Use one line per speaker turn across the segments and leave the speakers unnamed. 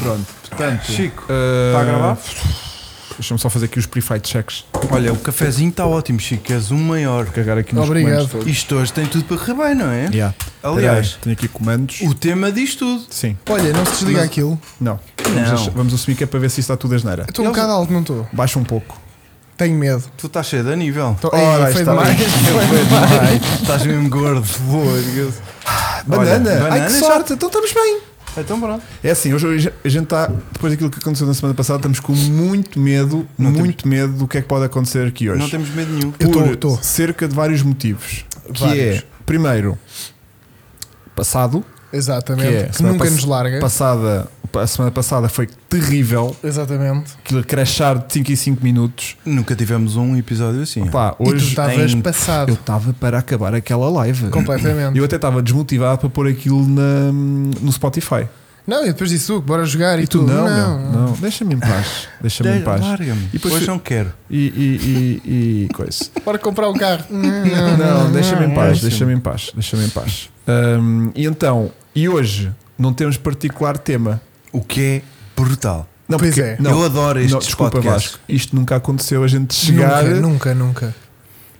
Pronto, portanto.
Chico,
eh,
está a gravar?
Deixa-me só fazer aqui os pre-fight checks.
Olha, o cafezinho está ótimo, Chico, és um maior.
Cagar aqui nos
Obrigado.
comandos todos.
Isto hoje tem tudo para correr bem, não é?
Yeah. Espera
Aliás-
aí, tenho aqui comandos.
O tema diz tudo.
Sim,
Olha, não se desliga
Mas-
aquilo.
não. Vamos,
Não.
ach- vamos assumir que é para ver se isto está tudo a asneira.
Estou um
Eles-
bocado alto, não estou?
Baixa um pouco.
Tenho medo.
Tu estás cheio de nível.
Tô...
Ora,
Ei, foi
está
demais.
bem.
Foi demais.
Estás mesmo gordo, louro.
Ah, Banana!
Olha,
Ai,
banana
que
já-
sorte. Então estamos bem.
Então pronto.
É assim, hoje hoje a gente está, depois daquilo que aconteceu na semana passada, estamos com muito medo, muito medo do que é que pode acontecer aqui hoje.
Não temos medo nenhum.
Eu tô-
por
tô.
cerca de vários motivos. Que
Vários.
é, primeiro, passado,
Exatamente.
que é,
Que
semana
nunca
pass-
nos larga.
Passada, a semana passada foi terrível,
Exatamente.
aquilo a crashar de 5 em 5 minutos.
Nunca tivemos um episódio assim.
Pá,
e tu
hoje
estavas
em-
eu
passado.
estava para acabar aquela live.
Completamente.
Eu até estava desmotivado para pôr aquilo na- no Spotify.
Não, e depois disse, "Hugo, bora jogar e,
E tu,
tudo.
não, não, não, deixa-me em paz. Deixa-me
De-
em paz.
Larga-me.
E depois
Hoje
fui-
não quero.
E, e, e, e coisa.
Bora comprar um carro. não,
Não, deixa-me em paz,
é
deixa-me em paz, deixa-me em paz. Hum, e então, e hoje não temos particular tema.
O que é brutal.
Não,
Pois é.
não,
eu adoro
não,
estes
desculpa
podcasts.
Vasco, isto nunca aconteceu a gente chegar
Nunca, nunca, nunca.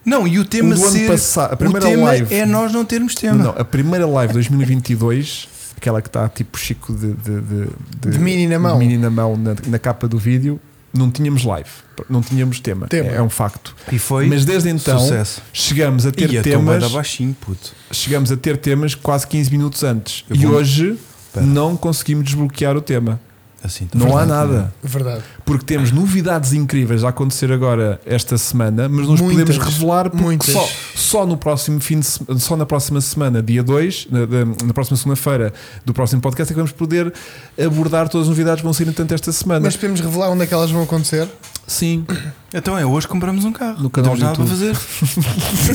Não, e o tema
O do ano
ser...
passado, a primeira
o tema
live.
é nós não termos tema.
Não, a primeira live 2022, aquela que está tipo Chico de de, de,
De mini na mão.
mini na mão na, na capa do vídeo, não tínhamos live, não tínhamos tema,
Tema.
É, é um facto.
E foi
Mas desde então
sucesso. é
chegamos a ter
E a tomba
temas,
da baixinho, puto.
chegamos a ter temas quase 15 minutos antes.
Eu
e
vou-
hoje
Pera.
não conseguimos desbloquear o tema.
Assim, tá
Não há
verdade.
nada.
Verdade.
Porque temos novidades incríveis a acontecer agora esta semana, mas não os
Muitas,
podemos revelar porque
muitas.
só, só no próximo fim de se- só na próxima semana, dia 2, na, da- na próxima segunda-feira do próximo podcast, é que vamos poder abordar todas as novidades que vão sair tanto esta semana.
Mas podemos revelar onde é que elas vão acontecer?
sim,
Então é hoje compramos um carro.
No canal
não temos nada
do
para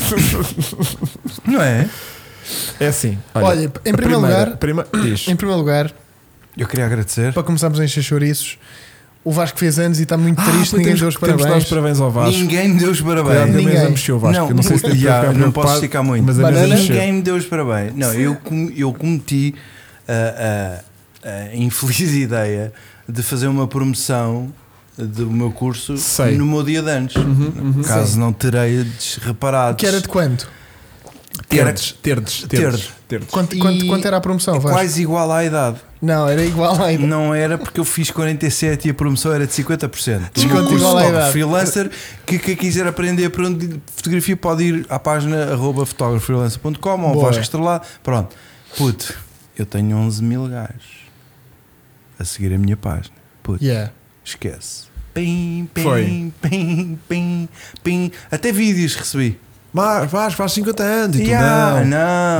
fazer. não é?
é assim.
Olha, em
a
primeiro
primeira-
lugar-
prima- diz.
Em primeiro lugar,
Eu queria agradecer.
para começarmos a encher chouriços, o Vasco fez anos e está muito
Ah,
triste,
pois
ninguém
temos-
deu os
temos de dar os
parabéns.
parabéns ao Vasco.
Ninguém me deu os
Cuidado,
parabéns.
a mesa
Ninguém.
mexeu, Vasco.
Não,
eu não sei se tem
yeah,
ficar
não
preocupado,
posso esticar muito.
Mas é a mesa
Banana.
mexeu.
Ninguém me deu os parabéns. Não, eu, com- eu cometi a, a- a infeliz ideia de fazer uma promoção do meu curso
Sei. Uhum,
no meu dia de antes. Caso não terei reparado.
Que era de quanto?
Terdes, terdes, terdes. terdes.
Quanto,
E-
quanto, quanto era a
é
promoção, Vasco?
Quase igual à idade.
Não, era igual ainda.
Não era porque eu fiz 47 e a promoção era de 50%.
Desconto
Um curso
igual à
de
idade.
Freelancer que, que quiser aprender por onde fotografia pode ir à página arroba fotógrafofreelancer.com ou
Boa.
Vasco Estrelado. Pronto. Puto, eu tenho 11 mil gajos a seguir a minha página. Puto,
Yeah.
esquece. Pim, pim,
Foi.
pim, pim, pim. Até vídeos recebi.
Mas Vasco, faz 50 anos e tu
Yeah,
não.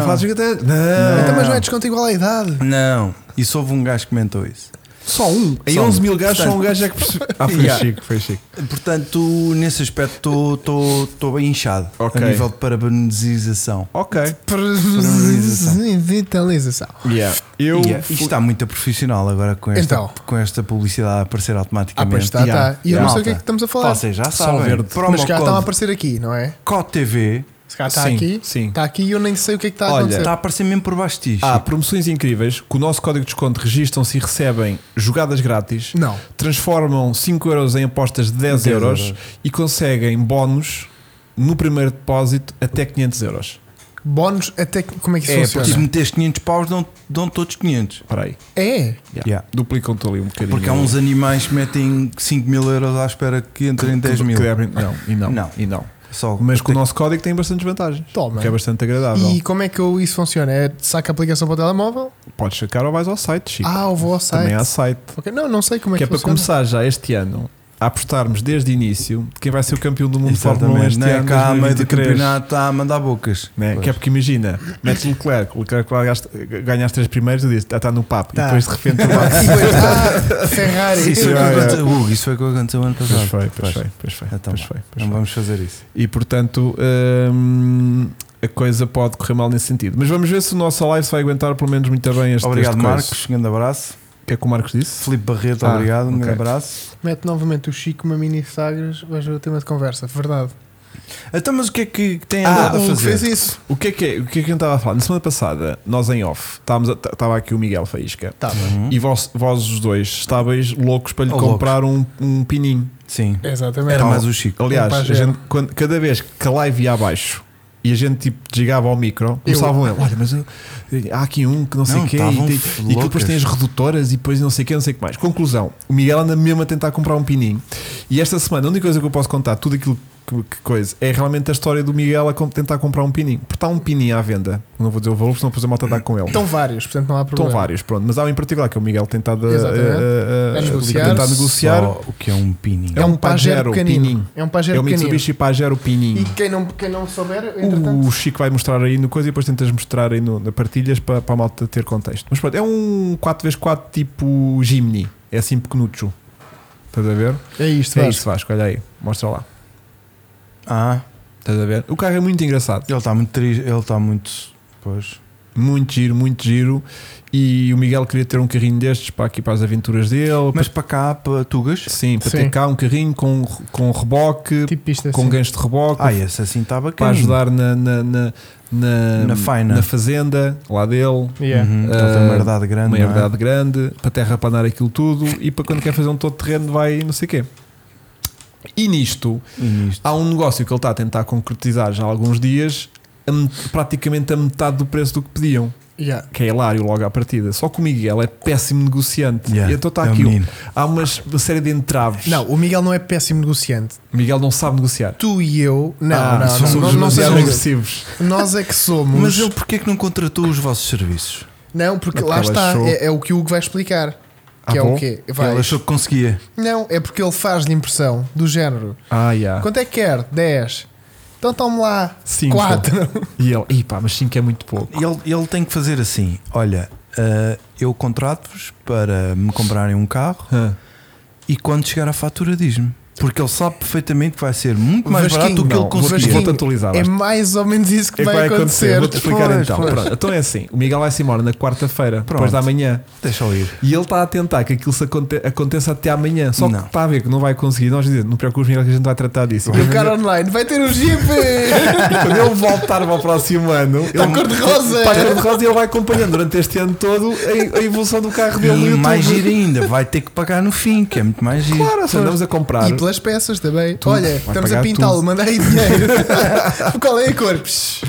não.
Faz 50 anos.
Ah. Não.
Não.
Então, mas não é desconto igual à idade.
Não. E só houve um gajo que comentou isso.
Só um. Em
Só
11
um.
mil gajos, só um
Portanto-
gajo é que percebeu. Ah, foi
Yeah.
chique, foi chique.
Portanto, nesse aspecto estou bem inchado
Ok.
a nível de parabenização.
Ok.
Parabenização.
Digitalização.
Yeah. Eu.
Yeah. eh, Isto está muito profissional agora com esta,
Então.
com esta publicidade a aparecer
Ah,
automaticamente.
pois está,
Yeah.
está. E eu não sei o que é
Malta,
que estamos a falar.
Vocês já
Só
sabem.
verde.
Promo
Mas cá estão a
code
aparecer aqui, não é?
COTV
Se cá está
Sim,
aqui,
sim.
está aqui e eu nem sei o que é Ah, que está a
Olha,
acontecer.
está a aparecer mesmo por baixo disto.
Há Ah, promoções incríveis. Com o nosso código de desconto, registam-se e recebem jogadas grátis.
Não.
Transformam 5 euros em apostas de 10
10
euros
euros.
e conseguem bónus no primeiro depósito até 500 euros.
Bónus até que- como é que isso
É,
funciona?
Se meteres 500 paus, dão, dão todos 500.
Espera aí.
É.
Yeah.
Yeah.
Duplicam-te ali um bocadinho.
Porque há uns animais que metem 5 mil euros à espera que entrem 10
Que-
mil.
que
é
devem- Não, e não.
Não.
E não.
Só
Mas com o
tem-
nosso código tem bastantes vantagens.
Toma.
Que é bastante agradável.
E como é que eu- isso funciona? É saca a aplicação para o telemóvel?
Podes sacar ou vais ao site, Chico.
Ah, eu vou ao site.
Tipo, Também há site.
Ok, Não, não sei como é
que
que,
é para
funciona.
começar já este ano a apostarmos desde o início de quem vai ser o campeão do mundo de Fórmula 1
Exatamente,
este
não é?
ano.
Cá a meio do
2023,
campeonato está a mandar bocas.
Né? Que é porque imagina, metes Leclerc, o Leclerc lá gasta- ganha as três primeiras e diz, está no papo,
Tá.
e depois de repente tu bates.
E depois,
tá.
ah, Ferrari.
Isso foi o que
já, já.
aconteceu- Hugo, isso foi o que aconteceu ano
Pois
passado.
foi, pois
é. Pois.
foi, pois foi,
Então
pois
vá.
foi, pois
Não
foi.
vamos fazer isso.
E portanto hum, a coisa pode correr mal nesse sentido. Mas vamos ver se o nosso live se vai aguentar pelo menos muito bem este
Obrigado,
este coisa.
Marcos. Um grande abraço.
O que é que o Marcos disse?
Filipe Barreto,
Ah,
obrigado. Um
ok.
grande abraço.
Mete novamente o Chico, uma mini sagres, vais ver o tema de conversa. Verdade.
Então, mas o que é que tem
Ah,
andado a
um que
fazer?
fez isso.
O que é que é? O que é que eu estava a falar? Na semana passada, nós em off, estávamos a- t- estava aqui o Miguel Faísca
Tá,
Uhum.
e vós, vós os dois estáveis loucos para lhe
Oh,
comprar um, um pininho.
Sim.
exatamente.
Era
Então,
mais o Chico.
Aliás,
Pá,
a
já.
gente, quando- cada vez que a live ia abaixo e a gente tipo, desligava ao micro, começavam ele. Olha, mas eu- há aqui um que não sei
Não,
o quê,
estavam
e, tem-
f-
e aquilo depois tem as redutoras e depois não sei o quê, não sei o que mais. Conclusão: o Miguel anda mesmo a tentar comprar um pininho. E esta semana, a única coisa que eu posso contar, tudo aquilo que, que coisa, é realmente a história do Miguel a com- tentar comprar um pininho. Porque está um pininho à venda, não vou dizer o valor, porque senão depois a malta dá com ele.
Estão vários, portanto não há
Estão
Então, problema.
vários, pronto, mas há um em particular que é o Miguel tentado a,
Exatamente.
a- a-
A negociar.
tentar negociar.
Só o que é um pininho.
É
É
um
um
pajero
Pajero
pequenino.
pequenino.
É um pajero
É o
pequenino.
Mitsubishi Pajero Pininho.
E quem não, quem não souber, entretanto.
O Chico vai mostrar aí no coisa e depois tentas mostrar aí no, na partilhas para, para a malta ter contexto. Mas pronto, é um 4x4 tipo Jimny. É assim pequenucho. Estás a ver?
É isto,
é
Vasco.
isso, Vasco. Olha aí, mostra lá.
Ah,
Estás a ver? O carro é muito engraçado.
ele está muito triste. Ele está muito. Pois.
Muito giro, muito giro. E o Miguel queria ter um carrinho destes para aqui para as aventuras dele.
Mas para cá, para Tugas.
para, sim, para
Sim.
ter cá um carrinho com, com reboque,
Tipo isto
com
assim.
gancho de reboque,
Ah, esse assim está
para
bacana.
ajudar na, na, na, na,
Na faina.
na fazenda lá dele.
Yeah.
Uhum, ele tem uma
Ah,
herdade grande.
uma
não é?
herdade grande, para terraplanar aquilo tudo e para quando quer fazer um todo terreno vai não sei o quê. E nisto,
E nisto.
há um negócio que ele está a tentar concretizar já há alguns dias, a met- praticamente a metade do preço do que pediam,
Yeah.
que é hilário logo à partida. Só que o Miguel é péssimo negociante.
Yeah,
e então está
é um
aqui,
menino.
há umas, uma série de entraves.
Não, o Miguel não é péssimo negociante.
Miguel não sabe negociar.
Tu e eu. Não,
Ah,
não,
somos
não, não, não
demasiado
somos-
agressivos.
Nós é que somos.
Mas ele porquê é que não contratou os vossos serviços?
Não, porque
Porque
lá
ele
está.
achou-
É, é o que o Hugo vai explicar. Que
Ah,
é
bom?
o quê? Vai.
Ele achou que conseguia.
Não, é porque ele faz de impressão do género.
Ah, yeah.
Quanto é que quer? 10. Então tome lá.
Cinco.
4.
E ele, "Ih, pá, mas 5 é muito pouco.
Ele, ele tem que fazer assim: olha, ah, eu contrato-vos para me comprarem um carro
Ah.
e quando chegar a fatura diz-me. Porque ele sabe perfeitamente que vai ser muito mais
Vasquinho,
barato do que
não,
ele conseguia.
Vou-te atualizar,
É
basta.
mais ou menos isso que,
É que
vai, acontecer.
Vou-te explicar
Pois,
então.
pois.
Pronto, então é assim: o Miguel vai-se embora na quarta-feira, depois
Pronto.
da manhã.
Deixa-o ir.
E ele está a tentar que aquilo se aconte- aconteça até amanhã. Só
Não.
que está a ver que não vai conseguir. Nós dizemos, não preocupes, Miguel, que a gente vai tratar disso.
E o cara online vai ter um Jeep.
Quando ele voltar para o próximo ano,
Está
ele
Tá cor-de-rosa.
está a cor-de-rosa e ele vai acompanhando durante este ano todo a, a evolução do carro dele. no
E
YouTube.
mais giro ainda, vai ter que pagar no fim, que é muito mais giro.
Claro, se andamos a comprar.
E pelas peças também. Olha,
Vai
estamos a
pagar
pintá-lo,
tudo.
manda aí dinheiro. Qual é a cor? Psh.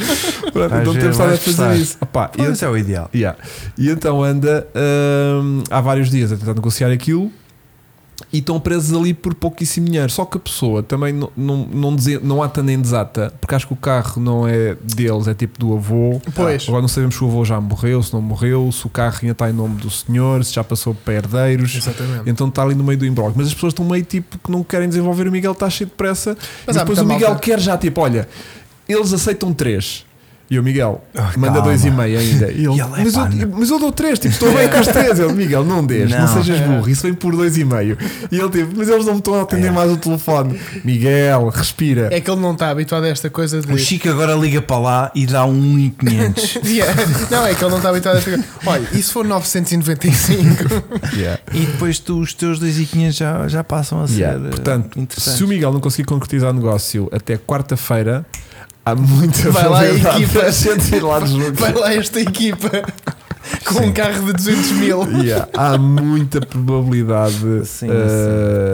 Pronto,
Às
então temos
vezes
estado a
vais
fazer
gostar.
isso. Opa, e
Esse é o ideal.
Yeah. E então anda hum, há vários dias a tentar negociar aquilo e estão presos ali por pouquíssimo dinheiro. Só que a pessoa também não, não, não, dese- não ata nem desata, porque acho que o carro não é deles, é tipo do avô.
Pois.
Agora não sabemos se o avô já morreu, se não morreu, se o carro ainda está em nome do senhor, se já passou para herdeiros.
Exatamente.
Então está ali no meio do imbróglio. Mas as pessoas estão meio tipo que não querem desenvolver. O Miguel está cheio de pressa.
Mas
e
há
depois
muita
o Miguel
malta.
quer já tipo: olha, eles aceitam três. E o Miguel
Ah,
manda
calma.
dois e meio ainda. E ele,
E ele,
mas,
"Epá,
eu, mas eu dou três, tipo, estou bem com as três. Ele, Miguel, não dês, não,
Não.
sejas burro, isso vem por dois e meio. E ele tipo, mas eles não me estão a atender mais o telefone. Miguel, respira.
É que ele não está habituado a esta coisa de.
O Chico agora liga para lá e dá um e 500.
Yeah. Não, é que ele não está habituado a esta coisa. Olha, e se for 995?
Yeah.
e depois tu, os teus 2 e 500 já, já passam a ser.
Yeah.
é
eh,
Portanto,
interessantes.
se o Miguel não conseguir concretizar o negócio até quarta-feira, há muita
Vai lá a
probabilidade
equipa.
da gente ir lá junto.
Vai lá esta equipa com um carro de 200 mil.
Yeah. Há muita probabilidade.
Sim, É tipo,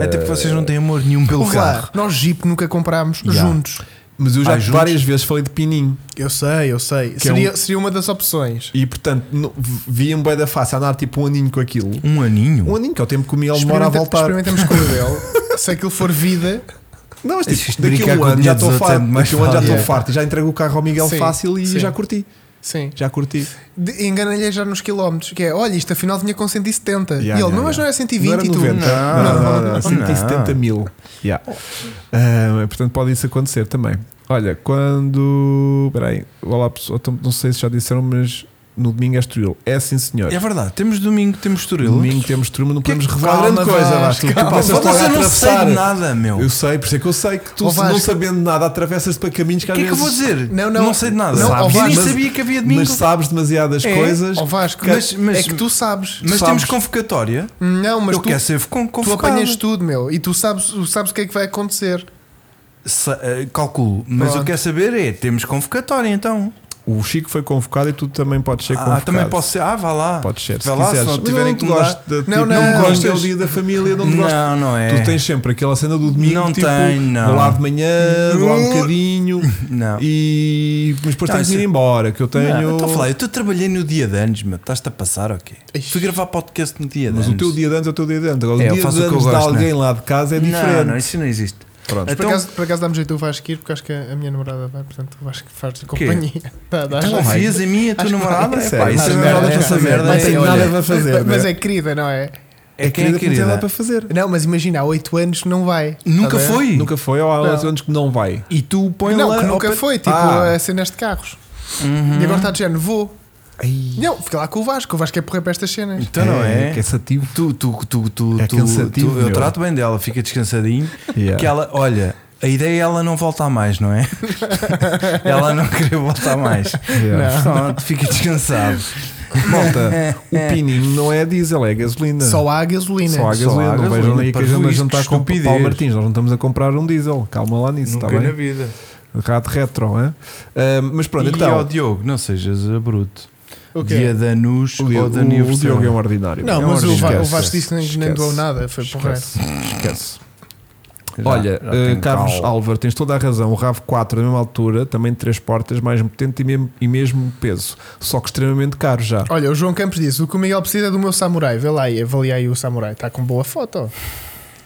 eh,
Até porque vocês não têm amor nenhum pelo
Ouve lá,
carro.
nós Jeep nunca comprámos
Yeah.
juntos.
Mas eu já
Ah, juntos?
várias vezes falei de pininho.
Eu sei, eu sei.
é
seria,
um-
seria uma das opções.
E portanto, no- vi um bué da face a andar tipo um aninho com aquilo.
Um aninho?
Um aninho, que é o tempo que o Miguel demora a
Experimenta-
voltar.
Experimentamos com o dele. Se aquilo for vida,
Não, mas
Isto
tipo,
de
daqui a
brincar
um
com
ano já
dinheiro
estou
dos outros é
farto.
muito mais
Daqui a um ano já
fácil.
estou
Yeah.
farto. e Já entrego o carro ao Miguel
Sim,
fácil e
sim.
já curti.
sim.
Já curti.
De- Engana-lhe já nos quilómetros. Que é, olha, isto afinal vinha com 170.
Yeah,
e ele,
yeah,
não, mas não era 120
não era
e um, tu.
90.
Não,
não, não,
não, não.
170 mil. Yeah. Ah, portanto, pode isso acontecer também. Olha, quando. Peraí, olá pessoal, então, não sei se já disseram, mas no domingo é Estoril. É sim, senhor.
É verdade, temos domingo, temos Turilo.
Domingo temos turma, não
Que é
podemos
que-
revelar
calma,
grande coisa, Vasco.
Vasco,
Tu
calma.
pensas logo
Mas
a
eu não sei
atravessar.
de nada, meu.
Eu sei, por isso é que eu sei que tu,
Ó,
se
Vasco.
não sabendo nada, atravessas-te para caminhos que
O
às
que é que eu
vezes.
vou dizer?
Não, não.
sei de nada.
Não,
eu
Sabes,
nem
mas-
sabia que havia domingo.
Mas sabes demasiadas
É.
coisas.
Ó "Oh, Vasco,
Mas- mas-
é que tu sabes.
Mas
sabes.
temos convocatória.
não, mas
eu
tu,
quero ser con-
tu
convocado.
apanhas tudo, meu. E tu sabes, tu sabes o que é que vai acontecer.
sa- eh, calculo. Mas eu
Pronto.
quero saber é: temos convocatória então.
O Chico foi convocado e tu também podes ser convocado.
Ah, também posso ser. Ah, vá lá.
Podes ser, se
Vá lá, se
quiseres.
não
Mas
tiverem que
te
mudar.
gosto de- tipo,
Não,
não,
não,
me gosto, é o
tens-
dia da família, não te gosto.
Não, não é.
Tu tens sempre aquela cena do domingo,
Não
tipo,
tem, não.
vou lá de manhã, vou lá um
Não.
bocadinho
Não.
e mas depois
Não,
tenho que
isso-
ir embora, que eu
Não, então eu
tenho.
estou a falar, eu estou a trabalhar no dia de anos, meu. Estás-te a passar, ok? Fui gravar podcast no dia de
mas
anos.
o teu dia de antes é o teu dia de antes. Agora
É, eu
o dia
faço
de
o que eu
antes de
gosto,
alguém lá de casa é
Não,
diferente.
não, isso não existe.
Pronto.
Mas por
Então-
acaso, por acaso dá-me jeito, tu vais que ir, porque acho que a a minha namorada vai, portanto tu vais que fazes companhia. Dá, dá
Tu
jeito.
ouvias a minha, a tua
Acho que
namorada?
vai.
É
Sério,
pá, isso
acho
é
que
merda,
vai.
Então essa merda
não
Não
é.
tenho
olha,
nada para fazer.
Mas- Mas
né?
é querida, não é?
É quem é
querida que não tem nada
querida.
para fazer.
Não, mas imagina, há 8 anos não vai.
Nunca
Tá bem?
foi.
Nunca foi ou há
Não.
outros anos que não vai.
E tu põe
Não,
lá.
que nunca
opa-
foi, tipo
Ah.
a cenas de carros.
Uhum.
E agora está de género, vou. Não, fica lá com o Vasco, o Vasco é porra para estas cenas.
Então não é.
Que é sativo.
Tu, tu, tu, tu,
É
tu-
cansativo,
tu- eu
meu. É.
trato bem dela, fica descansadinho.
Yeah.
Que ela, olha, a ideia é ela não voltar mais, não é? ela não querer voltar mais.
Yeah.
Pronto, fica descansado.
Malta, o pininho não é diesel, é gasolina.
Só há a gasolina.
Só há
Só
gasolina,
há
não
gasolina,
vejam aí que a
parvo,
gente a
isto
jantar
que
com o Paulo
estupidez.
Martins. Nós não estamos a comprar um diesel, calma lá nisso, está
Nunca na
tá bem?
vida.
Rato retro, hein? Ah, mas pronto,
e
então.
ó, Diogo, não sejas bruto.
O quê?
Dia da Nus
O,
ou
Diogo-
da
o
aniversário.
Diogo é um ordinário.
Não,
É um
mas o, Va-
ordinário.
o Vasco disse que nem, nem
Esquece.
doou nada, foi porra.
Esquece. Esquece.
Já-
Olha,
já
eh,
tenho
Carlos
calma.
Álvaro, tens toda a razão. O RAV 4 na mesma altura, também de três portas, mais potente e mesmo, e mesmo peso, só que extremamente caro já.
Olha, o João Campos disse: o que o Miguel precisa é do meu samurai. Vê lá e avalia aí o samurai. Está com boa foto.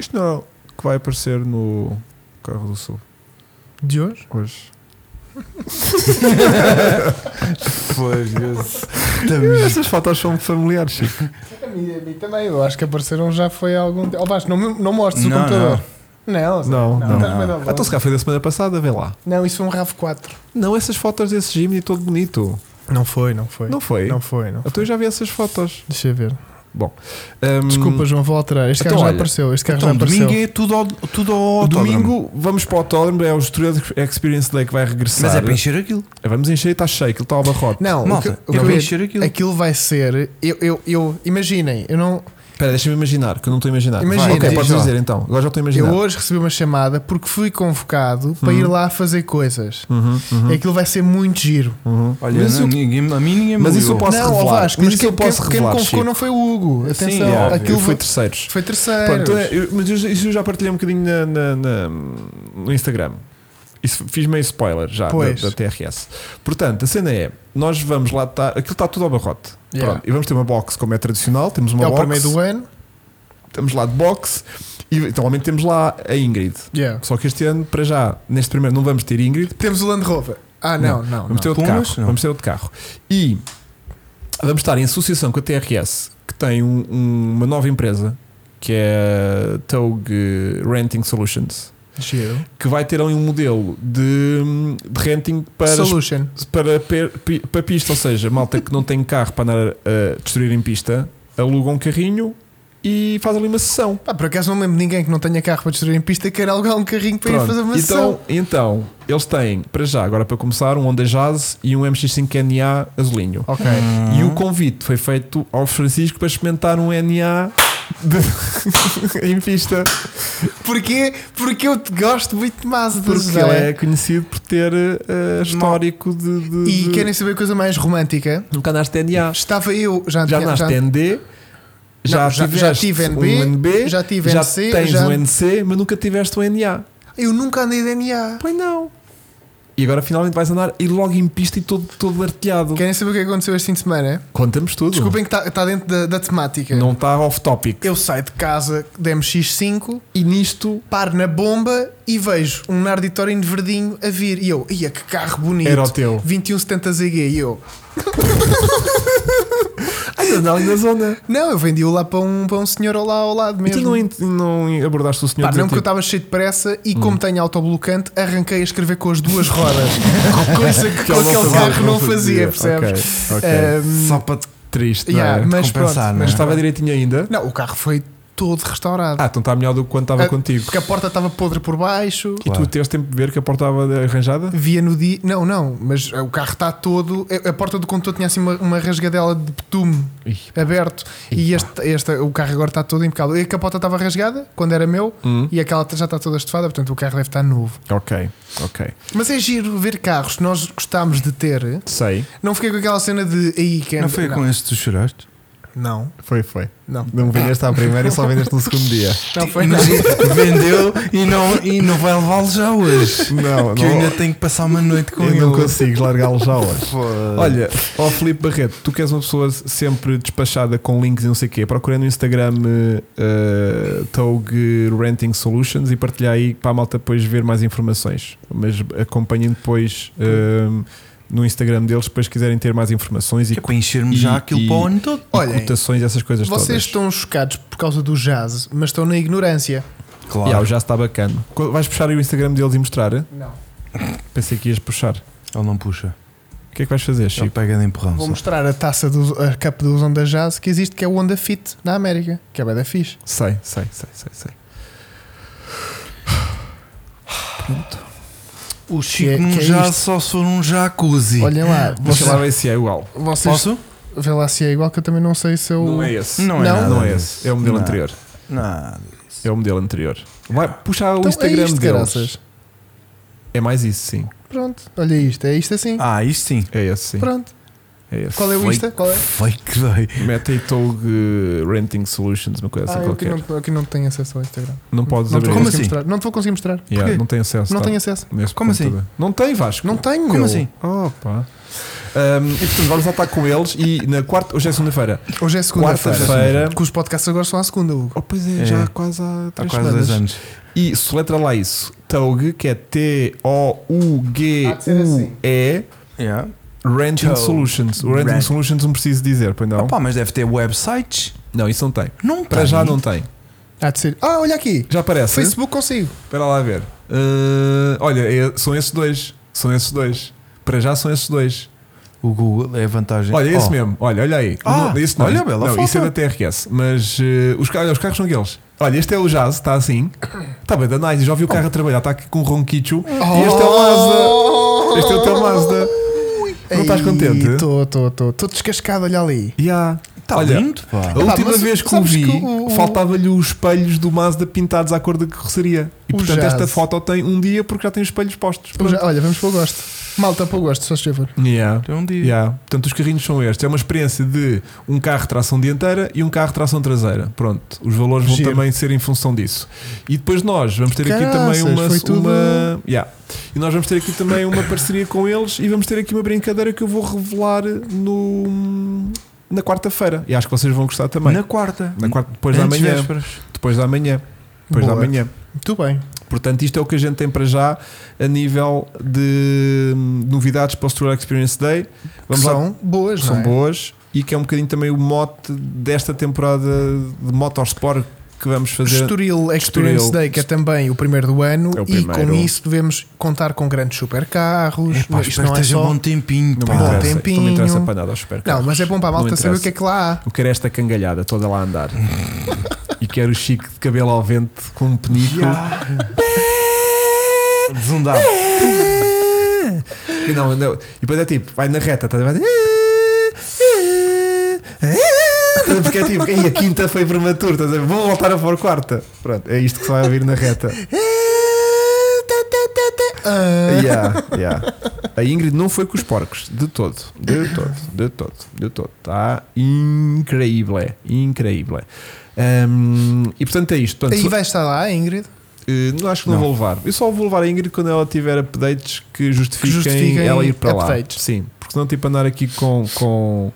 Isto não é o que vai aparecer no Carro do Sul
De hoje?
hoje.
Pois, Deus.
Estas fotos são familiares, Chico.
A mim, a mim também. Eu acho que apareceram já foi há algum tempo. Oh, Vasco, não, me- não mostres o
Não,
computador. Não, Zé,
Não, não,
estás
não.
bem na boa.
Então se calhar foi da semana passada, vê lá.
Não, isso foi um RAV4.
Não, essas fotos desse Jimmy todo bonito.
Não foi, não foi.
Não foi?
Não foi, não.
Então eu já vi essas fotos.
Deixa eu ver.
Ahm,
Desculpa, João, vou alterar. Este
então,
carro já
olha,
apareceu. Este carro
Então,
já apareceu.
domingo é tudo ao, tudo ao autódromo.
Hum, Domingo vamos para o autódromo, é o Estoril Experience Day que vai regressar.
Mas é para encher aquilo.
Vamos encher, está cheio, aquilo está ao barrote.
Não, o
Malta,
que- o que
é
eu
para
ia-
encher aquilo.
Aquilo vai ser. Eu, eu, eu- imaginem, eu não.
Espera, deixa-me imaginar, que eu não estou a imaginar.
Imagina,
ok,
diz
podes
lá.
dizer então. Agora já estou a imaginar.
Eu hoje recebi uma chamada porque fui convocado para ir lá fazer coisas.
Uhum, uhum,
Aquilo vai ser muito giro.
uhum.
Olha,
Mas
não,
eu-
ninguém- a mim ninguém me
Mas isso eu
ligou.
posso
não, ó
revelar.
Vasco,
Mas
mas
isso eu
quem-
posso
quem, me
revelar,
convocou
Chico.
não foi o Hugo. Atenção,
Sim,
Yeah,
então, aquilo
eu fui
foi,
terceiros.
foi terceiro.
Pronto, então é- eu- mas eu- isso eu já partilhei um bocadinho na- na- na- no Instagram. Isso fiz meio spoiler já da,
Pois.
da TRS. Portanto, a cena é: nós vamos lá estar. Aquilo está tudo ao barrote.
Yeah.
Pronto, e vamos ter uma box como é tradicional. Temos uma
é o
box.
primeiro do ano.
Estamos lá de box. E então, normalmente temos lá a Ingrid.
Yeah.
Só que este ano, para já, neste primeiro, não vamos ter Ingrid.
Temos o Land Rover. Ah, não, não.
Vamos ter
não.
outro
Pumas?
carro.
Não.
Vamos ter outro carro. E vamos estar em associação com a TRS, que tem um- um- uma nova empresa, que é a Tog Renting Solutions,
Giro.
que vai ter ali um modelo de, de renting para,
Solution.
para, per- pi- para pista, ou seja, malta que não tem carro para andar a destruir em pista, aluga um carrinho e faz ali uma sessão.
Pá, por acaso não me lembro de ninguém que não tenha carro para destruir em pista queira alugar um carrinho para ir
Pronto.
fazer uma
então,
sessão.
então, eles têm, para já, agora para começar, um Honda Jazz e um MX-5NA azulinho.
Ok.
Ah.
E
Uhum.
o convite foi feito ao Francisco para experimentar um NA de- em pista.
Porquê? Porque eu te gosto muito de Mazda.
Porque
Zé.
ele é conhecido por ter eh, histórico de. de-
E
de-
querem saber coisa mais romântica?
Nunca andaste NA.
Estava eu, já,
Já
tinha-
andaste ND. Já,
Não, já- já
tiveste
tive
um
NB,
NB,
já tive NC,
tens
já-
um NC, mas nunca tiveste um NA.
Eu nunca andei de NA.
Pois não. E agora finalmente vais andar e logo em pista e todo, todo arteado.
Querem saber o que aconteceu este fim de semana?
Contamos tudo.
Desculpem que está dentro da, da temática.
Não está off topic.
Eu saio de casa da MX5,
E nisto
paro na bomba e vejo um Nardi Torino verdinho a vir. E eu, ia que carro bonito.
Era o teu.
2170 ZG. E um eu,
Ai, andar ali na zona.
não, eu vendi-o lá para um, para um senhor lá ao lado
E tu
mesmo.
Então não, ent- não abordaste o senhor Hum.
Pá,
dizer,
não porque eu
tipo,
estava cheio de pressa e como tenho autoblocante, arranquei a escrever com as duas rodas. Coisa que, com
ele
aquele
fazia, Eh,
carro não fazia, percebes?
Ok, ok.
Ahm,
Só para te
Triste,
Ehm, yeah,
não é?
mas
compensar,
pronto,
não é?
Mas estava direitinho ainda.
Não, o carro foi todo restaurado.
Ah, então está melhor do que quando estava
Ah,
contigo.
Porque a porta estava podre por baixo.
E tu
Claro.
tens tempo de ver que a porta estava arranjada?
Via no dia. Não, não, mas eh, o carro está todo. A a porta do condutor tinha assim uma, uma rasgadela de betume
Ih.
aberto. E este, este, o carro agora está todo impecável. E a capota estava rasgada quando era meu
Uhum.
Hum.
e aquela já está toda estufada, portanto o carro deve estar novo.
Ok, ok.
Mas é giro ver carros que nós gostámos de ter.
Sei.
Não fiquei com aquela cena de aí que
Não foi
não.
com esse que tu choraste?
Não,
Foi, foi.
não.
Não vendeste à primeira e só vendeste no segundo dia.
Não foi
Mas
nada.
vendeu e não, e não vai levá-lo já hoje.
Não,
Que eu ainda tenho que passar uma noite com
eu
ele.
não consigo largá-lo já hoje.
Foda.
Olha, ó Filipe Barreto, tu que és uma pessoa sempre despachada com links e não sei o quê, procura no Instagram eh, eh, Togue Renting Solutions e partilha aí para a malta depois ver mais informações. Mas acompanhem depois eh, no Instagram deles, depois se quiserem ter mais informações e,
Que é para enchermos
E-
já aquilo
e-
para o ano todo.
e
Olhem,
cotações e essas coisas
Vocês
todas.
estão chocados por causa do jazz, mas estão na ignorância.
Claro.
Yeah, o já está bacana. Co- Vais puxar aí o Instagram deles e mostrar? eh?
Não.
Pensei que ias puxar.
Ele não puxa.
O que é que vais fazer,
Ele
Chico?
pega de empurrão.
Vou
só.
mostrar a taça do a cup do Onda Jazz que existe, que é o Onda Fit na América, que é bem da fixe.
Sei, sei, sei, sei, sei.
O
Que é-
Chico num
que é
já
isto?
só se for um jacuzzi.
Olhem lá,
Deixa
vocês,
lá ver se é igual.
vocês
Posso?
vê lá se é igual que eu também não sei se eu.
Não é esse.
Não é
Não?
nada
Não é
disso.
esse. É o modelo
Não.
anterior.
Nada.
É o modelo anterior. Vai puxar o
Então,
Instagram
é isto,
deles.
caraças.
É mais isso, sim.
Pronto, olha isto, é isto assim.
Ah, isto sim.
É esse, sim.
Pronto.
É esse.
Qual é o Insta? Qual é?
Foi que dói.
Mete aí Tog eh, Renting Solutions, uma coisa
Ah,
assim
eu aqui
qualquer.
não,
Não,
eu aqui não tenho acesso ao Instagram.
podes
não te
abrir.
vou
Como
conseguir
assim?
mostrar. Não te vou conseguir mostrar.
Yeah,
Porquê?
não tem acesso.
Não
tá?
tenho acesso.
Nesse
Como
computador. Não tem, Vasco.
Não tenho.
Como
meu.
assim?
Opa. Um, e portanto, vamos lá estar com eles e na quarta. Hoje é segunda-feira.
Hoje é segunda-feira.
Quarta-feira.
Porque os podcasts agora são à segunda, Hugo.
Oh, pois é,
É.
já há quase há
Há
três
quase
semanas.
dois anos.
E soletra lá isso. Tog, que é T-O-U-G-U-E.
Há de
uh.
ser assim.
Yeah.
Renting
Tog.
Solutions. O Renting
Rent.
Solutions não preciso dizer, pois não.
Opa, mas deve ter websites.
Não, isso não tem.
Não
Para
tem.
já não tem.
Há de ser. Ah, olha aqui.
Já aparece?
Facebook consigo.
Espera lá ver. Uh, olha, é- são esses dois. São esses dois. Para já são esses dois.
O Google é a vantagem.
Olha, é esse
Oh,
mesmo. Olha, olha aí.
Ah,
Não, isso não.
olha, bela
não,
foto.
isso é da TRS. Mas uh, os, ca- olha, os carros são aqueles. Olha, este é o Jazz, está assim. Está bem, da nice. Já ouvi o carro a trabalhar. Está aqui com um ronquicho. E este é o Mazda.
Mazda.
Este é o teu Mazda. Não estás contente?
Estou, estou, estou. Estou descascado, olha ali.
Yeah.
Tá
olha,
lindo, pá.
A última
mas
vez que o
sabes
vi,
que o- o-
faltava-lhe os espelhos do Mazda pintados à cor da carroceria. E
O
portanto,
Jazz.
esta foto tem um dia porque já tem os espelhos postos.
Eu já- olha, vamos para o gosto. Malta, para o gosto, só se favor.
Yeah.
É um dia.
Yeah. Portanto, os carrinhos são estes. É uma experiência de um carro de tração dianteira e um carro de tração traseira. Pronto, os valores vão
Giro.
também ser em função disso. E depois nós vamos ter aqui
Caraças,
também uma.
foi tudo-
uma- yeah. E nós vamos ter aqui também uma parceria com eles e vamos ter aqui uma brincadeira que eu vou revelar no. Na quarta-feira, e acho que vocês vão gostar também.
Na quarta.
Na quarta- depois da
Antes
manhã.
vésperas.
Depois da manhã. Depois
Boa.
da manhã.
Muito bem.
Portanto, isto é o que a gente tem para já a nível de hum, novidades para o Store Experience Day.
Que
Vamos lá.
são boas,
São
não é?
boas e que é um bocadinho também o mote desta temporada de Motorsport que vamos fazer.
Estoril Experience
Estoril.
Day, que é também o primeiro do ano,
É o
e
primeiro.
com isso devemos contar com grandes supercarros.
Epá,
isto
espero
não
que
é
esteja
só.
um bom tempinho.
Não me
pá.
Bom
interessa, isto não me interessa
tempinho.
para nada aos supercarros.
Não, mas é bom para a malta
Não
saber o que é
interessa.
que lá há.
Eu quero esta cangalhada toda lá a andar. e quero o Chico de cabelo ao vento com um penico.
Desundado.
É, E, não, não. e depois é tipo, vai na reta, estás a ver? Estás a ver? Porque é tipo, "Ei, a quinta foi prematura, estás a ver? Vou voltar a pôr quarta. Pronto, é isto que se vai ouvir na reta. Ah, Yeah, yeah. A Ingrid não foi com os porcos, de todo, de todo, de todo, de todo. Está increíble, é increíble. Hum, e portanto é isto. Portanto,
Aí vai estar lá, Ingrid.
eh, não acho que não,
Não.
vou levar. Eu só vou levar a Ingrid quando ela tiver updates que justifiquem,
Que justifiquem
ela ir para lá.
updates.
Sim, porque senão tipo andar aqui com, com,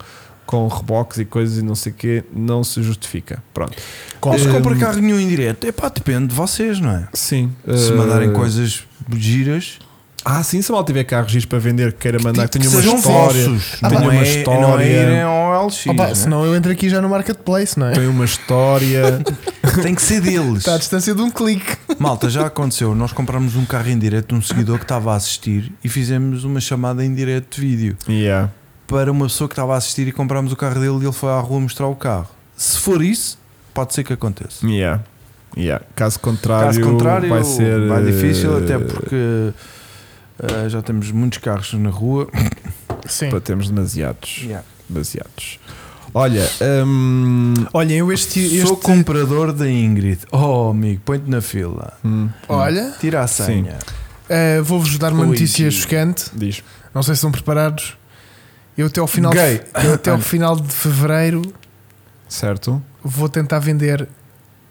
com reboques e coisas e não sei o quê, não se justifica. Pronto.
Mas
Eh,
compra carro nenhum em direto. Epá, depende de vocês, não é?
Sim.
Se
eh,
mandarem coisas giras,
Ah, sim, se mal tiver carros giros para vender que queira mandar, que,
que
tenha uma
sejam
história.
vossos.
tenha
não
uma
é, Não é
história.
irem ao LX.
Opa,
né?
senão eu entro aqui já no marketplace, não é?
Tem uma história.
Tem que ser deles.
Tá
Está à distância de um clique.
Malta, já aconteceu. Nós compramos um carro em direto de um seguidor que estava a assistir e fizemos uma chamada em direto de vídeo
yeah.
para uma pessoa que estava a assistir e comprámos o carro dele e ele foi à rua mostrar o carro. Se for isso, pode ser que aconteça.
Yeah. Yeah. Caso, contrário,
Caso contrário,
vai ser
vai difícil,
eh,
até porque eh, já temos muitos carros na rua.
Sim.
pá, temos demasiados. demasiados. Olha, hum,
Olhem, eu este. este
Sou comprador da Ingrid. Oh, amigo, põe-te na fila.
hum,
Olha,
Tira a senha.
eh, vou-vos dar uma
Ui,
notícia
que-
chocante.
diz.
Não sei se estão preparados. Eu até ao final,
Gay.
eu até ao final de fevereiro
Certo?
vou tentar vender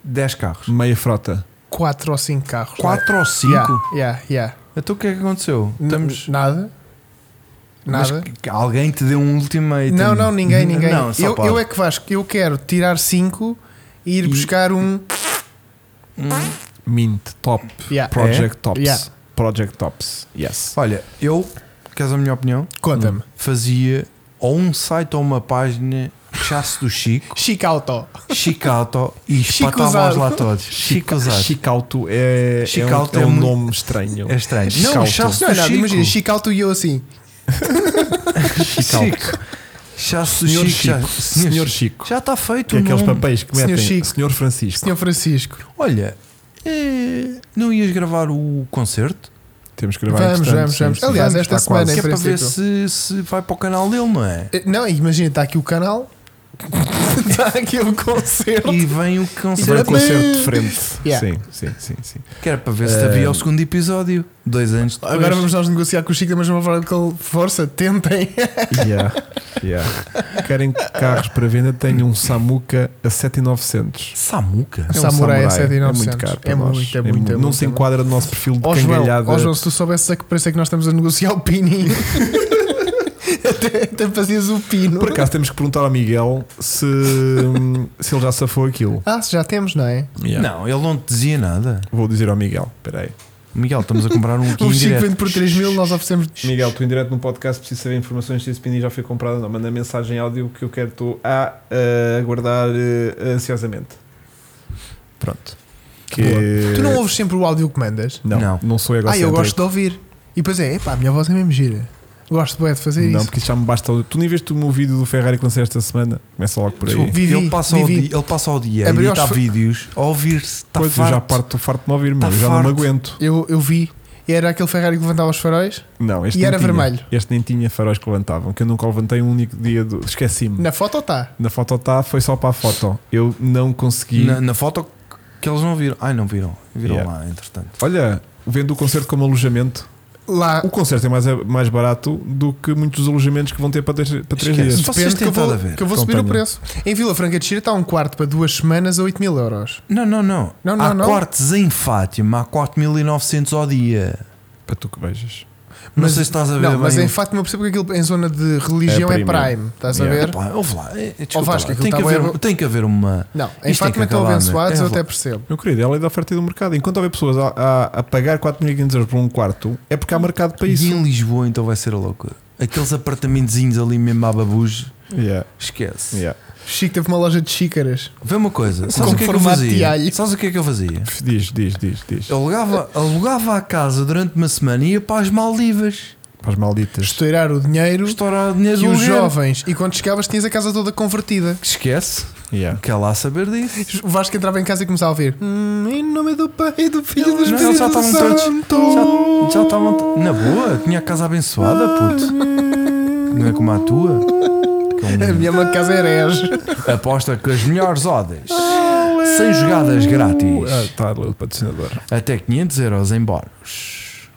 10 carros.
Meia frota.
4 ou 5 carros. é?
4 ou 5?
Yeah, yeah, yeah.
Então o que é que aconteceu?
N-
Estamos.
Nada.
Mas
Nada.
que alguém te deu um ultimatum.
Não, não, ninguém, ninguém.
Não, só
eu,
pode.
eu é que Vasco, eu quero tirar 5 e ir
E-
buscar um.
Hum.
Mint Top.
Yeah. é.
Project Tops.
Yeah.
Project Tops. Yes.
Olha, eu, queres a minha opinião?
Conta-me.
Fazia ou um site ou uma página que chasse do Chico,
Chico Auto.
Chicato e
Chico
espatava-os
usado.
lá todos. Chico usado.
Chicauto é,
Chicauto
é um, é
é
um
muito-
nome estranho.
É estranho.
Chico
Não,
Auto.
chasse
Não
do
é nada,
Chico.
imagina, Chico Auto e eu assim.
Chico. Chasse do
Senhor
Chico.
Chico.
chasse-
Senhor Chico.
Já está feito
Que é
o
aqueles
nome.
papéis que
Senhor
metem.
Chico.
Senhor Francisco.
Senhor Francisco,
Olha, eh, não ias gravar o concerto?
Temos que gravar
Vamos,
entretanto,
vamos,
sim,
vamos.
sim.
Aliás, esta
Está
semana-
quase.
que é para ver se,
princípio.
se vai para o canal dele, não é?
Eh, Não, imagina, está aqui o canal, está aqui o concerto.
E vem o
Isso é um
concerto.
concerto de frente.
Yeah.
Sim, sim, sim, sim.
Que era para ver se havia o segundo episódio. Dois anos depois.
Agora vamos nós negociar com o Chico da mesma forma que ele força, tentem.
Yeah, yeah. Querem carros para venda? Tenho um Samuka a 7900.
Samuca.
É um
Samurai a
É
7900.
muito caro. para
É
nós.
muito, é muito, é
Não
muito,
se
é muito.
enquadra no nosso perfil de
Ó João,
cangalhada.
ó João, se tu soubesses a que preço é que nós estamos a negociar o pininho, até, até fazias o pino.
Por acaso temos que perguntar ao Miguel se, se ele já safou aquilo.
Ah, já temos, não é?
Yeah.
Não, ele não te dizia nada.
Vou dizer ao Miguel. Espera aí.
Miguel, estamos a comprar um aqui
O
em
Chico
direto.
vende por 3 mil, nós oferecemos.
Miguel, tu em direto no podcast preciso saber informações se esse pininho já foi comprado ou não. Manda mensagem áudio que eu quero estou a eh, aguardar eh, ansiosamente. Pronto. Que...
Tu não ouves sempre o áudio que mandas?
Não, não,
Não.
sou
Ah,
é
egocêntrico.
eu gosto de ouvir. E depois é, epá, a minha voz é mesmo gira. Gosto bem de fazer
Não,
isso.
porque isso já me basta. Tu nem viste o meu vídeo do Ferrari que lancei esta semana? Começa logo por aí.
Desculpa,
Vivi,
ele, passa ao
Vivi.
dia, ele passa ao dia a
Abriu
editar
os-
vídeos, a ouvir-se. Tá
Tá
Está
pois, eu já parto, estou farto de me ouvir, meu.
Tá
eu já não me
farto.
aguento.
Eu, eu vi. E era aquele Ferrari que levantava os faróis
Não, este
E
nem
era
tinha.
vermelho.
Este nem tinha faróis que levantavam, que eu nunca levantei um único dia. Do... Esqueci-me.
na foto tá. ou está?
Na foto está, foi só para a foto. Eu não consegui.
na, na foto que eles não viram. Ai, não viram. Viram
Yeah.
lá, entretanto.
Olha, vendo o concerto como alojamento,
Ah.
Lá.
o concerto é mais, mais barato do que muitos dos alojamentos que vão ter para três, para três
Esquece.
dias.
Se vocês
que
têm
eu vou,
estado a ver,
que eu vou subir o
acompanha.
preço. Em Vila Franca de Xira está um quarto para duas semanas a 8 mil euros.
Não, não, não.
Não, não,
há
não.
quartos em Fátima, há 4.900 ao dia.
Para tu que vejas.
Não sei se estás a ver
Não,
bem um.
mas
o-
em facto não percebo que aquilo em zona de religião
É
é
premium.
prime. estás a
Yeah.
ver?
Epá, ouve lá. eh, desculpa
Vasco,
lá. Tem,
aquilo
que
estava
haver, um-
a-
tem que haver uma.
Não, em
Isto tem
Fátima
que
estão
acabar,
abençoados,
meu.
eu
É,
até
vá.
percebo.
Meu querido, é a lei da oferta e do mercado. Enquanto houver pessoas a, a, a pagar 4.500 euros por um quarto, é porque há mercado para
E
isso.
em Lisboa então vai ser a loucura. Aqueles apartamentozinhos ali mesmo à babujo,
Yeah,
esquece.
yeah.
Chico teve uma loja de xícaras.
Vê uma coisa, sabes
Com
o que é que eu
formato de alho.
fazia? Sabes o que é que eu fazia?
Diz, diz, diz, diz.
Eu alugava, alugava a casa durante uma semana e ia para as Maldivas.
Para as malditas.
Estourar o dinheiro
Estourar dinheiro
e
de
os
aluguer.
jovens. E quando chegavas tinhas a casa toda convertida.
Esquece.
Yeah.
Quer lá saber disso.
O Vasco entrava em casa e começava a ouvir "Hum, Em nome do Pai e do Filho e do
Não,
Espírito
já estavam todos.
Santo."
Já, já estavam. t- Na boa, tinha a casa abençoada, puto. Não é como a tua?
É A minha mãe de casa era herege.
Aposta com as melhores odas.
Ah,
sem jogadas grátis.
Ah, está ali o patrocinador.
Até 500 euros em bónus.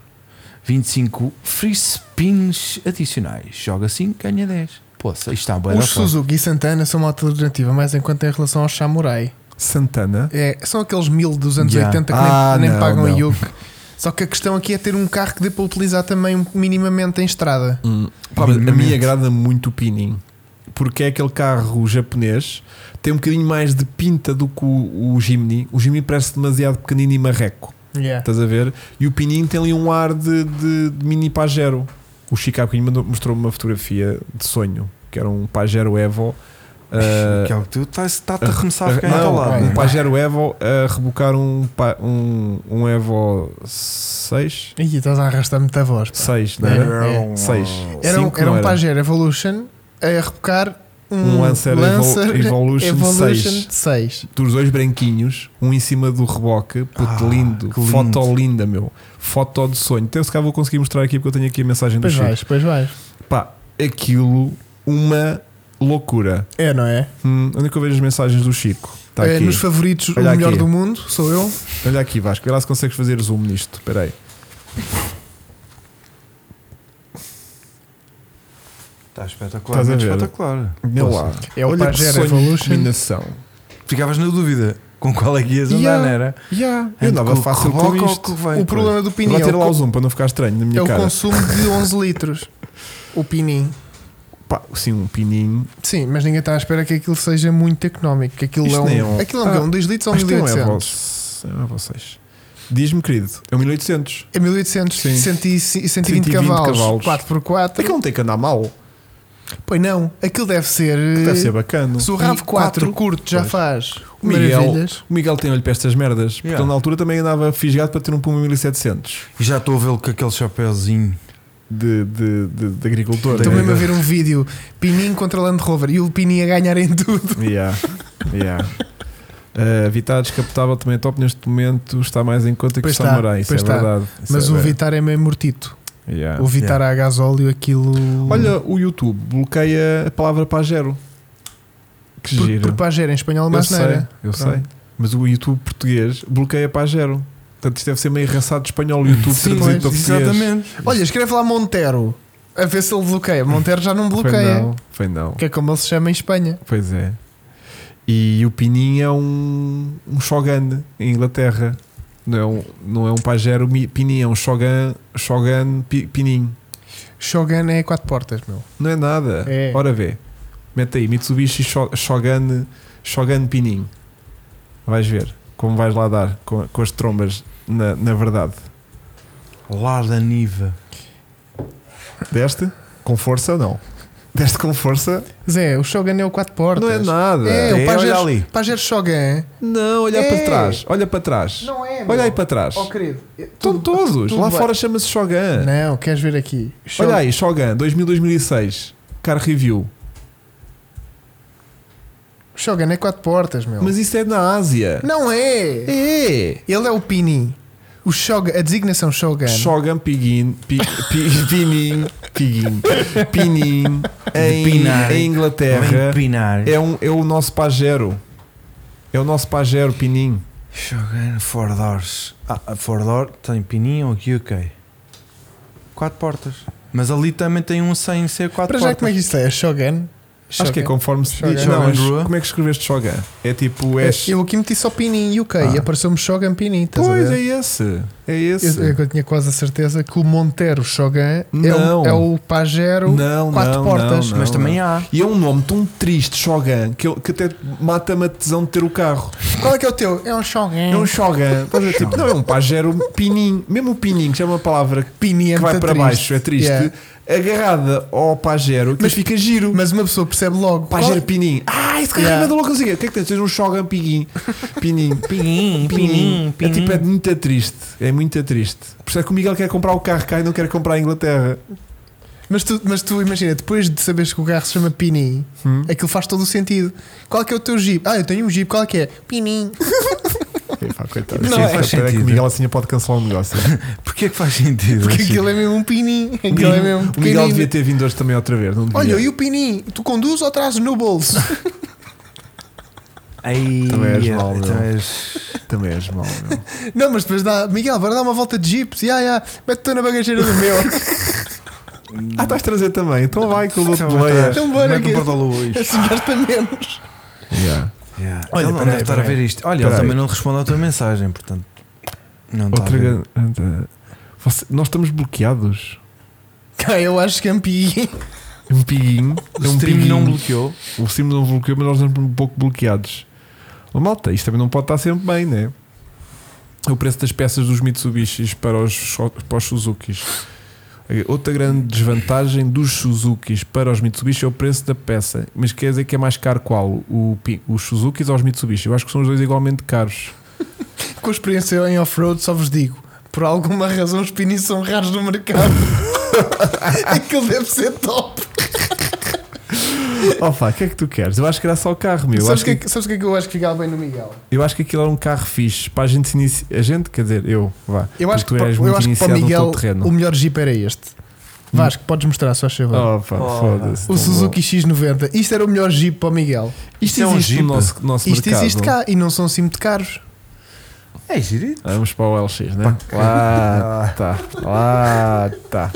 25 free spins adicionais. Joga 5, ganha 10. Poça, isto está bem
Os Suzuki e Santana são uma alternativa, mas enquanto em relação aos Samurai,
Santana.
é, são aqueles mil dos anos
Yeah.
80 que nem,
Ah,
nem
não,
pagam
não.
IUC. Só que a questão aqui é ter um carro que dê para utilizar também um- minimamente em estrada.
Pá, mas a mim agrada muito o Pinin. Porque é aquele carro japonês. Tem um bocadinho mais de pinta do que o, o Jimny. O Jimny parece demasiado pequenino e marreco.
Yeah.
Estás a ver? E o Pinin tem ali um ar de, de- de mini Pajero. O Chico há bocadinho mandou- mostrou-me uma fotografia de sonho. Que era um Pajero Evo. ah,
Que é o que tu estás- está-te a começar a ficar é?
Não,
entalado.
um Pajero Evo a rebocar um, pa- um, um Evo 6?
Ih, estás a arrastar muita voz. pá.
6, não
É,
era?
é.
6.
Era, um, era um Pajero Evolution a rebocar
um Lancer, Evol-
Lancer
Evolution,
Evolution
6
6.
dos dois branquinhos, um em cima do reboque, puto
Ah,
lindo,
que lindo.
foto linda, meu, foto de sonho. Até se calhar vou conseguir mostrar aqui porque eu tenho aqui a mensagem do
Pois
Chico.
vais, depois vais.
Pá, aquilo, uma loucura.
É, não é?
Hum, onde é que eu vejo as mensagens do Chico? Está
É,
aqui.
nos favoritos, o
Olha
melhor
aqui.
do mundo, sou eu.
Olha aqui, Vasco, vê lá se consegues fazer zoom nisto. Espera aí. Tá
Está espetacular.
Estás a
muito
ver?
espetacular.
Olha lá.
É o
Olha que
Pajero
sonho de
Evolution.
combinação.
Ficavas na dúvida com qual é que ias andar,
Yeah.
não era?
Yeah,
Ando
eu andava
com o
fácil com
reboque ou
isto.
com vai?
o problema do pininho
Vou
é
ter lá o
o,
zoom para não ficar estranho na
é
minha
o
cara.
consumo de 11 litros. O pininho.
Pá, sim, um pininho.
Sim, mas ninguém está à espera que aquilo seja muito económico. Que aquilo
Isto
é
nem é
um.
um-
Aquilo é um quê?
Ah,
um 2 litros ou um
Acho que não é
1800?
vós. Não é vocês. Diz-me, querido, é um 1800.
É 1800
Sim.
cento e ci- e 120
120
cavalos,
cavalos.
4x4.
Aquilo não tem que andar mal.
Pois não, aquilo deve ser.
Deve ser
eh,
bacana.
Se o RAV4
quatro-
curto já
Pois.
faz
O Miguel-
maravilhas,
O Miguel tem olho para estas merdas. Porque
Yeah.
ele na altura também andava fisgado para ter um Puma 1700
E já estou a vê-lo com aquele chapéuzinho.
de, de, de, de agricultor.
Tem
estou mesmo a
ideia.
ver um vídeo Pininho contra Land Rover e o Pininho a ganhar em tudo.
Yeah. Yeah. Uh, Vitar descapotável também é top neste momento. Está mais em conta que
Pois
o
está,
Samurai. Isso é
pois está.
verdade. Isso
Mas
é
o
verdade.
Vitar é mesmo mortito.
Yeah.
O Vitar a gasóleo, aquilo.
Olha, o YouTube bloqueia a palavra pajero. Que
por,
giro.
por pajero em espanhol,
eu
mas não
sei,
era.
eu
Pronto.
sei. Mas o YouTube português bloqueia pajero. Portanto, isto deve ser meio arraçado de espanhol. O YouTube
Sim,
traduzido para português.
exatamente.
Olha, escreve lá Montero, a ver se ele bloqueia. Montero já não
Foi
bloqueia,
não. Foi não.
que é como ele se chama em Espanha.
Pois é. E o Pininho é um, um Shogun em Inglaterra. Não é um, não é um Pajero Mi- Pininho, é um Shogun, Shogun Pi- Pininho.
Shogun é quatro portas, meu.
Não é nada.
É.
Ora vê. Mete aí Mitsubishi Sho- Shogun, Shogun Pininho. Vais ver como vais lá dar com, com as trombas, na, na verdade.
Lá da Niva.
Deste? Com força ou não? Deste com força?
Zé, o Shogun é o quatro portas.
Não é nada.
É,
É,
o Pajero,
olha ali.
Pajero Shogun.
Não, olha
É.
para trás. Olha para trás.
Não é,
Olha aí para trás.
Oh, querido. eu-
Estão
tudo-
todos.
tudo
Lá
bem.
fora chama-se Shogun.
Não, queres ver aqui? Shogun.
Olha aí, Shogun 2000-2006. Car review.
Shogun é quatro portas, meu.
Mas isso é na Ásia.
Não é.
É.
Ele é o Pini. O Shogun, a designação Shogun.
Shogun Piguin, pi, pi, Pinin, Piguin, Pinin, em,
Pinar.
em
Vem
Inglaterra.
pinar.
É, um, é o nosso pajero. É o nosso pajero, Pinin.
Shogun Four Doors. Ah, a Four Door tem pininho aqui, ok. Quatro portas. Mas ali também tem um sem ser quatro
Para já,
portas.
como é que isto é? Shogun?
Acho que é
Shogun.
conforme se
Shogun.
diz. Não,
Shogun
mas
Rua.
como é que escreveste Shogun? É tipo
É,
S.
Eu aqui meti só Pinin UK
Ah.
e apareceu-me Shogun Pinin. estás a
Pois
ver?
é esse. É
Eu, eu
esse.
que eu tinha quase a certeza que o Montero Shogun é
Não.
o, é o Pajero
Não,
quatro
não,
portas.
não, não,
Mas também
não.
há.
E é um nome tão triste, Shogun, que, eu- que até mata-me a tesão de ter o carro.
Qual é que é o teu? É um Shogun.
É um Shogun. Estás a ver, tipo, não é um pajero pininho. Mesmo o pininho, que é uma palavra que
Pinin é
vai
muito
para
triste.
baixo, é triste.
Yeah.
Agarrada ao pajero, que mas
Mas-
fica giro.
Mas uma pessoa percebe logo.
pajero
Qual- é
pininho. Ah, esse carro
Yeah.
yeah. não consigo. O que é que tens? Tens um Shogun piguinho. Pininho.
Pininho,
Pininho. É tipo, é muito triste. É muito triste. Por isso é que o Miguel quer comprar o carro cá e não quer comprar a Inglaterra.
Mas tu, mas tu imagina, depois de saberes que o carro se chama Pinim,
Hum.
aquilo faz todo o sentido. Qual é que é o teu Jeep? Ah, eu tenho um Jeep, qual é que é? Pinim.
Epá, coitado.
Não,
Sim,
é-
espera
faz
que o
sentido.
Miguel assim pode cancelar o negócio.
Porquê é que faz sentido?
Porque
assim?
aquilo é mesmo um Pinim. Aquilo é
o
mesmo
Miguel
pequenino.
devia ter vindo hoje também outra vez. Não devia.
Olha, e o Pinim? Tu conduz ou trazes no bolso? é-
Ai,
Também és mau,
então
meu.
és-
Também és mau, meu.
não, mas depois dá. Miguel, bora dar uma volta de Jeep. Ya, ya. Mete-te na bagageira do meu.
Ah, estás a trazer também. Então vai que eu dou-te
Então
boleia.
vai.
Então bora
Mete
que
no porta-luz.
assim gasta menos.
Yeah.
Yeah.
Olha,
Ele não
peraí,
deve estar a
peraí.
ver isto. Olha, ele
Peraí.
também não responde à tua mensagem, portanto. Não está
Outra
a ver.
grande- Você- Nós estamos bloqueados.
Cá, eu acho que é um Pinim.
É Um piguinho.
O
é um
stream
piguinho.
não bloqueou.
O stream não bloqueou, mas nós estamos um pouco bloqueados. Oh, malta, isto também não pode estar sempre bem, né? É O preço das peças dos Mitsubishis para os, Sho- para os Suzukis. Outra grande desvantagem dos Suzukis para os Mitsubishi é o preço da peça. Mas quer dizer que é mais caro qual? O, pi- os Suzukis ou os Mitsubishi? Eu acho que são os dois igualmente caros.
Com a experiência em off-road, só vos digo: por alguma razão, os pinis são raros no mercado. Aquilo deve ser top.
Opa, o que é que tu queres? Eu acho que era só o carro, meu. Eu acho
Sabes o que, é
que,
que- sabes o que é que eu acho que ficava bem no Miguel?
eu acho que aquilo era um carro fixe para a gente se iniciar. A gente, quer dizer, eu, vá.
Eu acho que,
porque tu
para,
eras
eu
muito
acho que para o
iniciado no Hum.
Miguel
teu terreno.
o melhor Jeep era este. Vasco, podes mostrar, se faz favor.
Opa,
Oh,
Ah, foda-se. tão
o
bom.
Suzuki X90. Isto era o melhor Jeep para o Miguel.
Isto
Isto é um
existe
Jeep.
no nosso, nosso
Isto
mercado.
existe cá e não são assim muito caros.
É girito.
Vamos para o LX, né? Lá
Ah.
tá. Lá tá.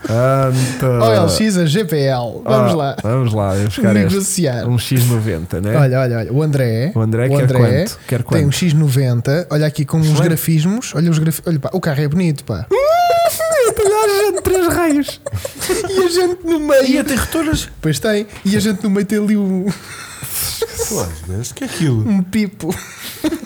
Anta.
OLX a GPL. Vamos
Ah,
lá.
Vamos lá, vamos buscar este.
Negociar.
Um X90, né?
Olha, olha, olha. O André.
o André
o
quer
André
quanto? Quer
Tem um
quanto?
X90, olha aqui com uns
Excelente.
grafismos, olha os grafismos, olha pá, o carro é bonito, pá.
Detalhagem de três raios.
E a gente no
E
meio,
até retoras.
pois tem, e a gente no meio tem ali um,
O que é aquilo?
um pipo.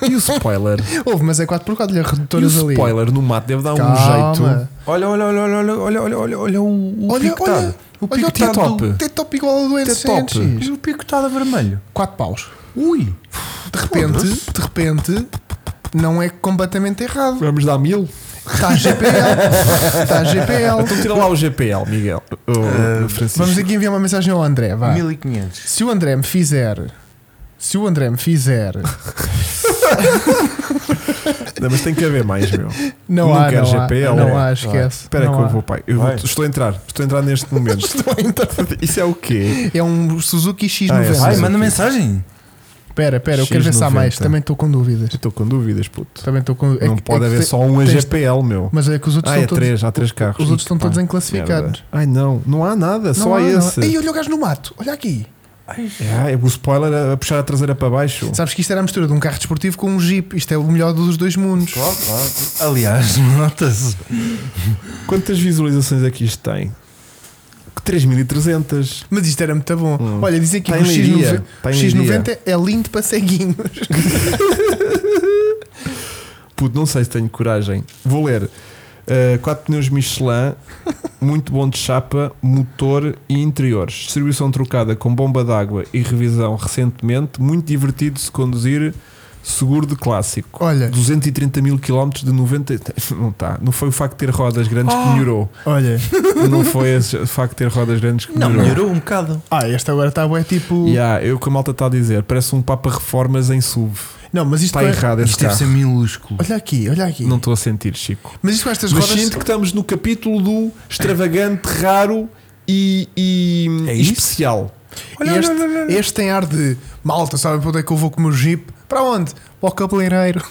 E o spoiler?
Houve, mas é 4x4, olha,
E o
redutoras ali.
spoiler no mato deve dar um
Calma.
jeito.
Olha, olha, olha, olha, olha, olha, olha, olha o, o
Olha,
pico
olha,
tá. O
olha
pico
o
tá
T-top.
do-
top, tem top igual ao do
T-top.
E
S100.
o pico tá de vermelho.
4 paus.
Ui.
De repente, de repente, não é completamente errado.
Vamos dar mil?
Está a GPL. Está a
Então
GPL.
tira lá o GPL, Miguel. O,
Ah,
Francisco.
Vamos aqui enviar uma mensagem ao André, vá.
1500.
Se o André me fizer. Se o André me fizer.
Não, mas tem que haver mais, meu.
Não
Não
há,
quer
não
GPL,
há. Não
é.
há, esquece.
Espera
não
que eu
há.
vou, pai. Eu vou-
Vai.
estou a entrar. Estou a entrar neste momento.
Estou a entrar.
Isso é o quê?
É um Suzuki
Ah, é,
Ai,
Suzuki.
X90.
manda mensagem.
Espera, espera, eu quero ver se há
X90.
mais. Também estou com dúvidas.
Estou com dúvidas, puto.
Também estou com é
Não
que-
pode
é que
haver
tem-
só um
tens-
AGPL, meu.
Mas é que os outros
Ah, é
estão
três, há três carros.
todos. Os
Ih,
outros estão
pá,
todos
merda.
enclassificados.
Ai não, não há nada, só
Não
há,
há, não há.
esse.
Ei, olha o gajo no mato, olha aqui.
Ai, o spoiler a- a puxar a traseira para baixo.
Sabes que isto era a mistura de um carro desportivo com um jeep. Isto é o melhor dos dois mundos.
Claro, claro. Aliás, nota-se.
Quantas visualizações é que isto tem? 3300.
Mas isto era muito bom. Olha, dizem aqui
Tá
que o
em Leiria,
X90,
tá em
X90 é lindo para ceguinhos.
Puto, não sei se tenho coragem. Vou ler. Uh, quatro pneus Michelin, muito bom de chapa, motor e interiores. Distribuição trocada com bomba d'água e revisão recentemente. Muito divertido de se conduzir. Seguro de clássico.
Olha.
230 mil km de 90. Não está. Não foi o facto de ter rodas grandes que melhorou.
Olha.
Não foi esse o facto de ter rodas grandes que
Não,
melhorou.
melhorou um bocado.
Ah, este agora está é tipo.
Yeah, eu que a malta está a dizer. Parece um Papa Reformas em SUV.
Não, mas isto
Está
com-
tá errado este
Isto deve ser
carro.
minúsculo.
Olha aqui, olha aqui.
Não estou a sentir, Chico.
Mas isto com estas
Mas
rodas.
sinto que estamos no capítulo do extravagante, raro e, e-
É
e
isso?
especial.
Olha,
este,
olha, olha, olha.
este tem ar de malta, sabem para onde é que eu vou com o meu jeep? Para onde? Para o cabeleireiro.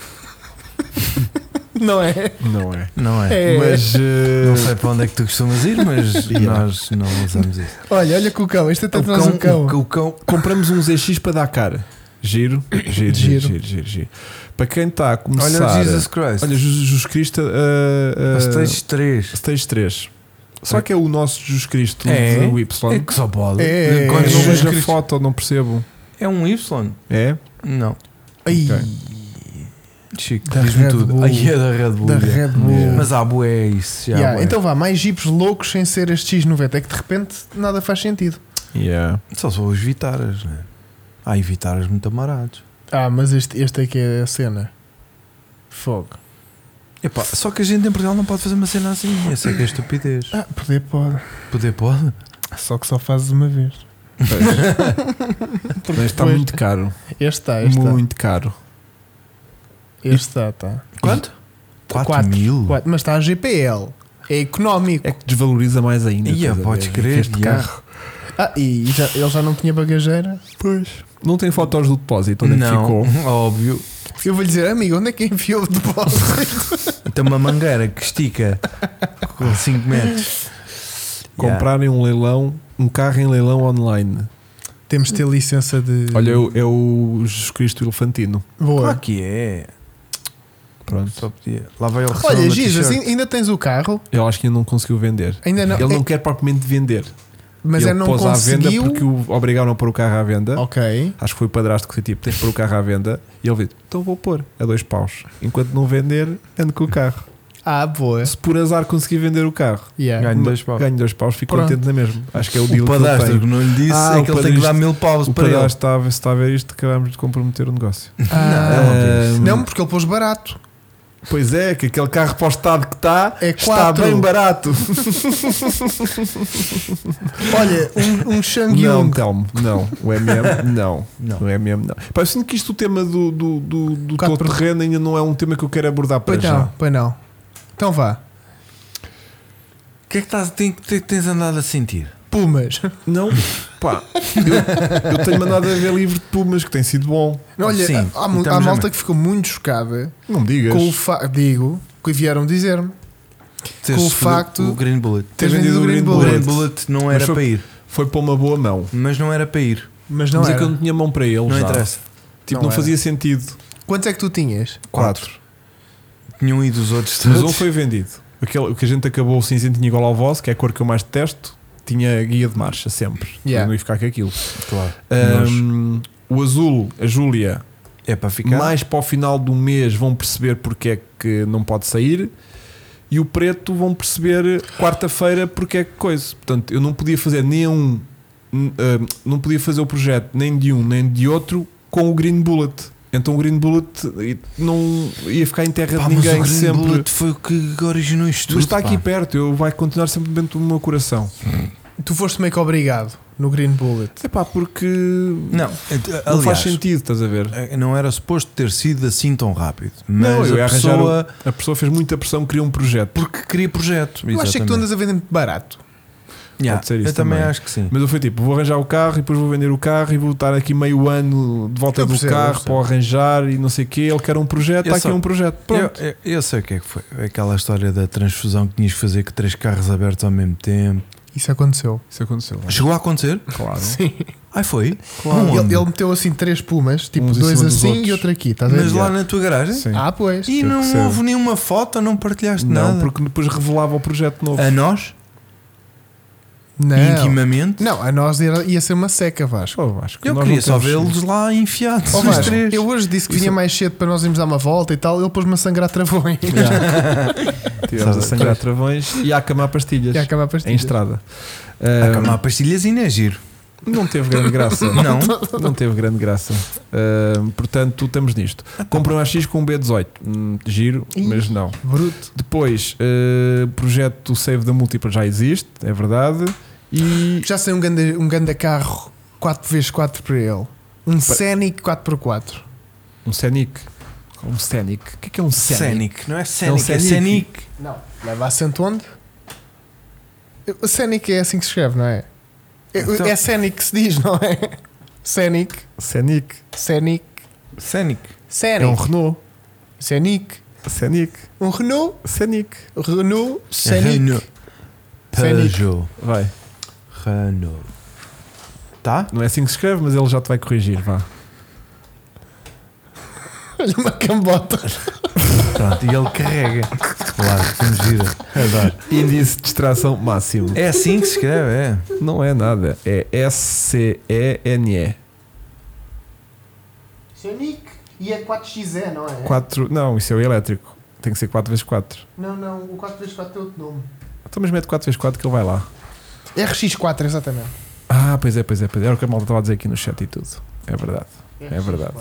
não é?
Não é?
Não é?
É.
Mas. eh,
Não sei para onde é que tu costumas ir, mas nós não usamos isso.
Olha, olha com o cão, este até traz um
o
cão.
cão- o cão.
Compramos um ZX para dar cara. Giro, giro, giro,
Giro.
giro, giro, giro. Para quem está a começar.
Olha, Jesus Christ.
Olha, Jesus Jesus Cristo. Uh,
A stage 3.
stage 3. Será que é o nosso Jesus Cristo?
É?
O Y?
É que só pode.
É,
Eu
Quando
é,
não
Jesus
vejo a
Cristo-
foto, não percebo.
É um Y?
É?
Não.
Ai,
Ok.
Chico,
Da
diz-me
Red
tudo.
Bull.
Aí é da Red Bull.
da
yeah.
Red Bull.
Mas há bué isso. Já, é. há
Yeah,
bué.
então vá, mais jipes loucos sem ser este X90. É que de repente nada faz sentido.
Yeah.
Só são os Vitaras, né? Há Vitaras muito amarados.
Ah, mas este, este é que é a cena. Fogo.
Epá, só que a gente em Portugal não pode fazer uma cena assim. Essa é que é estupidez.
Ah, poder pode.
Poder pode?
Só que só fazes uma vez.
Mas está
depois-
muito caro.
Este está, este está.
Muito caro.
Este está, está.
Quanto? 4
Quatro.
mil?
Quatro, Mas está a GPL. É económico.
É que desvaloriza mais ainda.
Ia,
estás a
podes
ver? É
crer,
Este
ia.
carro.
Ah, e já- ele já não tinha bagageira.
Pois. Não tem fotos do depósito, onde é que
não,
ficou?
óbvio.
Eu vou lhe dizer, amigo, onde é que enfiou o depósito?
Tem uma mangueira que estica com 5 metros.
Comprarem um leilão, um carro em leilão online.
Temos de ter licença de.
Olha, é o- é o Jesus Cristo Elefantino.
Yeah.
Boa.
Claro que é.
Pronto.
Só podia. Lá vai ele receber
Olha, assim,
uma
Gizas,
t-shirt.
ainda tens o carro,
Eu acho que ainda não conseguiu vender.
ainda não.
Ele
é-
não quer propriamente vender.
mas
ele
ele não
pôs à venda
conseguiu.
porque o obrigaram a pôr o carro à venda.
Ok.
Acho que foi o padrasto que foi tipo: tens de pôr o carro à venda. E ele disse: então vou pôr, a dois paus. Enquanto não vender, ando com o carro.
Ah, boa.
Se por azar conseguir vender o carro,
Yeah.
Ganho dois paus.
ganho dois paus, fico
Pronto.
contente na mesma. Acho que é o deal
O
que
padastro
ele
que
tem.
não lhe disse
Ah,
é
o
que ele tem que dar
padrasto-
mil paus
O
para ele.
padastro está a ver- se está a ver isto, acabamos de comprometer o negócio.
Ah,
Não,
Ahm,
não, porque ele pôs barato.
Pois é, que aquele carro para o estado que está
É
está
quatro.
bem barato.
Olha, um, um Shang
Não,
Yung.
Telmo, não. O MM, não.
Não.
O MM, não. Pá, eu sinto que isto, o tema do, do, do, do
Quatro.
teu terreno, ainda não é um tema que eu quero abordar para
Pois
já.
não, pois não. Então vá.
O que é que estás- tem- tem- tens andado a sentir?
Pumas.
Não, pá, eu, eu tenho mandado a ver livro de Pumas, que tem sido bom.
Olha,
Sim,
há, há mu-
estamos
há
na
malta
mesma.
que ficou muito chocada
Não me digas.
com o facto. Digo, que vieram dizer-me.
Teres
Com o
fudido
facto-
O Green Bullet.
Ter vendido o Green
O Green
Bullet.
Bullet não
Mas
era
foi-
para ir.
Foi para uma boa mão.
Mas não era para ir.
Mas não
Mas é
era.
que eu não tinha mão para ele.
Não
já.
interessa.
Tipo,
Não
não,
era.
fazia sentido.
Quantos é que tu tinhas?
Quatro.
Tinha um e dos outros
Mas
todos.
um foi vendido. Aquele, o que a gente acabou, o cinzentinho igual ao vosso, que é a cor que eu mais detesto, tinha guia de marcha sempre.
Yeah.
Eu não ia ficar com aquilo.
Claro.
Ahm, o azul, a Júlia,
É para ficar.
mais para o final do mês vão perceber porque é que não pode sair e o preto vão perceber quarta-feira porque é que coisa. Portanto, eu não podia fazer nenhum, n- ah, não podia fazer o projeto nem de um nem de outro com o Green Bullet. Então o Green Bullet eh, não ia ficar em terra
Pá,
de
mas o
ninguém
Green
sempre.
Bullet foi o que originou isto tudo.
Mas está
pá.
aqui perto, eu vai continuar sempre dentro do meu coração.
Tu foste meio que obrigado no Green Bullet.
É pá, porque
Não,
não faz
aliás,
sentido, estás a ver?
Não era suposto ter sido assim tão rápido. Mas
Não, eu ia
a
arranjar o-
pessoa.
A pessoa fez muita pressão, criou um projeto.
Porque queria projeto.
Eu acho é que tu
Exatamente.
andas a vender muito barato.
Yeah,
Pode ser
eu
isso
também
também.
acho que sim.
Mas eu fui tipo, vou arranjar o carro e depois vou vender o carro e vou estar aqui meio ano de volta
Eu
do
percebo, eu
carro
percebo.
para o arranjar e não sei o quê. Ele quer um projeto, está
Eu
aqui
só-
um projeto.
Eu,
Pronto.
eu, eu sei o que é que foi. Aquela história da transfusão que tinhas que fazer com três carros abertos ao mesmo tempo.
Isso aconteceu.
Isso aconteceu. não é?
Chegou a acontecer?
Claro.
Sim.
Ai, foi? Aonde?
Ele, ele meteu assim três pumas, tipo
Uns em
dois
cima dos
assim
outros.
e outro aqui. Estás a
Mas
ver?
lá na tua garagem?
Sim.
Ah, pois.
E
eu
não
percebo.
houve nenhuma foto, não partilhaste
não,
nada. É.
porque depois revelava o projeto novo.
A nós,
Não.
intimamente,
Não, a nós ia, ia ser uma seca, Vasco.
Oh, acho que
eu
nós
queria
não
só
temos-
vê-los lá enfiados.
Oh,
os
Vasco,
três.
eu hoje disse que vinha
é Isso-
mais cedo para nós irmos dar uma volta e tal. Ele pôs-me a sangrar travões.
Tivemos a
Sabe?
sangrar travões e a acamar pastilhas.
E a acabar a pastilha.
é Em estrada.
Ah,
Ah,
calma, há pastilhas e não é giro.
não teve grande graça.
Não.
Não teve grande graça. Ah, portanto, estamos nisto. Compra um AX com um B18. Hum, giro,
Ih.
mas não.
Bruto.
Depois, eh, projeto Save da Múltipla já existe, é verdade. E
Já saiu um ganda, um ganda carro 4x4 para ele. Um Scenic 4x4.
um Scenic. Um Scenic. O que é, que é um Scenic?
Scenic, não é
É um
Scenic, é
Scenic.
Scenic.
Não. Leva acento onde? O Scenic é assim que se escreve, não é? É-
Então-
É Scenic que se diz, não é? Scenic.
Scenic.
Scenic.
Scenic.
Scenic.
É um Renault.
Scenic.
Scenic.
Um Renault.
Scenic.
Renault.
É
Scenic.
Renault.
Scenic.
Peugeot.
Vai.
Renault. Tá?
Não é assim que se escreve, mas ele já te vai corrigir. Vá.
Olha uma cambota.
Pronto, e ele carrega. Claro, como gira. Adoro.
Índice de distração máximo.
É assim que se escreve, é.
Não é nada. É S-C-E-N-E.
Scenic. E é 4XE, não é?
4. Não, isso é o elétrico. Tem que ser 4x4.
Não, não. O 4x4 é outro nome.
Então, mas mete 4x4 que ele vai lá.
RX4, exatamente.
Ah, pois é, pois é, pois é. Era o que a malta estava a dizer aqui no chat e tudo. É verdade. É verdade.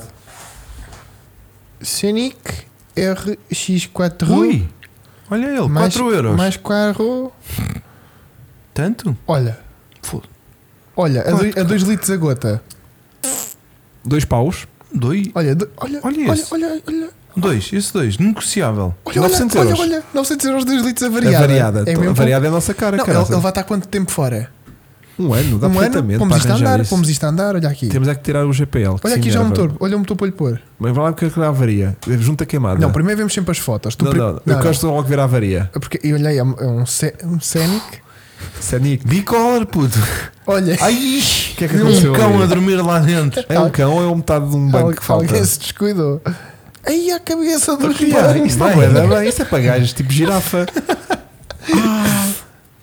Scenic RX4.
Ui! Olha ele, 4 euros.
Mais carro.
Tanto?
Olha.
Foda.
Olha, a
Quatro.
dois- a 2 litros a gota.
Dois paus.
Dois?
Olha, do- olha,
Olha
olha,
esse.
olha, olha,
Dois, esse dois. Negociável.
olha,
900
olha,
euros.
olha, olha, 900 euros 2 litros a
A
variada.
variada.
É
Então,
mesmo
a variada é a nossa
com-
cara,
Não,
cara.
ele, ele vai estar quanto tempo fora?
Um ano, dá
um ano?
perfeitamente
Pomos
para
isto a
arranjar
andar,
isso.
pomos isto a andar, olha aqui.
Temos é que tirar o GPL. que
olha
se
aqui já o
enerva.
motor, olha o motor para lhe pôr.
Mas vai lá porque é a avaria. Junta queimada.
Não, primeiro vemos sempre as fotos. Tu
não,
pri-
não, Eu gosto logo de ver a avaria.
não. Porque, e olha aí, é um, é um Ce- um Scenic.
Sanic.
Bicolor, puto.
Olha,
Ai,
O que é que aconteceu?
um cão a
ali?
dormir lá dentro.
É um cão ou é um metade de um banco
al-
que falta?
alguém se descuidou. Aí a cabeça do
Ah,
rival.
isto não é nada bem, isto é para gajos tipo girafa.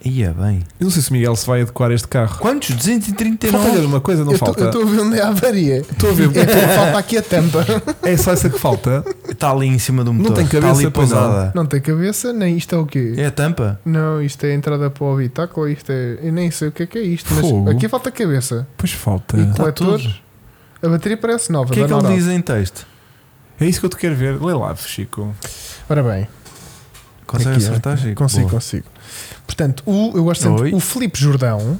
Ia bem.
Eu não sei se o Miguel se vai adequar a este carro.
Quantos?
Falta-lhe
239?
uma coisa, não
Eu
falta.
estou a ver onde é a avaria.
Estou a ver.
É, falta aqui a tampa.
É só essa que falta.
Está Tá ali em cima do motor.
tem
Está
cabeça,
ali
pois não.
pousada.
Não tem cabeça, nem isto é o quê?
É a tampa?
Não, isto é a entrada para o habitáculo, isto é. Eu nem sei o que é que é isto, mas
Fogo.
aqui falta cabeça.
Pois falta.
E
Está
coletor?
É. Tá tudo.
A bateria parece nova,
O que é
da
que ele
Norau.
diz em texto?
Eu É isso que eu te quero ver. Lê lá, Chico.
Ora bem.
Consegue
Aqui,
acertar,
olha.
Chico?
Consigo,
Boa.
consigo. Portanto, o, eu gosto sempre.
Oi. Uhum.
O Filipe Jordão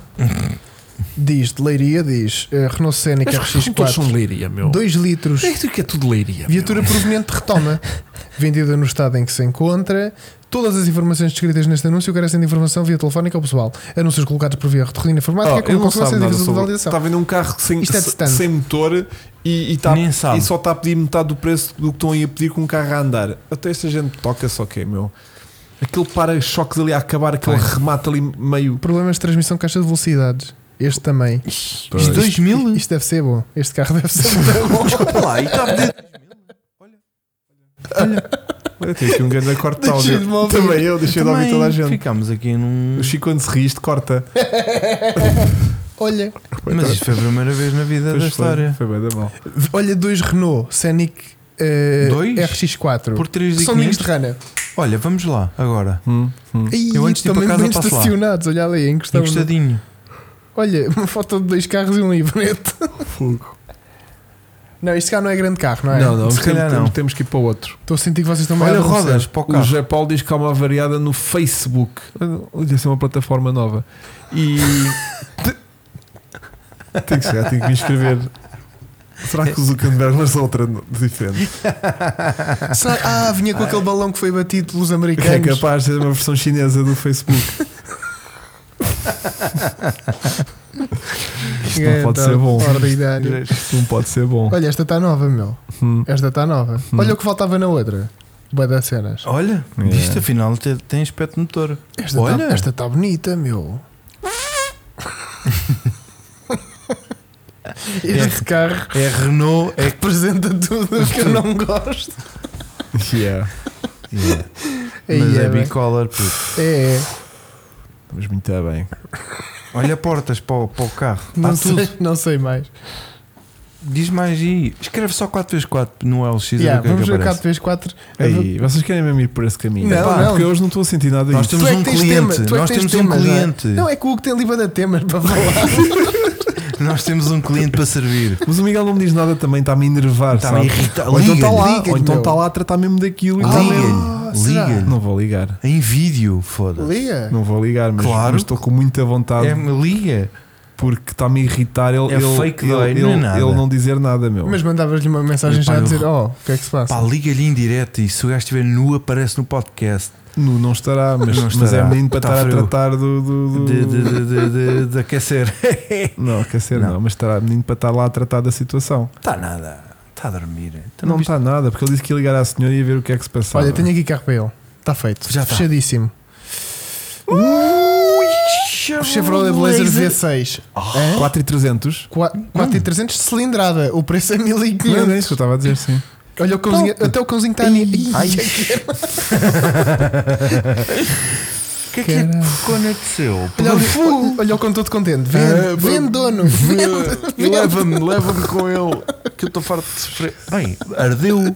diz de Leiria: diz eh, Renault Scenic
todos são
um
RX4,
de leiria, meu.
2 litros,
É que é tudo leiria.
viatura proveniente de retoma, vendida no estado em que se encontra. Todas as informações descritas neste anúncio carecem de informação via telefónica ou pessoal. Anúncios colocados por via retorno informática
Oh,
com
eu não
consequência
sabe
de
nada
aviso de
sobre...
validação.
Está
tá-
vendo um carro sem,
Isto é de stand.
sem motor e, e, tá-
Nem sabe.
e só está a pedir metade do preço do que estão aí a pedir com um carro a andar. Até esta gente toca só que é, meu. Aquele para-choques ali a acabar, aquele remate ali meio.
Problemas de transmissão caixa de velocidades. Este também.
Os 2000?
Isto deve ser bom. Este carro deve ser bom.
Desculpa lá, e está a pedir-
Olha, tem aqui um grande corte de
Deixei de me
áudio.
ouvir.
Também É eu, deixei de ouvir toda a
Também
gente.
Ficámos aqui num.
O Chico, quando se ri, isto corta.
Olha,
Mas isto foi a primeira vez na vida da
Pois foi,
história.
Foi bem da mal.
olha dois Renault Scenic eh,
Dois?
RX4.
Por 3
São amigos de rana.
Olha, vamos lá, agora.
Hum,
E
Eu antes de ir
também
para casa
bem
passo lá. é
estacionados, olha ali, encostado.
Encostadinho.
Olha, uma foto de dois carros e um livrete.
Fogo.
Não, este carro não é grande carro, não é?
Não, não,
Se
se calhar
calhar não.
Temos que ir para o outro.
Estou a sentir que vocês estão
Olha,
a adormecer.
rodas para o
O
carro.
José Paulo diz que há uma variada no Facebook. Olha, isso é uma plataforma nova. E. tem que chegar, tem que me inscrever. Será que o Zuckerberg lançou outra no- diferente?
Será- Ah, vinha com aquele balão que foi batido pelos
É
americanos.
capaz de ser uma versão chinesa do Facebook. Isto não
Então,
pode ser bom.
Ordinário.
Isto não pode ser bom.
Olha, esta está nova, meu.
Hum.
Esta está nova. Olha o que faltava na outra. Boa das cenas.
Olha,
Yeah.
isto afinal te- tem aspecto motor.
Esta
Olha.
está esta tá bonita, meu. Este carro
É Renault, é
representa tudo o que eu não gosto.
Yeah. Yeah.
mas é
Aí, bem.
bicolor. puto.
É, é.
Estamos muito bem.
Olha portas para o, para o carro.
Não,
Há tudo.
sei, não sei mais.
Diz mais aí. Escreve só 4x4 no LX.
Yeah,
Yeah,
vamos
que é
ver
que aparece.
4x4.
Aí, vocês querem mesmo ir por esse caminho?
Não,
Pá,
não.
Porque eu hoje não estou a sentir nada
Nós
disso.
temos
é que
um
tens
cliente.
tema, tu é que
Nós
tens
temos um
temas, não é?
cliente.
Não, é que o Hugo tem livro de temas para falar.
Nós temos um cliente para servir. Tá
Mas o Miguel não me diz nada também, está-me a enervar.
Está-me a
sabe?
irritar.
Ou então está
Liga-lhe.
lá,
liga-lhe,
ou então
meu.
está lá a tratar mesmo daquilo e
Ah,
está mesmo.
Liga-lhe.
será?
Liga-lhe.
Não vou ligar.
Em vídeo, foda-se.
Liga.
Não vou ligar, mas,
Claro.
mas estou com muita vontade
É, liga.
porque está-me a irritar ele,
É
ele,
fake
ele,
dói,
ele,
não é nada.
ele não dizer nada, meu.
Mas mandavas-lhe uma mensagem
Epá,
já a
eu-
dizer: Oh, o que é que se passa?
Pá, liga-lhe em direto e se o gajo estiver nu, aparece no podcast
Nu não estará, mas,
Não
mas
estará.
é menino para
Tá
estar
frio.
a tratar do. do, do-
de, de, de, de, de- de aquecer.
Não, quer ser,
Não.
não. mas estará menino para estar lá a tratar da situação.
Está Tá nada, está a dormir. Tu
não
viste-
está nada, porque ele disse que ia ligar à senhora e ia ver o que é que se passava.
Olha, tenho aqui carro para ele. Está feito.
Já tá.
Fechadíssimo.
Ui,
O Chevrolet Blazer V6.
Ah.
Hã?
4,300.
Qua- 4,300 de cilindrada. O preço é
Não é
1500.
isso que eu estava a dizer, sim.
Olha o cãozinho.
Pronto.
Até o cãozinho está ali.
Ai, O que é que é que ficou na de seu?
Olha, o- olha o cão todo contente.
Ah,
Vende, vende dono. Vende.
Leva-me, leva-me com ele, que eu estou farto de sofrer. Bem, ardeu.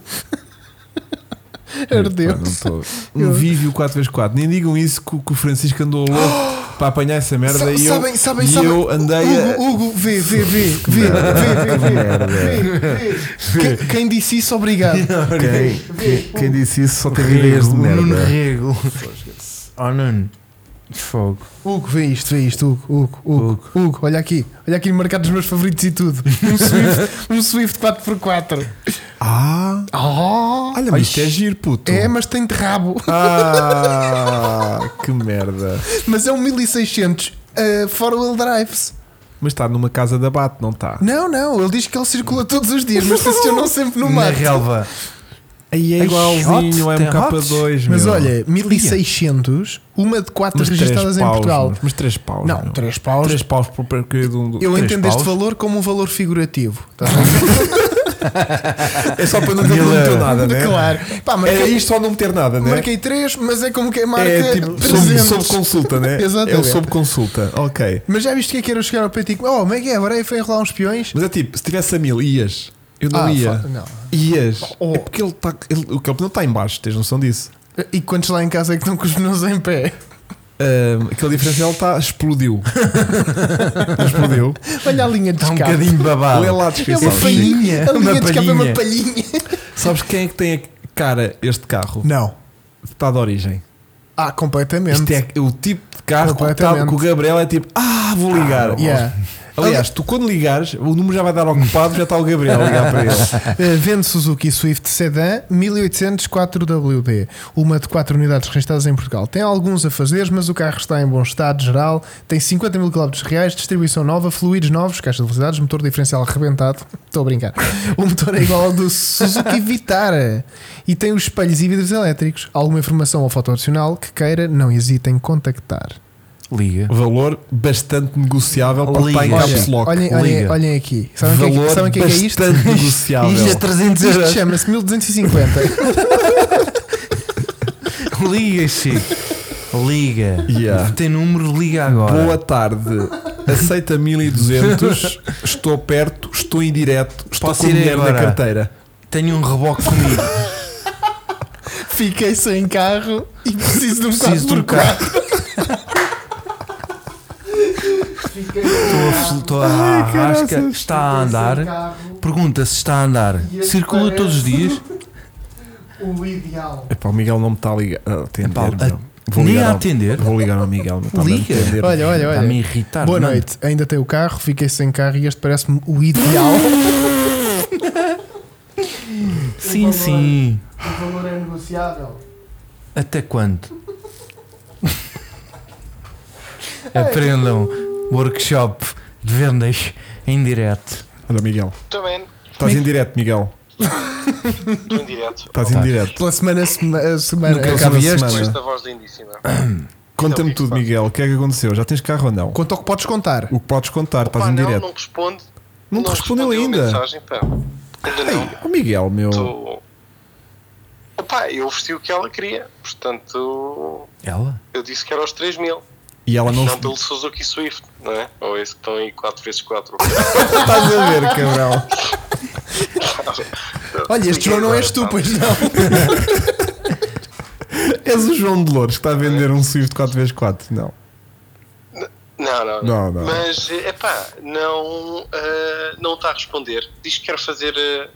Ardeu.
Pá, não estou. Um vídeo 4x4. Nem digam isso que, o- que o Francisco andou louco para apanhar essa merda
Sa-
e eu,
sabem, sabem,
e
sabem.
eu andei a.
Hugo, Hugo, vê, vê, vê, vê, vê, vê, vê, vê, Quem- Quem disse isso, obrigado.
Quem, quem- quem disse isso só tem ideias
Rego,
de
o Nuno
merda.
Rego. Oh, Nuno. Fogo.
Hugo, vê isto, vê isto, Hugo, Hugo, Hugo, Hugo, olha aqui, olha aqui marcado os meus favoritos e tudo. Um Swift, um Swift 4x4.
Ah,
Oh,
olha, mas isto é giro, puto.
é, mas tem de rabo.
Ah, que merda.
Mas é um 1600 uh, four-wheel drives.
Mas está numa casa de abate, não está?
Não, não, ele diz que ele circula todos os dias, mas estacionou sempre no
Na
mato.
relva.
Aí é
Ai,
igualzinho,
hot,
é
tem
MK2.
Mas
meu.
olha, 1600, uma de quatro
mas três
registradas
paus,
em Portugal.
Mas, mas três paus.
Não,
meu.
três paus.
Três paus por percorrer de um. do-
Eu
três
entendo este
paus?
valor como um valor figurativo. Tá bem? é só para não ter
Mil
muito É
euros. nada, né?
Claro. Pá,
Era
marquei,
isto ou não meter nada, né?
marquei três, mas é como quem marca
É tipo, sob,
300.
sob consulta, né?
Exatamente.
É o sob consulta, ok.
Mas já viste que é que era chegar ao peito e oh, como é que é? Agora aí foi enrolar uns peões?
Mas é tipo, se tivesse a mil, ias. Eu não
Ah,
ia.
fa- não.
Ias.
Oh.
É porque ele está. Ele, o campo não está em baixo, tens noção disso.
E quantos lá em casa é que estão com os pneus em pé?
Ahm, aquele diferencial está. tá, explodiu. explodiu.
Olha a linha de
Está um
escape.
bocadinho babado.
Lê lá a
é
descrição.
uma
Sim.
palhinha. A
Uma
linha de escape é uma
palhinha.
palhinha.
Sabes quem é que tem a cara este carro?
Não.
Está de origem.
Ah, completamente.
Isto é o tipo de carro que, está,
Completamente.
que o Gabriel é tipo, ah, vou ligar.
Yeah.
Aliás, tu quando ligares, o número já vai dar ocupado, já está o Gabriel a ligar para ele.
Eh, Vende Suzuki Swift Sedan 1804WD, uma de quatro unidades registradas em Portugal. Tem alguns a fazer, mas o carro está em bom estado geral, tem 50 mil km reais, distribuição nova, fluidos novos, caixa de velocidades, motor diferencial arrebentado. Estou a brincar. O motor é igual ao do Suzuki Vitara e tem os espelhos e vidros elétricos. Alguma informação ou foto adicional que queira, não hesite em contactar.
Liga.
Valor bastante negociável para estar em
Liga.
caps lock.
olhem, olhem,
liga.
olhem aqui. Sabem o que é
Valor
que- sabem o que é que é isto?
bastante negociável.
Isto é 300
Isto
euros.
chama-se 1250.
Liga, Chico. Liga.
Yeah.
Tem número, liga agora.
Boa tarde. Aceita 1200. estou perto, estou em direto, estou
Posso
com
ir
dinheiro na
agora?
carteira.
Tenho um reboque comigo.
Fiquei sem carro e preciso de um
Preciso de um carro. Estou a fl- Estou a arrasca. Está a andar. Pergunta se está a andar.
E este
Circula todos os dias.
O ideal.
Epá, o Miguel não me está a ligar. a atender,
Epá,
meu. vou,
Nem a
ligar ao,
atender.
vou ligar ao Miguel. Tá não está a
Liga.
atender.
Olha, olha,
Está-me a
olha.
irritar. é?
Boa
mano.
noite. Ainda tenho o carro, fiquei sem carro e este parece-me o ideal.
Sim, sim.
o valor é negociável.
Até quando? Aprendam workshop de vendas em direto.
Olha, Miguel.
Também,
Estás em direto, Miguel.
em direto.
Estás em direto.
Pela semana, sema- a semana
Nunca
acaba a
ouvi este.
Com
semana.
esta voz lindíssima.
Conta-me
Não,
tudo,
Miguel.
Miguel. O que é que aconteceu? Já tens carro ou não?
Quanto ao que podes contar?
O que podes contar? Estás
Pá,
em
não,
direto.
não responde.
Não te respondeu
a
ainda.
Mensagem, pá. Ainda não.
Ei, o Miguel, meu.
Tô... Epá, eu vesti o que ela queria. Portanto,
Ela?
eu disse que era aos 3 mil.
E ela
Não,
não.
pelo Suzuki Swift, não é? Ou esse que estão aí 4x4.
Estás a ver, cabrão.
Olha, este João não és
tá
tu, pois não.
És o João de Louros que está a vender um Swift 4x4. Não.
Não, não,
Não, não.
Mas, eh, epá, não ah, não está a responder. Diz que quer fazer ah,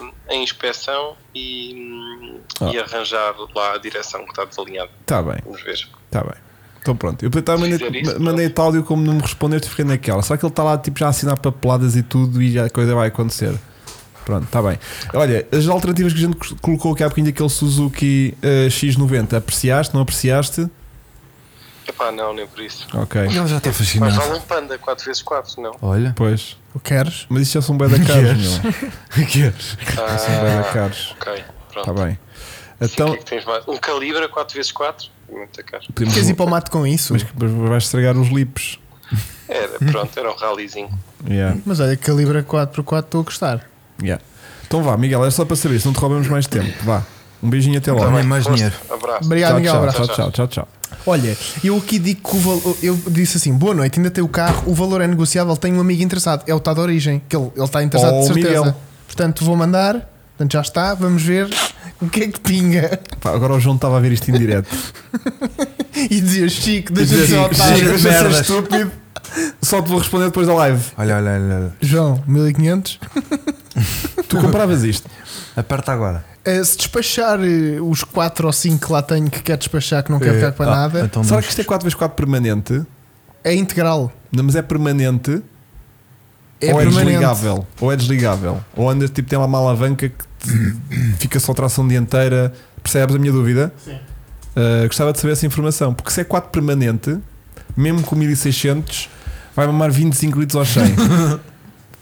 ah, a inspeção e, hum,
Ah.
e arranjar lá a direção que está desalinhada.
Está Tá bem,
Vamos ver.
está bem. Então pronto. Eu estava
Se
mandei,
fizer isso,
mandei tal áudio como não me respondeste, fiquei naquela. Será que ele está lá tipo, já a assinar papeladas e tudo e já a coisa vai acontecer? Pronto, está bem. Olha, as alternativas que a gente cos- colocou aqui há bocadinho, aquele Suzuki eh, X90, apreciaste? Não apreciaste?
Epá, não, nem por isso.
Ok,
Ela já está
Mas
fascinada.
vale um panda 4x4, não.
Olha.
pois.
O queres?
Mas isto já são bem da caros,
Yes.
meu. São bem da
Ah,
caros.
ok,
Está
pronto.
Tá bem.
Sim, o
Então,
que é que tens mais? Um calibra 4x4? Muito caro.
podemos-
Queres ir para o mato com isso?
um mas que- mas vais estragar os lips.
Era, pronto, era um rallyzinho.
Yeah,
Mas olha, calibra 4x4 estou a gostar.
yeah. Então vá, Miguel, é só para saber, se não te roubamos mais tempo. Vá. Um beijinho até logo.
Tá bem, mais
Força,
dinheiro.
Abraço.
Obrigado, Miguel.
tchau,
abraço.
tchau, tchau, tchau, tchau.
Olha, eu aqui digo que o valor. Eu disse assim: boa noite, ainda tem o carro, o valor é negociável, tenho um amigo interessado. É o está de origem, que ele, ele está interessado
Oh,
de certeza.
Miguel.
Portanto, vou mandar, portanto já está, vamos ver o que é que pinga.
Pá, agora o João estava a ver isto em direto.
E dizia Chico, deixa-me
Dizia,
ser
assim,
Chico,
otário.
Chico.
Deixa ser
merdas.
estúpido. Só te vou responder depois da live.
Olha, olha, olha. olha.
João, 1500.
Tu compravas isto.
Aperta agora.
Eh, se despachar eh, os 4 ou 5 que lá tenho que quer despachar, que não quer ficar para
Ah,
nada,
Então,
Será
mas-
que isto é 4x4 permanente?
é integral.
Não, mas é permanente
É
ou é
permanente.
desligável? Ou é desligável? Ou andas tipo, tem lá uma alavanca que te- fica só tração dianteira? Percebes a minha dúvida? Sim. gostava de saber essa informação, porque se é 4 permanente, mesmo com 1600, vai mamar 25 litros ao 100.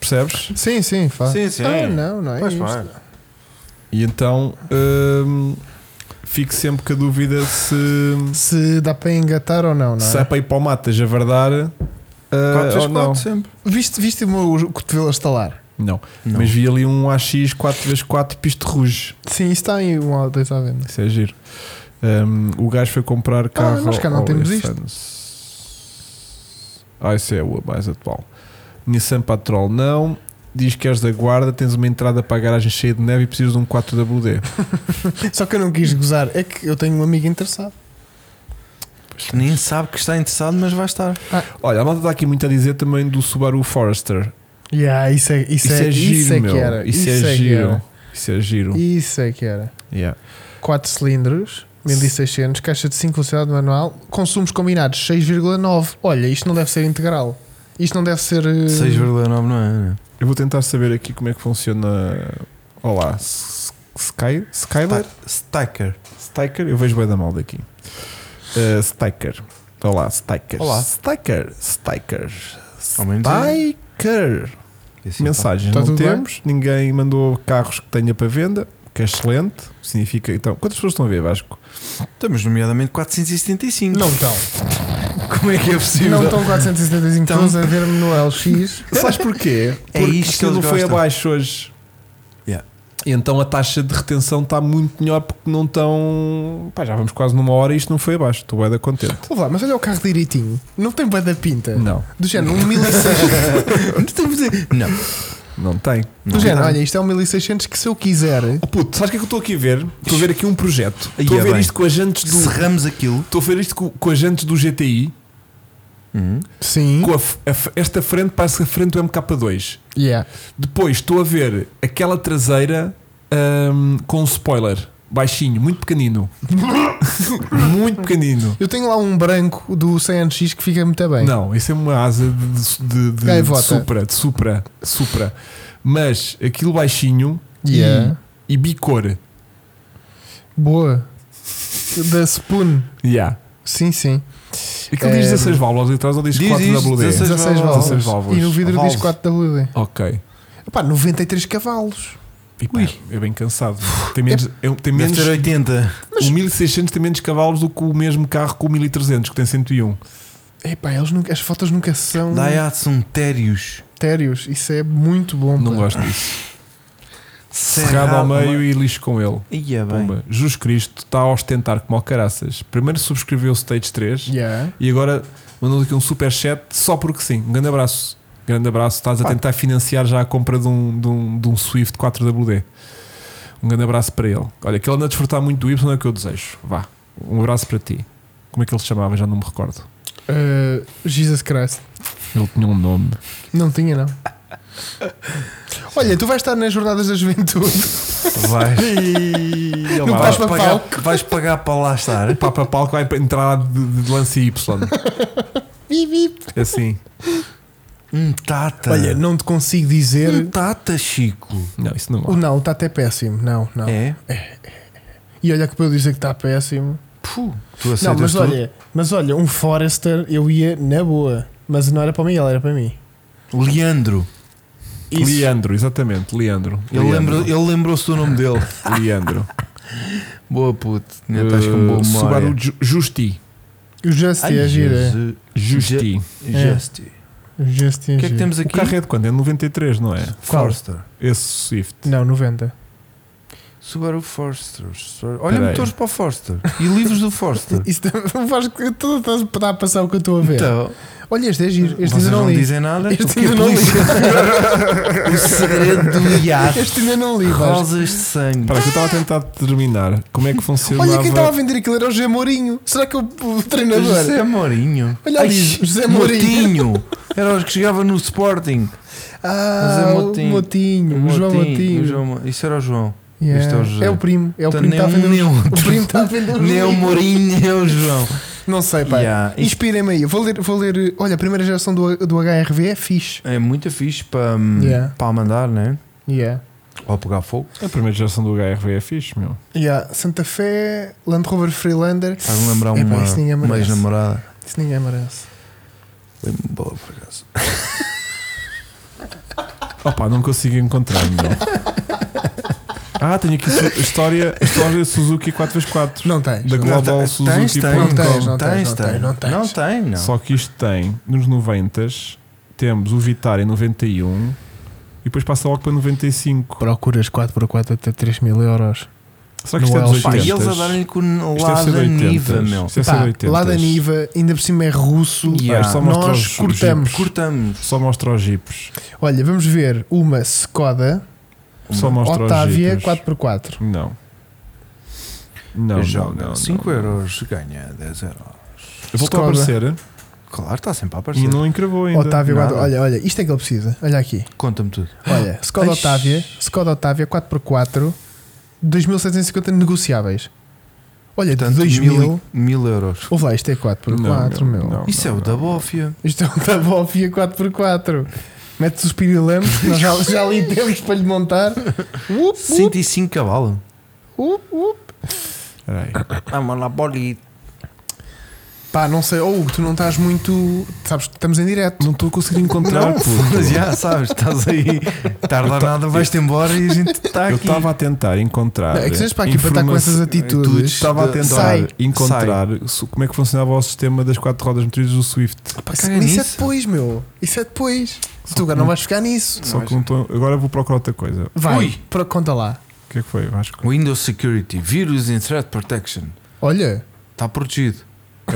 Percebes?
Sim, sim, faz.
Sim, sim.
Ah, não, não é
Pois
isto.
vai.
E então hum, fico sempre com a dúvida se,
Se dá para engatar ou não, não é?
se é para ir para o mato, a verdar eh, ou não.
4x4 sempre.
Viste, viste o meu cotovelo a estalar?
não. Mas vi ali um AX 4x4 pisto ruge.
Sim, isso está aí um ou dois à venda.
Isso é giro. Hum, o gajo foi comprar carro.
Ah, nós cá não
ao
temos
Ifans. Ah, isso é o mais atual. Nissan Patrol não. Diz que és da guarda, tens uma entrada para a garagem cheia de neve e precisas de um 4WD.
Só que eu não quis gozar, é que eu tenho um amigo interessado.
Que nem sabe que está interessado, mas vai estar.
Hum.
Olha, a malta está aqui muito a dizer também do Subaru Forester.
Yeah, isso é, isso
Isso,
é,
é, giro,
isso é
meu.
que era.
Isso,
que
é, giro.
era.
Isso é giro.
Isso é que era.
Yeah.
4 cilindros, 1600, caixa de 5 velocidade manual, consumos combinados 6,9. Olha, isto não deve ser integral. Isto não deve ser. eh,
6,9 não é? não é?
Eu vou tentar saber aqui como é que funciona. Olá, S- Sky, Skyler?
Stacker.
Stiker? Eu vejo bem da mal daqui. Uh, Stiker. Olá, Stiker.
Olá.
Stiker. Stiker.
Ao menos é.
Stiker.
Isso,
Mensagens
Tá
não
tudo bem?
temos. Ninguém mandou carros que tenha para venda, que é excelente. Significa então. Quantas pessoas estão a ver, Vasco?
pá. Estamos Então, nomeadamente 475.
Não estão.
Como é que é possível?
Não estão 475
Então-
pessoas a ver-me no LX.
Sabes porquê?
É
Porque
isto que
aquilo
eles
foi
gostam.
abaixo hoje.
Yeah.
E então a taxa de retenção está muito melhor porque não estão. Pá, já vamos quase numa hora e isto não foi abaixo. Estou bem da contente.
Ouve lá, mas olha o carro direitinho. Não tem bué da
É.
pinta.
Não,
Do género, um 1600.
Não temos a- Não.
não tem.
Do género, olha, isto é um 1600 que se eu quiser.
Oh puto, sabes o que é que eu estou aqui a ver? Estou a ver aqui um projeto.
Ai,
Estou a
é
ver
bem.
isto com as jantes do.
Cerramos aquilo.
Estou a ver isto com, com as jantes do GTI.
Sim.
Com a f- a f- esta frente parece a frente do MK2.
Yeah.
Depois estou a ver aquela traseira ahm, com um spoiler. Baixinho, muito pequenino. muito pequenino.
Eu tenho lá um branco do CNX que fica muito bem.
Não, isso é uma asa de, de, de- de,
Gaivota.
supra, de supra, supra. Mas aquilo baixinho e-
Yeah.
e, bicor.
é Boa. Da Spoon.
Yeah.
Sim, sim.
Aquilo
É,
diz 16 válvulas e atrás ou diz
Diz,
4
diz,
WD?
16
16
válvulas.
válvulas.
16 válvulas.
E no vidro diz
Válvulas.
4WD.
Ok.
Pá, 93 cavalos.
E pá, é bem cansado. Tem menos, é, tem
Deve
menos,
ter um 80.
o 1600 tem menos cavalos do que o mesmo carro com o 1300, que tem 101.
Epá, eles nunca, as fotos nunca são
Daihatsu Terios.
térios. Isso é muito bom.
Não
pá.
gosto disso. Cerrado ao meio e lixo com ele.
Ia bem.
Pumba. Jesus Cristo está a ostentar como ao caraças. Primeiro subscreveu o Stage 3
Yeah.
e agora mandou aqui um super chat só porque sim. Um grande abraço. Grande abraço. Estás a tentar financiar já a compra de um, de um, de um Swift 4WD. Um grande abraço para ele. Olha, que ele anda a desfrutar muito do Y é o que eu desejo. Vá. Um abraço para ti. Como é que ele se chamava? Já não me recordo.
Uh, Jesus Christ.
Ele tinha um nome.
Não tinha, não. Olha, tu vais estar nas Jornadas da Juventude.
Vais.
Ele
Não
vai-
Vais
vais para
pagar,
palco.
vais pagar para lá estar.
o Papa Palco vai entrar de, de lance Y.
Bip, bip.
Assim.
Um tata.
Olha, não te consigo dizer.
um tata, Chico.
Não, isso não
O não, está até péssimo. Não, não.
É?
E olha que para eu dizer que está péssimo.
Puh, tu
Não,
aceitas
mas
tudo?
olha, mas olha, um Forester eu ia na boa. Mas não era para o Miguel, era para mim.
Leandro.
Leandro, exatamente. Leandro.
Ele
Leandro.
lembrou- ele lembrou-se do nome dele.
Leandro.
Boa puto. Ainda estás
é um
com boa
Uh, Subaru
memória.
Ju- Justi.
O Just
Ai,
é gira.
Jesu-
Justi.
É.
Justi.
O Just é
O que é que
gira.
temos
O
aqui?
carro é de quando? É de 93, não é?
Forster.
Esse Swift.
Não, 90.
Subaru Forster. Subaru- Olha
Peraí.
motores para o Forster. E livros do Forster.
Isso o Vasco, tu estás a passar o que eu estou a ver.
Então,
Olha, este é giro. Este
vocês
ainda
não,
não li.
dizem nada?
Este
O que é
ainda não li.
polícia? o segredo do iate.
Este ainda não li, Vasco.
Rosas de sangue.
Para que eu estava a tentar determinar como é que funcionava.
Olha, quem estava a vender aquilo era o José Mourinho. Será que é o, o treinador?
José Mourinho.
Olha ali, José Mourinho.
Moutinho. Era os que chegava no Sporting.
Ah,
José
o
Moutinho.
Motinho. O João
Moutinho, o
Motinho.
João Mo- Isso era o João.
Yeah.
Este é o José.
primo. É o
Então,
primo
nem
que está a
um, nem
vender. os-
outro.
O primo está a vender. os
Nem o
livros.
Mourinho, nem o João.
Não sei, pá.
Yeah.
Inspirem-me aí. Eu vou ler, vou ler. Olha, a primeira geração do, do HRV é fixe.
É muito fixe para
Yeah.
para mandar, né?
Yeah.
Ou pegar fogo.
A primeira geração do HRV é fixe, meu.
Yeah. Santa Fé, Land Rover Freelander.
Faz-me lembrar
Epá,
uma,
isso ninguém
uma
merece.
ex-namorada.
Isso ninguém merece.
Foi-me boa, por acaso.
Opa, não consigo encontrar, meu. Ah, tenho aqui su- história, história Suzuki 4x4.
Não tens.
Da
não
Global
Não,
Suzuki.
tens, tens,
ponto com.
Não tens, não tens, não tens, não
Não
tens.
tem, não.
Só que isto tem, nos 90 temos o Vitara em 91 e depois passa logo para 95.
Procuras 4x4 até 3 mil euros.
Só que
No
isto é dos
Elfa.
Pá,
80.
e eles a darem-lhe com lado da niva, meu.
Isto deve ser
Pá,
de 80.
lá da Niva, ainda por cima é russo.
Yeah.
isto só mostra
Nós
os- os
cortamos.
Cortamos.
Só mostra os jipes.
Olha, vamos ver uma Skoda
Só mostra
Octavia
os jipes.
4x4.
Não. Não, não,
Joga
não.
5
não.
euros, ganha 10 euros.
Voltou a
Skoda.
aparecer.
Claro, está sempre a aparecer.
E não encravou ainda.
Otávio,
nada.
olha, olha, isto é que ele precisa. Olha aqui.
Conta-me tudo.
Olha, Skoda
Ai.
Otávia, Skoda Otávia 4x4, 2750 negociáveis. Olha, de
Portanto,
2000.
mil, mil euros.
Ouve lá, isto é 4x4,
Não,
meu.
não, não.
Isso é o da Bófia.
Isto é um Tabofia 4x4. Metes os pirilampos, nós já, já ali temos para lhe montar. Up, up,
105 cavalo.
up, up.
Espera aí.
Ah, mano, a boli.
Pá, não sei, ou tu não estás muito. Sabes que estamos em direto.
Não estou a conseguir encontrar. pô.
Mas já sabes, estás aí. Tarde ou nada, vais-te embora e a gente está
Eu
aqui.
estava a tentar encontrar.
tá
Ah,
Não, é que sejas para aqui para estar com essas atitudes.
tudo Estava a
de-
tentar
sai,
encontrar su- como é que funcionava o sistema das quatro rodas motridas do Swift.
Isso,
caga
isso é
nisso. Uhum.
depois, meu. Isso é depois. tu agora não vais ficar nisso.
Só que não estou. Agora vou procurar outra coisa.
Vai,
Ui.
para, conta lá.
O que é que foi, Vasco?
Windows Security, Virus and Threat Protection.
Olha,
Está protegido.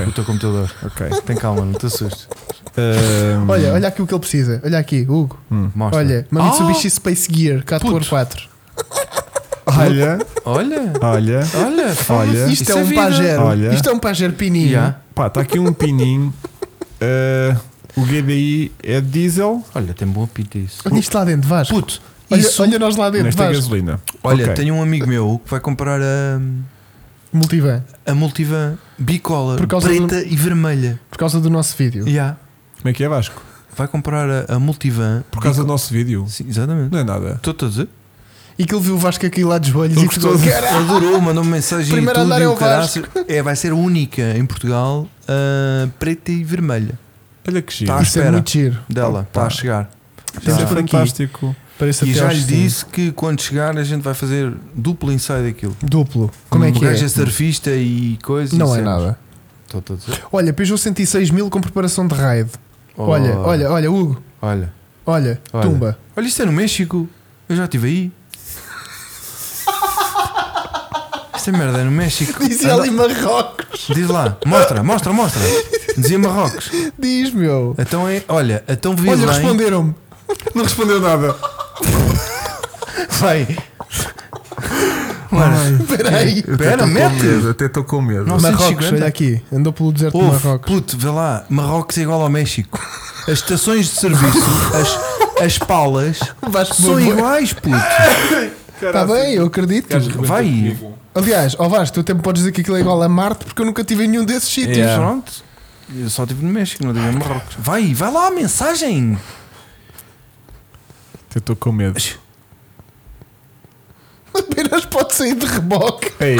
O teu computador.
Ok.
Tem calma, não te assustes.
Ahm,
olha, olha aqui o que ele precisa. Olha aqui, Hugo.
Hum. Mostra. Ah!
Olha, uma Mitsubishi Space Gear 4x4.
olha,
Olha.
olha.
Olha.
Olha.
Isto
Isso
é
é
um
vida.
pajero.
Olha.
Isto é um pajero pininho.
Yeah.
Pá, está aqui um pininho. Ah, o GDI é diesel.
Olha, tem boa pinta isso.
Olha isto lá dentro, Vasco.
Puto,
Olha,
isso-
olha nós lá dentro,
Nesta é
Vasco.
gasolina.
Olha,
Ok.
tenho um amigo meu que vai comprar a,
Multivan,
a multivan bicola,
Por causa
preta e vermelha.
por causa do nosso vídeo.
Yeah.
Como é que é, Vasco?
Vai comprar a, a multivan.
Por causa do nosso vídeo.
Sim, exatamente.
Não é nada.
Estou a dizer?
E que ele viu o Vasco aqui lá dos olhos
Ele
e ficou. assim,
gostou.
"Cara,
Adorou, mandou-me mensagem
Primeiro
e tudo.
andar
e
é
o
o Vasco.
caraças. É, vai ser única em Portugal, ah, preta e vermelha.
Olha que giro.
Tá.
Isso é
espera.
muito giro.
Dela, está
Opa.
a chegar.
Isso
Temos
é
por aqui.
fantástico.
Parece
E
até
já
aos
lhe
cinco.
disse que quando chegar a gente vai fazer duplo inside daquilo.
Duplo. Como é
o
que
gajo é
é?
surfista e coisas.
Não é nada.
Estou a dizer.
Olha, Peugeot 106 mil com preparação de raid. Olha,
Oh,
olha, olha, Hugo.
Olha,
Olha,
Olha.
tumba.
olha, isto é no México. Eu já estive aí. Esta merda é no México.
Dizia
Anda-
ali Marrocos.
Diz lá, mostra, mostra, mostra. Dizia Marrocos.
Diz, meu.
Então é, olha, então vi
Olha,
bem.
responderam-me.
Não respondeu nada.
Vai. Mano,
Espera aí.
Espera, mete.
Até estou com medo.
Nossa,
Marrocos,
150.
olha aqui. Andou pelo deserto de
Ouve,
Marrocos.
puto, vê lá, Marrocos é igual ao México. As estações de serviço, as, as palas,
Vasco,
são
boa-
iguais, puto.
Está Tá bem, eu acredito.
Vai.
Aliás, ó Vasco, tu até me podes dizer que aquilo é igual a Marte porque eu nunca tive em nenhum desses sítios.
Yeah.
tipo, Pronto. Eu só estive no México, não estive em Marrocos. Vai, vai lá, mensagem.
Eu estou com medo.
Apenas pode sair de reboque.
Ei.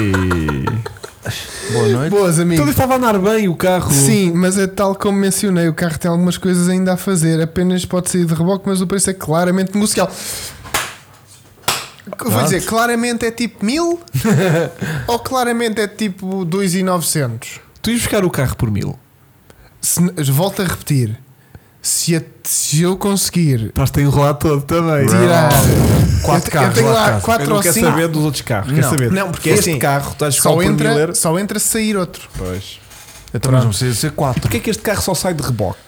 Boa noite.
Boas,
Então
amigos.
estava a andar bem o carro.
Sim, mas é tal como mencionei, o carro tem algumas coisas ainda a fazer. Apenas pode sair de reboque, mas o preço é claramente negocial. Vou dizer, claramente é tipo 1000 ou claramente é tipo 2,900?
Tu ias buscar o carro por mil.
Se, volto a repetir. Se, a- se eu conseguir
Estás-te a enrolar todo também.
tirar.
Quatro
eu, te-
carros,
eu
quatro
tenho lá
carros.
4
Eu não
ou
quero
5.
saber dos outros carros. Quero
Não.
saber.
Não, porque
este
assim,
carro estás a
Só
por
entra,
Miller.
só entra se sair outro.
Pois.
Então, mas não precisa ser quatro.
Porquê é que este carro só sai de reboque?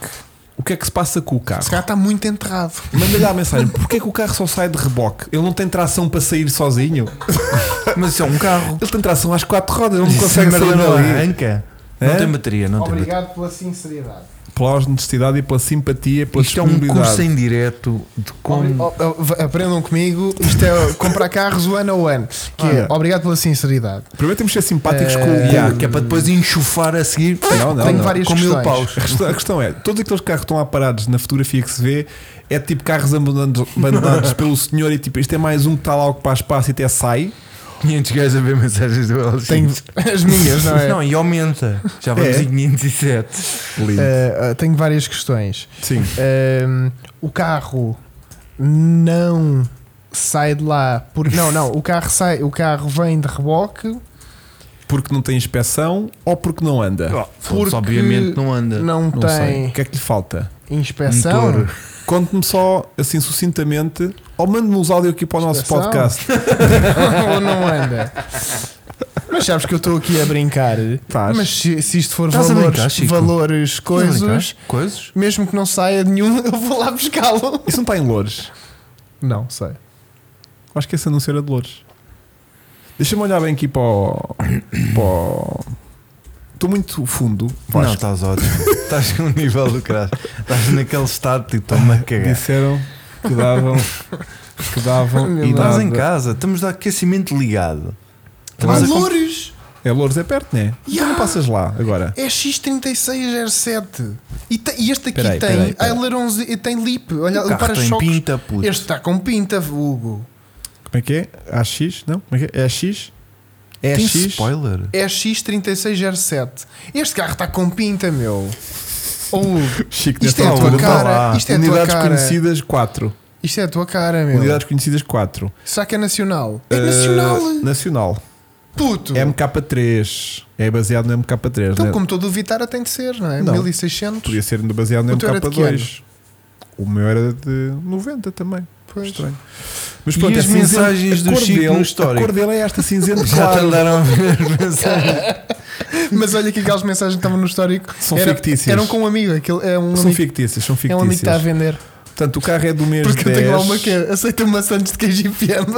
O que é que se passa com o carro?
Esse cara está muito enterrado.
Manda-lhe a mensagem. Porquê é que o carro só sai de reboque? Ele não tem tração para sair sozinho?
Mas isso é um carro.
Ele tem tração às quatro rodas. Ele não consegue
Essa
sair
merda não
dali.
arranca. Não
É?
tem bateria, não tem bateria.
Obrigado pela sinceridade.
Pela honestidade e pela simpatia, pela
Isto é um curso
disponibilidade.
em direto de como.
Oh, oh, v- aprendam comigo, isto é comprar carros one on one, que é
Olha.
obrigado pela sinceridade.
Primeiro temos de ser simpáticos
Eh,
com o
Yeah, que é para depois enxofar a seguir
Não, não,
Tenho
não.
várias
com mil
questões.
paus.
A questão, a questão é, todos aqueles carros que estão lá parados na fotografia que se vê é tipo carros abandonados, abandonados pelo senhor e tipo, isto é mais um que está lá a ocupar espaço e até sai.
500 gajos a ver mensagens do LX.
Tenho as minhas, não é?
Não, e aumenta. Já vamos
É.
em 507.
Eh, eh, tenho várias questões.
Sim.
Ehm, o carro não sai de lá porque não, não, o carro sai, o carro vem de reboque,
Porque não tem inspeção ou porque não anda.
Porque-
Porque... Obviamente Eh, não anda.
não,
Não sei. O
tem
que é que lhe falta?
inspeção.
Motor.
Conte-me só, assim, sucintamente, ou mande-me uns áudio aqui para o nosso
Inspeção.
podcast.
ou não anda. Mas sabes que eu estou aqui a brincar.
Estás.
Mas se, se isto for
Estás a
valores,
brincar, Chico?
valores, coisas,
Coisas? é? Coisas?
mesmo que não saia de nenhum, eu vou lá buscá-lo.
Isso não está em Loures.
Não sei.
Acho que esse anúncio era de Loures. Deixa-me olhar bem aqui para o. para o- Estou muito fundo.
Não,
Vasco.
estás ótimo. estás com um nível do caralho. Estás naquele estado tipo, estou-me a
É.
cagar.
Disseram que davam. Que davam e
Estás em
dava.
casa, estamos de aquecimento ligado. Estamos
Mas
a comp-
Valores!
É Louros, é perto, não é? E Tu não
Yeah.
passas lá agora.
É X3607. E, te- e este aqui
Peraí,
tem
peraí, peraí.
ailerons e tem lip. Olha,
O carro
para
tem
choques.
pinta, puto.
Este está com pinta, Hugo.
Como é que é? AX? Não? Como é que é? É AX? É
Tem
AX?
spoiler?
É X3607. Este carro está com pinta, meu. Oh, Hugo,
Chico,
Isto
nesta
é a tua
altura,
cara,
tá lá.
isto é a tua
Unidades
cara.
conhecidas 4.
isto é a tua cara, meu.
Unidades Eh, conhecidas 4.
Será que é nacional? É nacional!
nacional. É
Puto!
MK3. É baseado no MK3.
então,
né?
como todo o Vitara tem de ser, não é?
Não.
1600.
Podia ser baseado no
O teu era de que
MK2. O meu era de 90 também.
Pois.
Estranho. Mas é
E as
cinzento-
mensagens
a
do
cor
Chico
dele-
no histórico?
A cor dele é esta cinzento
Já te
claro.
andaram a ver é as mensagens.
Mas olha que aquelas mensagens que estavam no histórico
São
era-
fictícias.
eram com um amigo. Aquele, é um
São
amigo,
fictícias, são
é um amigo que
fictícias.
está a vender.
Portanto, o carro é do mês
Porque eu
10.
tenho lá uma que é, aceita maçãs de queijo e fiambre.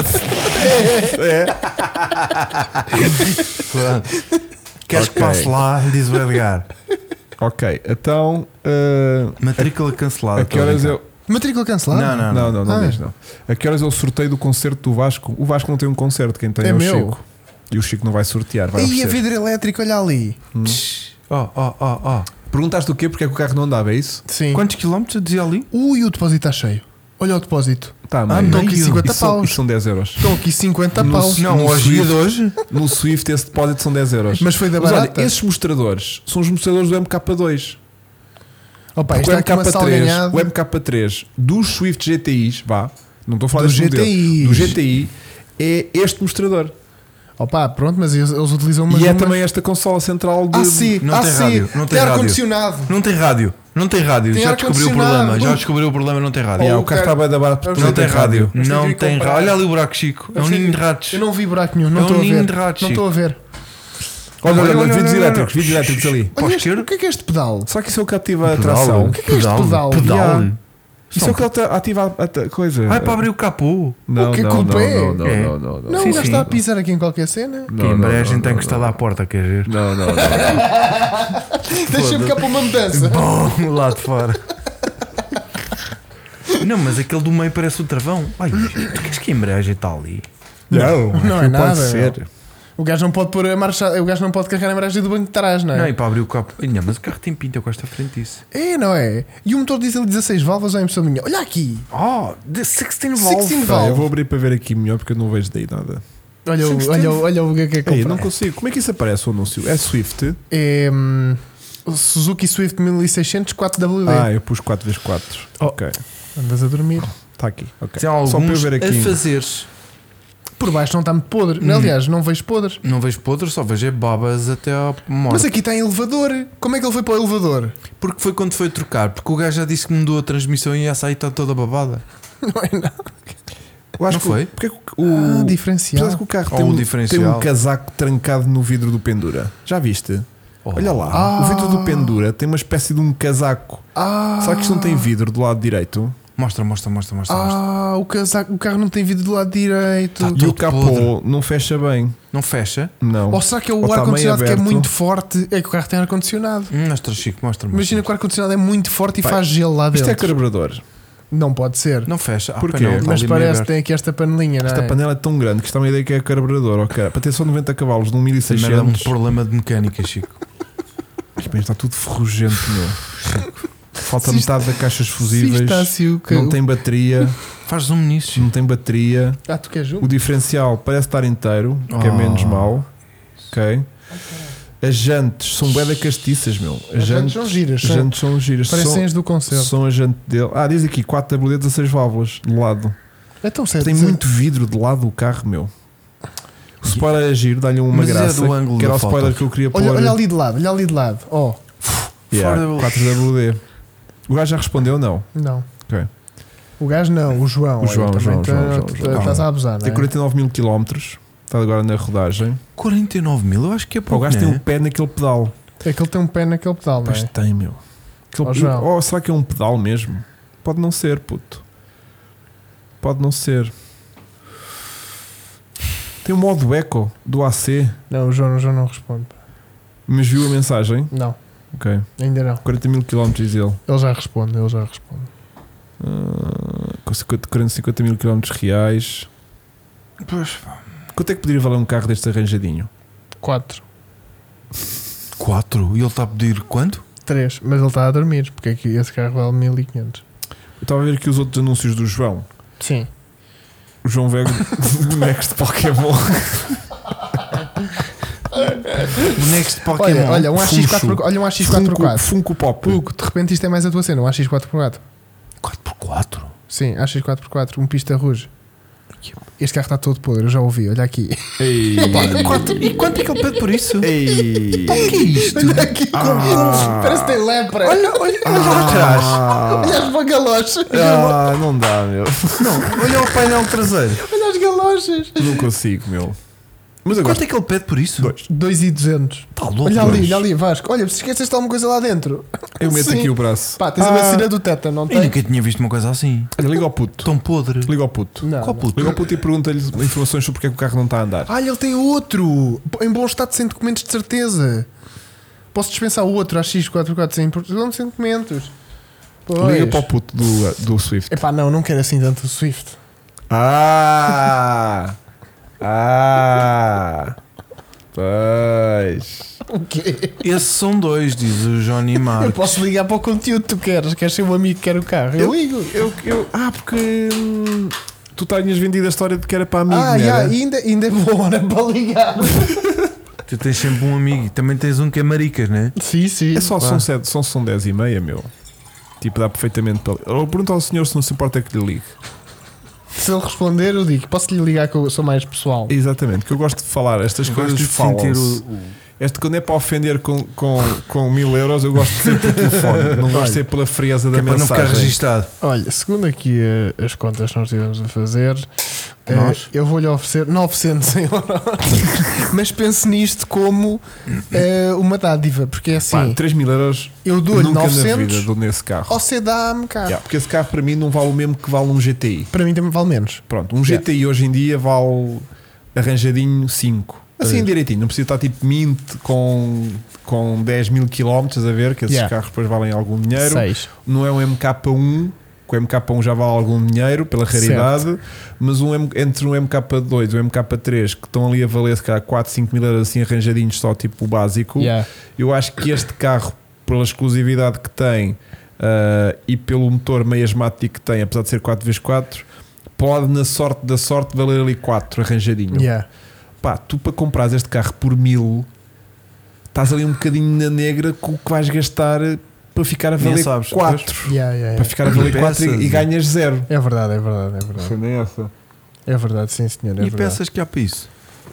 Queres que
Ok.
passe lá? Diz o Edgar.
Ok, então. ah,
Matrícula cancelada.
a que horas é o-
Matrícula cancelada?
Não,
Não,
não,
não,
não.
não
Ah.
diz não. A que horas é o sorteio do concerto do Vasco? O Vasco não tem um concerto, quem tem é,
É
o
meu.
Chico. E o Chico não vai sortear, vai
E a
oferecer.
vidro elétrico, olha ali.
Oh, oh, oh, oh.
Perguntaste o quê? Porque é que o carro não andava, é isso?
Sim.
Quantos quilómetros eu dizia ali?
Ui, o depósito está cheio. Olha o depósito.
Tá,
Ah,
meio.
Estão aqui
Meio.
50
Isso são,
paus.
isso são 10 euros.
Estão aqui 50
No-
paus.
não,
Não,
hoje-
hoje de hoje.
No Swift esse depósito são 10 euros.
Mas foi da barata.
olha, esses mostradores são os mostradores do MK2.
Opa,
Porque
isto
o
está aqui uma
MK3,
salganhada.
o MK3 dos Swift GTIs, vá, não estou a falar
Dos
deste modelo,
GTIs.
do GTI, é este mostrador.
Opa, pronto, mas eles, eles utilizam uma.
e é também esta consola central de.
Ah, sim,
um Não
ah,
tem
sim.
rádio, não tem rádio.
ar-condicionado.
Não tem rádio. Não tem rádio.
Tem
já
ar
descobriu o
condicionado.
problema. Já
Ui.
descobriu o problema, não tem rádio. Ah,
É, o
o
carro
cara-
estava da barata
Vamos
Não tem rádio.
Mas tem
Não
de
tem
comprar.
rádio. Olha ali o buraco chico. É um
Mas tem-
ninho de ratos.
Eu não vi buraco nenhum,
É
não
um
estou a
ninho
ver.
de ratos,
Não estou a ver.
Olha, olha,
Olha, olha,
vídeos
olha, olha.
elétricos, vídeos elétricos ali.
Para a
Olha, este-
esquerda?
o que é que é este pedal?
Será que isso é o que ativa a tração?
que é este pedal?
Yeah. Isso é o que ele ta- ativa a, a ta- coisa.
Vai para abrir o capô.
não,
O que é
não,
culpa
não,
é?
não, não,
É.
não, não, não.
Não,
Sim,
o gajo
sim.
está a pisar aqui em qualquer cena.
Não,
Que a
não,
embreagem
não,
está
não,
encostada à porta, quer ver?
Não, não, não.
Deixa-me cá para uma mudança.
Bom, lá de fora. Não, mas aquele do meio parece o travão. Ai, tu queres que a embreagem está ali?
Não,
não
pode
é nada,
ser.
O gajo não pode pôr a marcha, o gajo não pode carregar a embreagem do banco de trás, não é?
Não, e para abrir o capô. Não, mas o carro tem pinta, eu gosto da frente disso.
É, não é? E o motor diesel 16 válvulas é impressão minha. Olha aqui! Ah,
Oh, the 16
16
valve.
valve.
Pá, eu vou abrir para ver aqui melhor porque eu não vejo daí nada.
Olha, o- olha, o- olha o que é que é
Ei, não
comprar.
consigo. Como é que isso aparece o anúncio? É Swift?
É hum, o Suzuki Swift 1600 4WD.
Ah, eu pus 4x4.
Oh.
Ok.
Andas a dormir.
Está aqui. ok.
Tem
Só para eu
alguns
ver aqui.
a fazer.
Por baixo não está muito podre. Aliás, não vejo podre.
Não vejo podre, só vejo é babas até à morte.
Mas aqui está em elevador. Como é que ele foi para o elevador?
Porque foi quando foi trocar, porque o gajo já disse que mudou a transmissão e essa aí está toda babada.
Não é nada.
Eu acho
Não foi?
Que, porque é que o,
Ah,
o,
diferencial.
Parece que o carro
Ou
tem
um
um,
diferencial.
tem um casaco trancado no vidro do pendura. Já viste? Olha lá, o vidro
Ah.
do pendura tem uma espécie de um casaco. Será que isto não tem vidro do lado direito?
Mostra, mostra, mostra, mostra. mostra.
Ah, o, casaco, o carro não tem vidro do lado direito.
Tá
E o
Todo
capô
podre.
não fecha bem.
Não fecha?
Não.
Ou será que é
Ou
o
tá
ar-condicionado que
meio
é
aberto.
muito forte? É que o carro tem ar-condicionado.
Hum, Mostra, Chico, mostra. mostra.
Imagina que o ar-condicionado é muito forte e
Pá,
faz gelo lá
Isto
dentro.
é carburador.
Não pode ser.
Não fecha. Ah,
Porquê?
pá, não, tá ali
Mas
meio
parece que
aberto.
tem aqui esta panelinha, não é?
é Esta panela é tão grande que está uma ideia que é carburador. ok. Para ter só 90 cavalos num
Essa merda é um
1600.
problema de mecânica, Chico.
Ai, bem, Está tudo ferrugento, meu. Falta
Se isto-
metade das caixas
Se
fusíveis.
está assim, o que...
Não tem bateria.
Faz zoom nisso. Chico.
Não tem bateria.
Ah, tu queres um?
O diferencial parece estar inteiro, que é
Oh.
Ah.
menos mau. Ok. As jantes são bué da castiças, meu. As, jantes,
As jantes são giras,
As
são-
jantes são giras.
Parecem
São,
as do concerto.
são a jante dele. Ah, diz aqui 4 WD 16 válvulas de lado.
É tão certo.
Tem muito vidro de lado o carro, meu. O spoiler é giro, dá-lhe uma
Mas é
graça.
do ângulo
que era
da
o spoiler
foto.
que eu queria pôr.
Olha, olha ali de lado, olha ali de lado. Oh,
Yeah,
Fora-
4 WD. O gajo já respondeu, não.
não.
Ok.
O gajo não, o João.
O
olha,
João,
também
João,
tá-
João, João,
tá-
João.
Estás a abusar, não
Tem
é?
49 mil quilómetros. Está agora na rodagem.
49 mil, eu acho que é
Pá, O
pouco.
gajo tem
né?
um pé naquele pedal.
É que ele tem um pé naquele pedal, não
Pois
é?
tem, meu. Aquele-
Ó, João.
Ou será que é um pedal mesmo? Pode não ser, puto. Pode não ser. Tem o modo eco do AC,
Não, o João, o João não responde.
mas viu a mensagem?
Não.
Ok.
Ainda não.
40 mil quilómetros diz ele.
Ele já responde, ele já responde.
Ah, com 50, 450 mil quilómetros reais.
Pois, pá.
Quanto é que poderia valer um carro deste arranjadinho?
4,
4? E ele está a pedir quanto?
3, mas ele está a dormir, porque aqui esse carro vale 1500.
Eu estava a ver aqui os outros anúncios do João.
Sim.
O João Vego de bonecos de Pokémon.
Bonecos de Pokémon.
Olha, olha, um AX4,
Funcho.
olha um
Funko,
AX4x4.
Funko Pop.
Puco, de repente isto é mais a tua cena, um AX4x4.
4x4?
Sim, AX4x4, um pista ruge. Este carro está todo podre, eu já ouvi, olha aqui.
Ei.
E quanto é que ele pede por isso?
Ei.
O que é isto?
Olha aqui, com ah. parece que tem lepra. Olha,
Olha lá atrás.
as bagaloches.
Ah, não dá, meu.
Olha o painel traseiro.
Olha as galochas.
Não consigo, meu. Mas agora.
Quanto é que ele pede por isso?
Dois.
2 e 200.
Está louco.
Olha ali,
mas.
olha ali, Vasco. Olha, se esqueceste de alguma coisa lá dentro.
Eu meto
Sim.
aqui o braço.
Pá, tens a vacina do teta, não
Eu
tens?
nunca tinha visto uma coisa assim.
Olha, liga ao puto.
Tão podre.
Liga ao puto.
Não,
Qual
não.
puto?
Liga ao puto e pergunta-lhe informações sobre porque é que o carro não está a andar.
Ah, ele tem outro! Em bom estado, sem documentos de certeza. Posso dispensar o outro, AX44, sem, não, sem documentos. Pois.
Liga para o puto do, do Swift.
Epá, não, não quero assim tanto o Swift.
Ah! Ah! Pois.
O quê?
Esses são dois, diz o Johnny
Eu
Mark.
posso ligar para o conteúdo que tu queres. Queres ser um amigo que quer o carro? Eu ligo.
Eu, eu, ah, porque hum, tu tinhas vendido a história de que era para amigo. não
Ah, já,
era?
ainda, ainda é boa hora para ligar.
Tu tens sempre um amigo. Também tens um que é maricas, né?
sim, sim.
É só são, sete, são, são 10 e meia, meu. Tipo, dá perfeitamente para. Eu pergunto ao senhor se não se importa que lhe ligue.
Se ele responder, eu digo. Posso lhe ligar que eu sou mais pessoal.
Exatamente, que eu gosto de falar estas
Eu
coisas.
gosto de
falam
sentir o-
Este, quando é para ofender com, com, com mil euros, eu gosto de ser pelo telefone. Não gosto de ser pela frieza da
É para não
mensagem.
ficar registado.
Olha, segundo aqui eh, as contas que nós tivemos a fazer, eh,
Nós?
eu vou-lhe oferecer 900 euros. Mas pense nisto como eh, uma dádiva, porque é
Pá,
assim:
3 mil euros
eu dou-lhe
nunca na
900
vida dou nesse carro.
ou você dá-me cá.
Yeah, porque esse carro para mim não vale o mesmo que vale um GTI.
Para mim também vale menos.
Pronto, um GTI hoje em dia vale arranjadinho 5. Assim direitinho, não precisa estar tipo mint com, com 10 mil quilómetros a ver, que esses
Yeah.
carros depois valem algum dinheiro.
Seis.
Não é um MK1, que o MK1 já vale algum dinheiro pela raridade, mas um, M- entre um MK2 e um MK3 que estão ali a valer se calhar 4, 5 mil euros assim arranjadinhos, só tipo o básico,
Yeah.
eu acho que este carro, pela exclusividade que tem ah, e pelo motor meio asmático que tem, apesar de ser 4x4, pode, na sorte da sorte, valer ali 4 arranjadinho.
Yeah.
Pá, tu para comprares este carro por mil, estás ali um bocadinho na negra com o que vais gastar para ficar a
Nem
valer
sabes,
4.
Yeah, yeah, yeah.
Para ficar a valer
E
4
peças,
e,
e-
e ganhas 0.
É verdade, é verdade, é verdade. É verdade, sim, senhor. É
E
verdade.
peças que há para isso?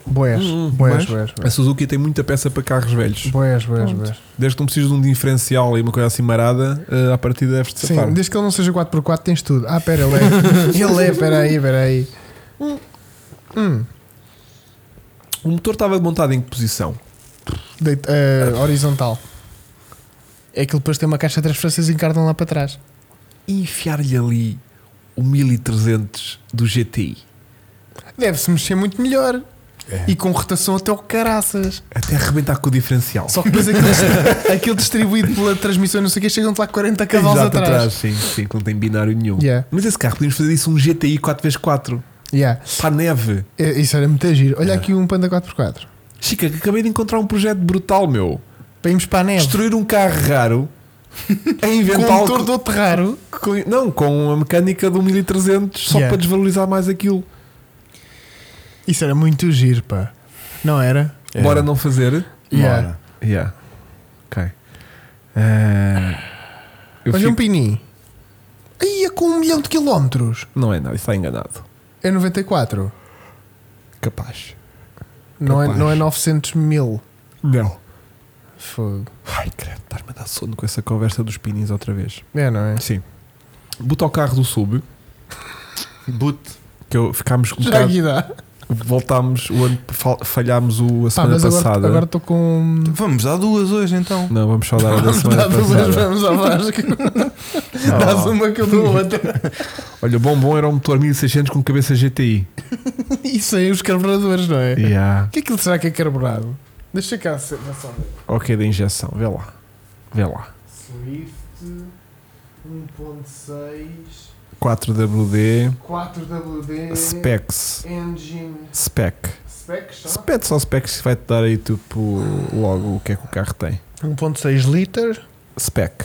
Boés,
Hum,
boés.
boés, boés,
A
boés.
Suzuki tem muita peça para carros velhos.
Boés, boés, boés.
Desde que não precisas de um diferencial e uma coisa assim marada, ah, à partida deves-te
Sim,
safar.
desde que ele não seja 4x4, tens tudo. Ah, pera, ele é. ele é, pera aí, pera aí.
O motor estava montado em que posição?
Deita- eh, horizontal. É que depois tem uma caixa de transferências e encardam lá para trás.
Enfiar-lhe ali o 1300 do GTI.
Deve-se mexer muito melhor.
É.
E com rotação até o caraças.
Até arrebentar com o diferencial.
Só que depois aquilo, dis- aquilo distribuído pela transmissão e não sei o que, chegam-te lá 40 cavalos
Exato,
atrás.
Sim, sim, que não tem binário nenhum.
Yeah.
Mas esse carro, podíamos fazer isso um GTI 4x4
Yeah.
para a neve.
É, Isso era muito giro. Olha aqui um Panda 4x4.
Chica, que acabei de encontrar um projeto brutal, meu.
Para irmos para a neve.
Destruir um carro raro a
Com
inventar
um
algo-
motor de outro raro.
com- Não, com a mecânica do 1300 só
Yeah.
para desvalorizar mais aquilo.
Isso era muito giro, pá. Não era?
Era.
É. Bora não fazer?
Yeah.
Bora.
Yeah. Ok. Eh, eu
Olha
fico-
um pininho. Aí é com um milhão de quilómetros.
Não é nada, está enganado.
É 94.
Capaz.
Não é,
Capaz.
não é 900 mil.
Não.
Fogo.
Ai, credo, estás-me a dar sono com essa conversa dos pinis outra vez.
É, não é?
Sim. Bota o carro do sub,
Boot.
que eu ficámos
Já
colocados.
aqui dá.
Voltámos o ano, fal- falhámos o, a
Pá,
semana
mas agora
passada.
agora estou com. um
Vamos dar duas hoje então.
Não, vamos só dar a da semana
Dá duas
passada.
mãos ao Vasco. Dás uma que eu dou outra.
Olha, o bombom era um motor 1600 com cabeça GTI.
Isso aí, os carburadores, não é?
Yeah.
O que é que ele será que é carburado? Deixa cá ser. vá só ver.
Ok, da injeção, vê lá. Vê lá.
Swift 1.6
4WD,
4WD
specs,
Engine
spec.
Specs só?
Pede só specs que vai te dar aí tipo logo o que é que o carro tem.
1.6 liter
Spec.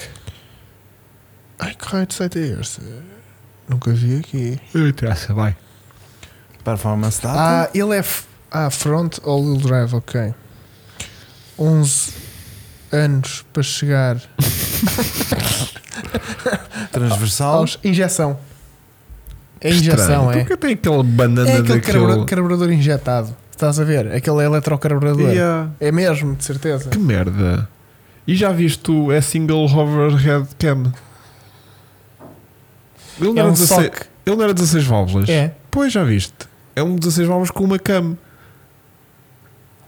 Ai que raio de site é este? Nunca vi aqui
Interessa, vai.
Performance data.
Ah, ele é f- ah, front all wheel drive, ok 11 anos para chegar
Ah, transversal.
aos injeção É injeção, é
Porque tem aquela banana
É aquele
daquele.
carburador, carburador injetado. Estás a ver? Aquele eletrocarburador.
Yeah.
É mesmo, de certeza.
Que merda. E já viste o é single overhead cam? Ele não,
É
era
um
16,
sock.
ele não era 16 válvulas.
É.
Pois já viste. É um 16 válvulas com uma cam.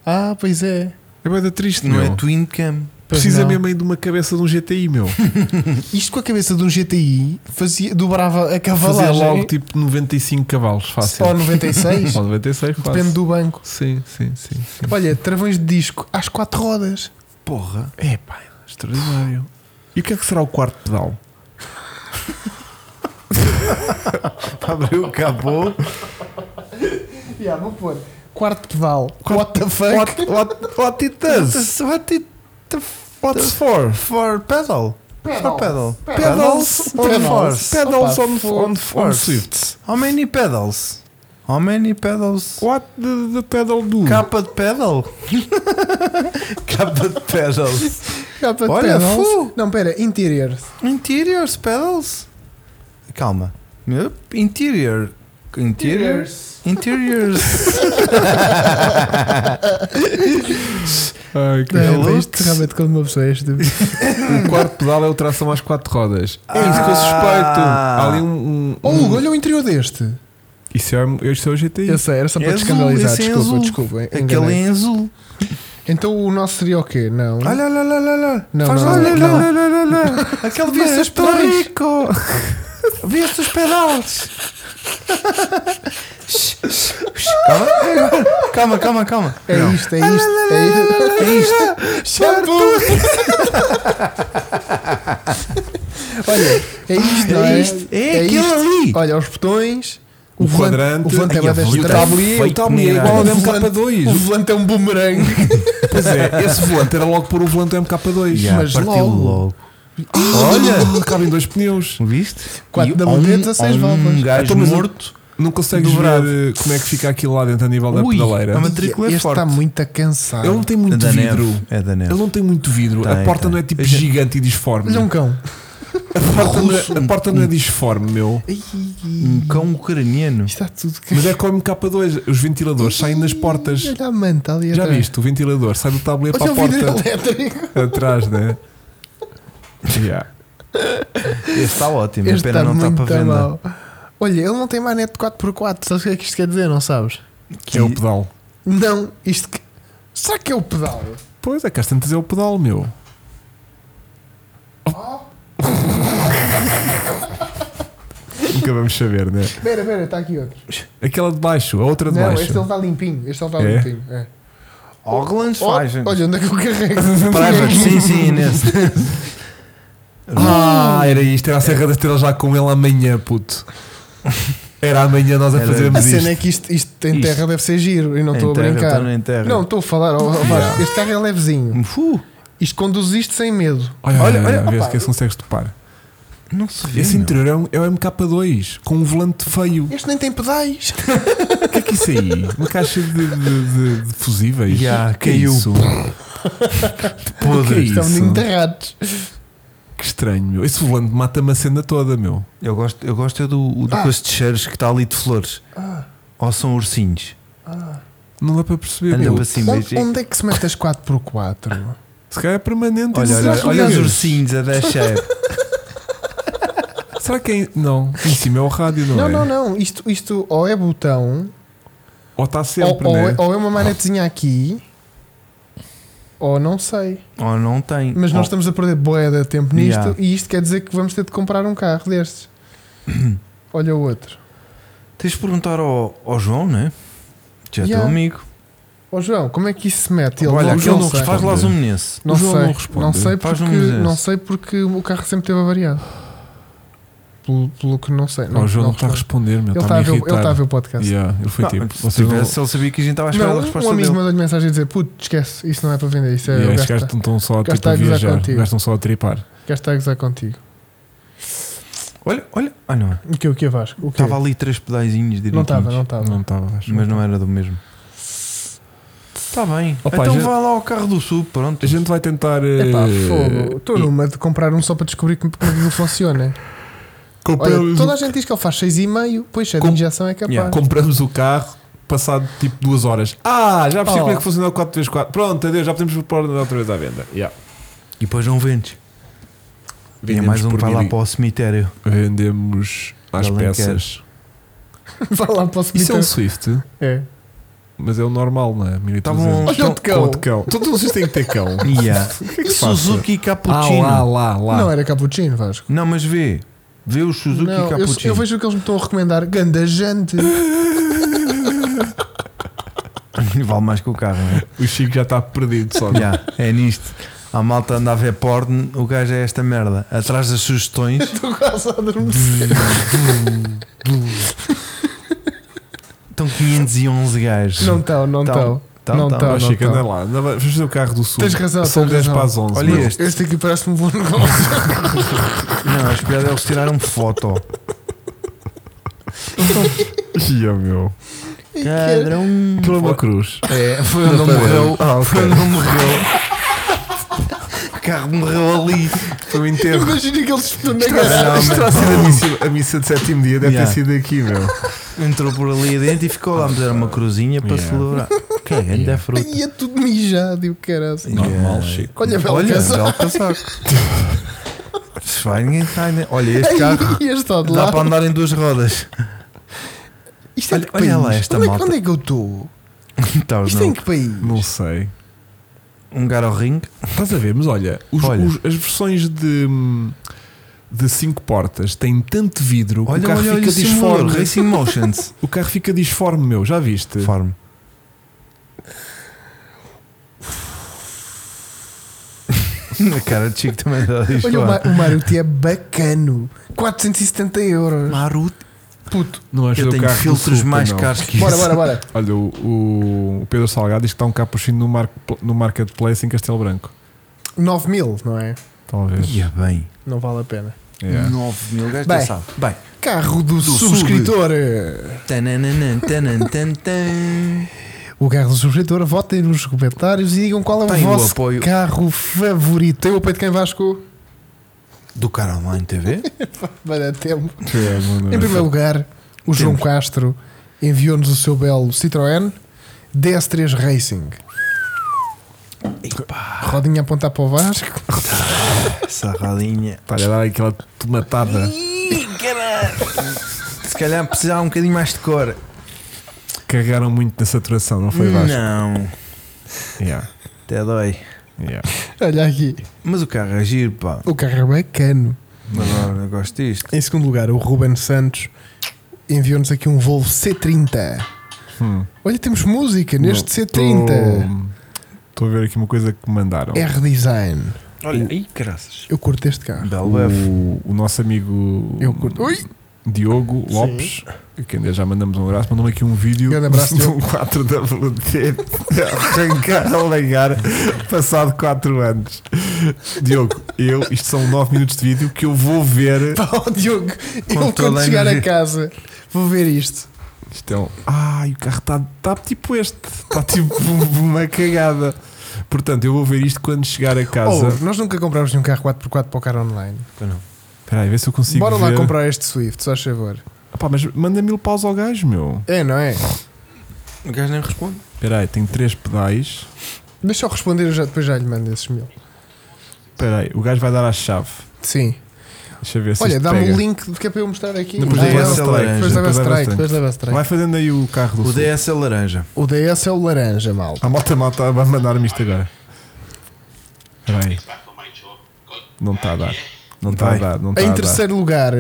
Ah, pois é.
É bem triste,
Não
meu.
é twin cam.
Pois
Precisa
não.
mesmo aí de uma cabeça de um GTI, meu.
Isto com a cabeça de um GTI fazia, dobrava a
Fazer
cavalagem
logo tipo 95 cavalos, fácil.
ou 96.
Ou 96, fácil.
um Depende do banco.
Sim, sim, sim. sim.
Olha, travões de disco às quatro rodas.
Porra.
É pá, extraordinário. E o que é que será o quarto pedal?
Abriu o capô.
Já, vou pôr. Quarto pedal. What the fuck?
What, what, what it does?
What it the
What's for?
for pedal? For pedal.
Pedals on
Pedals.
force. Pedals
Opa,
on,
fogo.
on, on
Force.
swifts.
How many pedals? How many pedals?
What the, the pedal do?
Capa de pedal? Capa de pedals.
Capa de
Olha,
pedals.
fu.
Não, pera, interiors.
Interiors pedals? Calma. Yep. Interior. Interiors. Interiors.
Ai, que
É,
maluco.
pá, isto realmente quando uma pessoa é este.
o quarto pedal é o tração às quatro rodas. É isso que eu
Ah.
suspeito. Há ali um. um-
Oh,
um-
Hugo, olha o interior deste.
Isso é, isso é o GTI.
Eu sei, era só para
É
te
azul,
escandalizar.
esse é
Desculpa,
azul.
desculpa.
Aquele
enganei.
em azul.
Então o nosso seria o quê? Não.
Olha, olha, olha, olha, olha.
Não,
Faz
não,
lá, olha,
não.
olha, olha, olha, olha. Aquele vê-se os pedais.
rico!
Vê-se os pedais. calma, calma, calma, calma.
é isto, é isto, é isto.
É isto.
Shampoo! Olha, é isto, não
É
é?
isto. É aquilo
isto.
ali.
Olha, os botões,
O
volante-
quadrante.
o volante é
Ai,
bué
a
da
volante.
estranho.
O tablier- o tablier é igual ao
O
da
volante- O
MK2.
volante é um boomerang.
Pois é, esse volante era logo por um volante MK2.
Yeah,
Mas
partiu
logo.
logo.
Olha! cabem dois pneus.
Viste?
Quatro
E
da
há um-
Madeira, seis
há
válvulas.
Um gajo
Então, mas-
morto.
Não consegues
Dobrado.
ver eh, como é que fica aquilo lá dentro a nível da
Ui,
pedaleira.
a matrícula é
Este
forte.
está muito a cansar.
Ele não tem muito
da
vidro.
neve. É da
Ele
neve.
não tem muito vidro. a
Tem,
porta
tem.
não é tipo
Eu já-
gigante e disforme.
Olha um cão.
a, porta não é, a porta não é disforme, meu.
Um cão ucraniano.
Está tá tudo
Mas é como K2. Os ventiladores saem das portas.
Olha a manta ali
Já
atrás.
viste? O ventilador sai do tabuleiro para
Olha
a
o vidro
porta
elétrico.
atrás, né? Yeah.
Este está ótimo.
Este
a pena
está
tá
não está
muito
para venda.
mal. Olha, ele não tem manete 4x4. Sabes o que é que isto quer dizer? Não sabes?
Que é o pedal.
Não, isto que. Será que é o pedal?
Pois é, que às tantas é o pedal, meu. Nunca vamos saber, né?
Espera, espera, está aqui outro.
Aquela de baixo, a outra de
não, é
baixo.
este ele está limpinho. Este ele está
É?
limpinho. É.
Oglands
Oh,
faz.
olha, onde é que eu carrego?
Private. Sim, sim, nesse.
Ah, era isto, era a Serra da Estrela já com ele amanhã, puto. Era amanhã nós a
Era.
fazermos
A cena é
isto.
que isto, isto em
Isto.
terra deve ser giro. E não
Em
estou a
terra,
brincar.
estou em terra.
Não, estou a falar. ó, ó, Vasco, Este carro é levezinho.
Fu,
Isto conduz isto sem medo.
Olha, olha,
Olha,
olha,
olha,
vê se
opa.
que esse consegues topar.
não se vê.
Esse
meu.
interior é um, é um MK2 com um volante feio.
Este nem tem pedais.
O que é que é isso aí? Uma caixa de, de- de- de fusíveis?
Ya,
Que é
caiu.
isso?
Podre.
Que
Isto é um
isso?
menino de ratos.
Que estranho, meu. Esse volante mata-me a cena toda, meu.
Eu gosto, eu gosto é do,
Ah.
do coice de cheiros que está ali de flores. Ou são ursinhos.
Não dá para perceber,
Anda
meu.
para cima.
Onde,
e-
onde é que se mete as 4x4?
Se calhar é permanente.
Olha,
Será
olha,
que
olha
é?
os ursinhos a dar cheiro.
Será que é. Não, em cima é o rádio, não,
Não,
é?
não, não. Isto, isto ou é botão,
Ou está sempre,
ou, ou
né?
é, ou é uma manetezinha aqui, ou não sei.
Ou não tem.
Mas
Ah.
nós
Ou-
estamos a perder boé de tempo nisto
Yeah.
e isto quer dizer que vamos ter de comprar um carro destes. Olha o outro.
Tens de perguntar ao, ao João, né? Já é
Yeah.
teu amigo.
Ó João, como é que isso se mete? Ele
Olha,
não,
aquele
não
não
sei.
responde.
Faz lá zoom nesse.
Não
O João
sei,
não responde.
não sei
um
porque
Faz-nos esse.
não sei porque o carro sempre teve avariado. Pelo, pelo que não sei.
Não,
Não,
o João não
não
está a
responde.
responder, meu.
Ele está a, ver,
me
ele está a ver
irritar.
o podcast.
Yeah,
Ah,
ele foi
Não,
tipo.
se
Vocês
tivesse, ele sabia que a gente estava à espera da
Não, um
resposta
amigo
dele.
mandou-lhe mensagem a dizer: Puto, esquece, isso não é para vender, isso
não...
é.
yeah,
o
estes
gajo
gajos
está-
estão só
gajo
tipo,
está
a
a gozar
viajar,
contigo.
gastam só a tripar.
o gajo está a gozar contigo.
Olha, olha. Ah, não.
O que, o que é Vasco? O quê?
Estava ali três pedaizinhos direitinhos.
Não estava, não estava.
Não estava, acho.
Mas não era do mesmo.
Tá
Está bem.
Opa,
então
a gente-
vá lá ao carro do sul, pronto.
A gente vai tentar.
Epá,
eh,
fogo. Estou numa de comprar um só para descobrir como como é que ele funciona. Olha,
compramos
toda
o-
a gente diz que ele faz 6,5, pois é, de
Com-
injeção é capaz.
Yeah.
compramos o carro, passado tipo duas horas. Ah, já percebi
Oh.
como é que funciona o 4x4. Pronto, adeus, já podemos pôr outra vez à venda. Yeah.
E depois não vendes. E é
Vendemos
mais um
por
que vai lá
mil e-
para o cemitério.
Vendemos às
Ele nem
peças.
Vai lá para o
Isso é um
cemitério.
Swift,
É.
mas é o normal, não é?
Estavam-
1300.
Olha o
Com
de
o
cão.
de cão. Todos vocês têm que ter cão.
um Yeah.
que se passa?
Suzuki Cappuccino.
Ah, lá, lá, lá.
é-
Não era cappuccino, Vasco.
Não, mas vê. Vê o Suzuki
é
Não, eu,
Cappuccino.
eu vejo o que eles me estão a recomendar. Ganda gente.
Vale mais que o carro, não é?
O Chico já está perdido só.
Já, é nisto. A malta anda a ver porn, o gajo é esta merda. Atrás das sugestões,
Estou quase a adormecer.
estão 511 gajos.
Não estão, não
Tão,
estão.
tão,
Não
tão.
Ó,
estão, não
tá.
Chico, anda
estão.
lá. Anda, Vamos fazer o carro do sul.
Tens razão,
São
tens
10
razão.
para as 11.
Olha
meu.
este.
Este aqui parece-me um bom negócio.
Não, as piadas eles tiraram foto.
Ia, meu.
Cadrão.
Aquilo é uma cruz.
É, um foi onde ele morreu. Foi onde ele morreu. O carro morreu ali.
Foi o enterro.
Imagina que eles estão na garagem.
Isto terá sido a missa, a missa de sétimo dia, deve
Yeah.
ter sido aqui, meu.
Entrou por ali dentro e ficou lá a meter uma cruzinha para
Yeah.
celebrar. Que é grande é fruta.
E é tudo mijado e o que era assim.
Normal, Chico.
Olha, belo
Olha,
casal.
belo casaco. Se vai, ninguém cai, né? Olha, este carro
E este está de
dá
lá.
para andar em duas rodas.
Isto é
Olha-
de que
olha lá
país?
esta
onde, é,
malta.
onde é que eu estou?
Então,
Isto é em
não.
que país?
Não sei.
Um garo ring.
Estás a ver, mas olha, os-
Olha.
os- as versões de, de cinco portas têm tanto vidro que o
Olha,
carro
olha, olha,
fica
o simulador,
disforme.
Racing Motions.
O carro fica disforme, meu, já viste?
Farm. A cara de Chico também dá disto.
Olha, o, Ma o Maruti é bacano. 470 euros.
Maruti.
Puto.
Não
Eu
o
tenho
carro do
filtros
Sul,
mais
não.
caros que
Bora,
isso.
bora, bora.
Olha, o, o Pedro Salgado diz que está um capuchinho no, mar, no marketplace em Castelo Branco.
9 mil, não é?
Talvez.
Ia bem.
Não vale a pena.
Yeah.
9 mil gajos
Bem.
já sabe. É. Bem.
Carro do,
sul.
subscritor.
Tanananan, tanan, tan, tan.
O carro do subscritor, votem nos comentários e digam qual é o
Tem o
vosso
apoio.
carro favorito. Tem o apoio de quem Vasco?
Do cara online TV?
Vai dar tempo.
Yeah, mano.
Em primeiro lugar, o João
Temos.
Castro enviou-nos o seu belo Citroën DS3 Racing. Rodinha a apontar para o Vasco.
Essa radinha.
Está-lhe a dar aquela tomatada.
Ih, caralho. Se calhar precisava um bocadinho mais de cor.
Cagaram muito na saturação, não foi Vasco?
Não.
Yeah.
Até dói.
Yeah.
Olha aqui.
Mas o carro é giro, pá.
O carro é bacano.
Agora eu gosto disto.
Em segundo lugar, o Ruben Santos enviou-nos aqui um Volvo C30.
Hum.
Olha, temos música neste C30.
Estou a ver aqui uma coisa que me mandaram.
É R-Design.
Olha, aí, graças.
Eu curto este carro.
Belo bef.
O, o nosso amigo
Eu curto. Ui!
Diogo Lopes, que ainda já mandamos um abraço, mandou-me aqui um vídeo
Grande abraço,
de um
Diogo.
4WD arrancar a lengar passado 4 anos. Diogo, eu, isto são 9 minutos de vídeo que eu vou ver.
Pá, ó, Diogo, eu
toda
quando
a
chegar a
energia.
casa vou ver isto.
Isto é um. Ai, o carro está tá tipo este, está tipo uma cagada. Portanto, eu vou ver isto quando chegar a casa.
Oh, nós nunca comprámos nenhum carro 4x4 para o carro online.
Espera aí, vê se eu consigo.
Bora lá
ver.
comprar este Swift, só a favor.
Pá, mas manda mil paus ao gajo, meu.
É, não é?
O gajo nem responde.
Espera aí, tem 3 pedais.
Deixa eu responder, eu já, depois já lhe mando esses mil.
Espera aí, o gajo vai dar à chave.
Sim.
Deixa eu ver se
Olha,
isto
dá-me
pega.
o link que é para eu mostrar aqui.
Não,
Depois
Ah, é
Ah,
o
é,
DS é
o strike,
laranja.
depois
Depois da
é o
Best Strike,
strike.
depois da Best Strike.
Vai fazendo aí o carro do sul.
O DS é laranja.
O DS é o laranja, mal.
A malta, a malta vai mandar-me isto agora. Espera aí. Não está a dar. Não está a
Vai. Ah,
dar. Não está
tá,
Em
a dar.
terceiro lugar,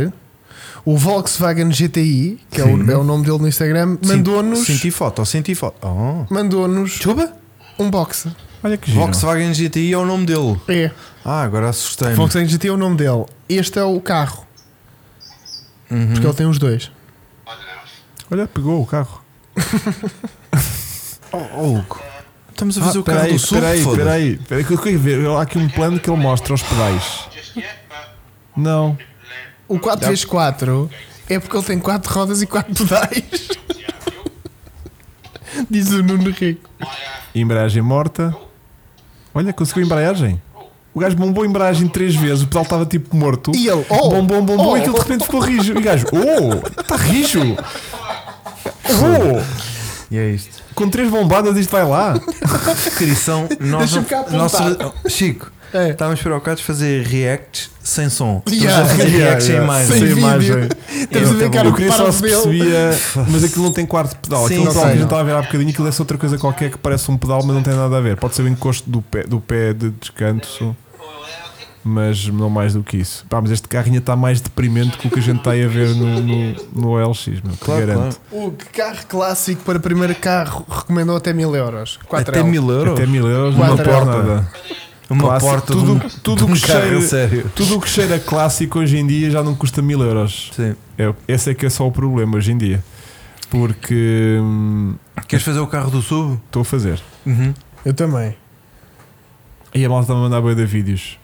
O Volkswagen GTI, que é o,
Sim.
é o nome dele no Instagram, mandou-nos
Senti foto, senti foto. Oh.
mandou-nos
Desculpa?
um boxer.
Olha que giro.
Volkswagen GTI é o nome dele.
É.
Ah, agora assustei-me.
Volkswagen GT é o nome dele. Este é o carro. Porque ele tem os dois.
Olha, pegou o carro.
Oh, oh, Hugo. Estamos a fazer o carro
peraí,
do sul.
peraí, peraí, peraí, que eu quero ver. Há aqui um plano que ele mostra os pedais. Não.
O 4x4 é porque ele tem 4 rodas e 4 pedais. Diz o Nuno Rico.
Embreagem morta. Olha, conseguiu embreagem. O gajo bombou a embreagem três vezes, o pedal estava tipo morto.
E ele, oh,
bombou, bombou,
oh.
e aquilo de repente ficou rijo. E o gajo, oh, está rijo. Oh,
E é isto.
com três bombadas isto vai lá.
Descrição. Nós,
Deixa-me cá
nós- oh,
apontar.
Chico,
É.
estávamos preocupados de fazer reacts sem som. Estamos
Yeah.
a fazer
Yeah,
reacts sem
yeah.
imagem.
Sem
Sem
imagem.
um.
vídeo. Estamos
Eu
a ver
até
Então,
cara
tá eu
o que
queria só
para
se
dele.
percebia, mas aquilo não tem quarto pedal.
Sim,
aquilo tal
sim,
que a gente
não.
estava a ver há bocadinho, aquilo é só outra coisa qualquer que parece um pedal, mas não tem nada a ver. Pode ser o encosto do pé, do pé de descanso, mas não mais do que isso. Pá, mas este carrinho está mais deprimente que o que a gente está aí a ver no, no, no LX, meu, te
Claro,
garanto.
O que carro clássico para primeiro carro recomendou até 1000 euros. 4
Até mil euros?
Até mil euros numa
Quatro euros.
porta.
Uma
Clássico,
porta
tudo-
de um,
tudo
de um
que
carro
cheira-
sério.
Tudo o que cheira clássico hoje em dia já não custa mil euros.
Sim.
É, esse é que é só o problema hoje em dia. Porque hum,
Queres fazer o carro do sub?
estou a fazer.
Uhum.
Eu também.
E a malta está-me a mandar boia de vídeos.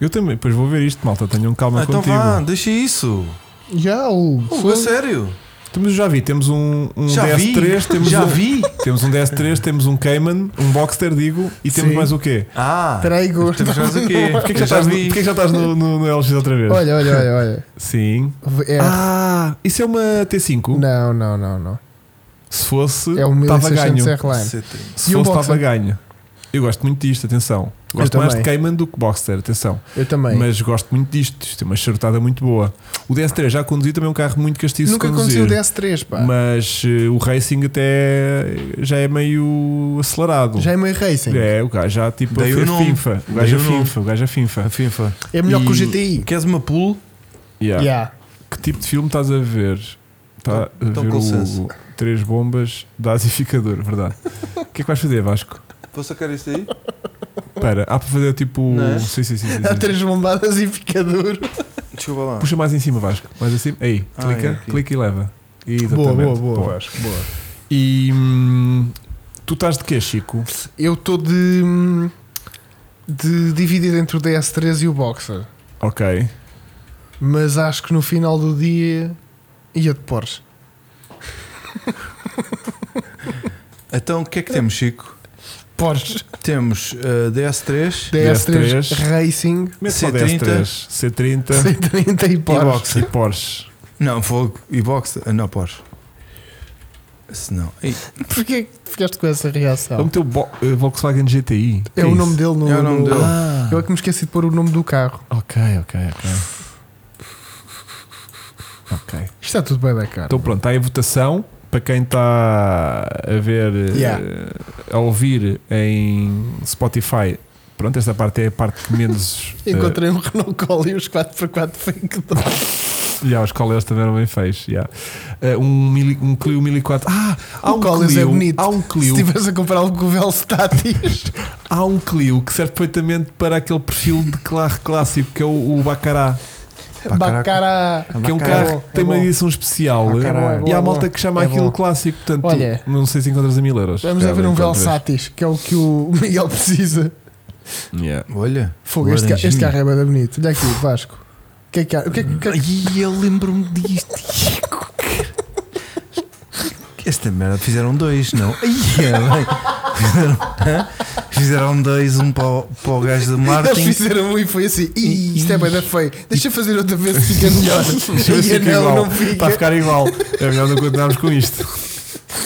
Eu também, pois vou ver isto, malta. Tenham calma
Ah, então
contigo.
vá, deixa isso.
Já o.
Hugo, a sério.
Temos- Então, já vi, temos um, um
Já vi.
DS3, temos
Já
um,
vi.
Temos um DS3, temos um Cayman, um Boxster, digo, e temos
Sim.
mais o quê?
Ah,
Espera aí, Hugo.
temos mais o quê?
Porquê que, já
Eu já
estás, no-
vi.
porquê que já estás no, no- no LX outra vez?
Olha, olha, olha, olha.
Sim.
É.
Ah, isso é uma T5?
Não, não, não, não.
Se fosse,
É o
estava
1600
ganho.
R-Line.
Se
E um
fosse, estava
Boxster?
ganho. Eu gosto muito disto, atenção. Gosto mais de
também.
Cayman do que Boxster, atenção.
Eu também.
Mas gosto muito disto, isto é uma charutada muito boa. O DS3 já conduzi também é um carro muito castiço de
Nunca
conduzir,
aconteceu o DS3, pá.
Mas eh, o racing até já é meio acelerado.
Já é meio racing. É,
É, o gajo já tipo
Daí o
é
nome.
finfa. O
Daí
gajo é
o nome.
finfa, o gajo é finfa.
FIFA.
É melhor que o
E- é?
GTI.
Queres uma pool?
Yeah.
Yeah.
Que tipo de filme estás a ver? Está a
Então,
ver
com
o
licença.
Três Bombas da Asificador, verdade. O que é que vais fazer, Vasco?
Vou sacar isto aí?
Espera, há para fazer tipo.
Não é?
Sim, sim, sim. sim,
Há
sim.
três bombadas e fica duro.
Desculpa lá.
Puxa mais em cima, Vasco. Mais assim. Aí,
Ah,
clica,
é aqui.
clica e leva. Exatamente.
Boa, boa, boa.
boa. E hum, tu estás de quê, Chico?
Eu estou de. hum, de dividido entre o DS3 e o Boxer.
Ok.
Mas acho que no final do dia ia de Porsche.
Então, o que é que temos, Chico?
Porsche.
Temos eh, DS3
DS3,
DS3.
Racing,
Mete só
C30.
DS3, C30
C30 e
Tá. e
Porsche.
Boxer. E Porsche.
Não, fogo e boxe. ah, Não, Porsche. Se não. Ei,
Porquê que ficaste com essa
É o
reação?
teu Bo- eh, Volkswagen GTI.
Tá. É,
Que
o
isso? Ah.
nome dele no.
É o nome
no-
dele.
Eu é que me esqueci de pôr o nome do carro.
Ok, ok, ok. Ok.
Isto está tudo bem da cara.
Então pronto, está aí a votação. Para quem está a ver, eh,
Yeah.
a ouvir em Spotify, pronto, esta parte é a parte que menos. eh,
Encontrei um Renault Cole e os 4x4 fake doors.
Yeah, eh, os Coleos também eram bem feios. yeah. Eh, um, mili, um Clio 1004. Ah, há
O
um
Coleos
Clio,
é bonito.
Há um
Se
Clio,
estivesse a comprar algo com o Velstatis.
há um Clio que serve perfeitamente para aquele perfil de carro clássico que é o, o Bacará.
Pá,
Bacará.
Que é um
Bacará.
carro
É bom,
que tem
é
uma
bom.
edição especial
Ah, caralho.
eh,
É bom,
e há
é
malta
bom.
que chama
É
aquilo
bom.
clássico. Portanto,
Olha.
não sei se encontras a mil euros.
Vamos a
Cara,
ver um
encontras.
Velsatis, que é o que o Miguel precisa.
Yeah.
Olha.
Fogo, este, ca- este carro é bem bonito. Olha aqui, Vasco. O que é que há? O que é que- o que é que-
Ai, eu lembro-me disto. Chico.
é-
Esta merda fizeram dois, não? Ai, é bem. Fizeram, hã? Fizeram dois, um para o, para o gajo do
Eles
Martin.
fizeram um e foi assim. "Ih, Isto é bem da feio. Deixa fazer outra vez se fica melhor.
Fica
e não,
igual.
não
Está a
fica.
ficar igual. É melhor não continuarmos com isto.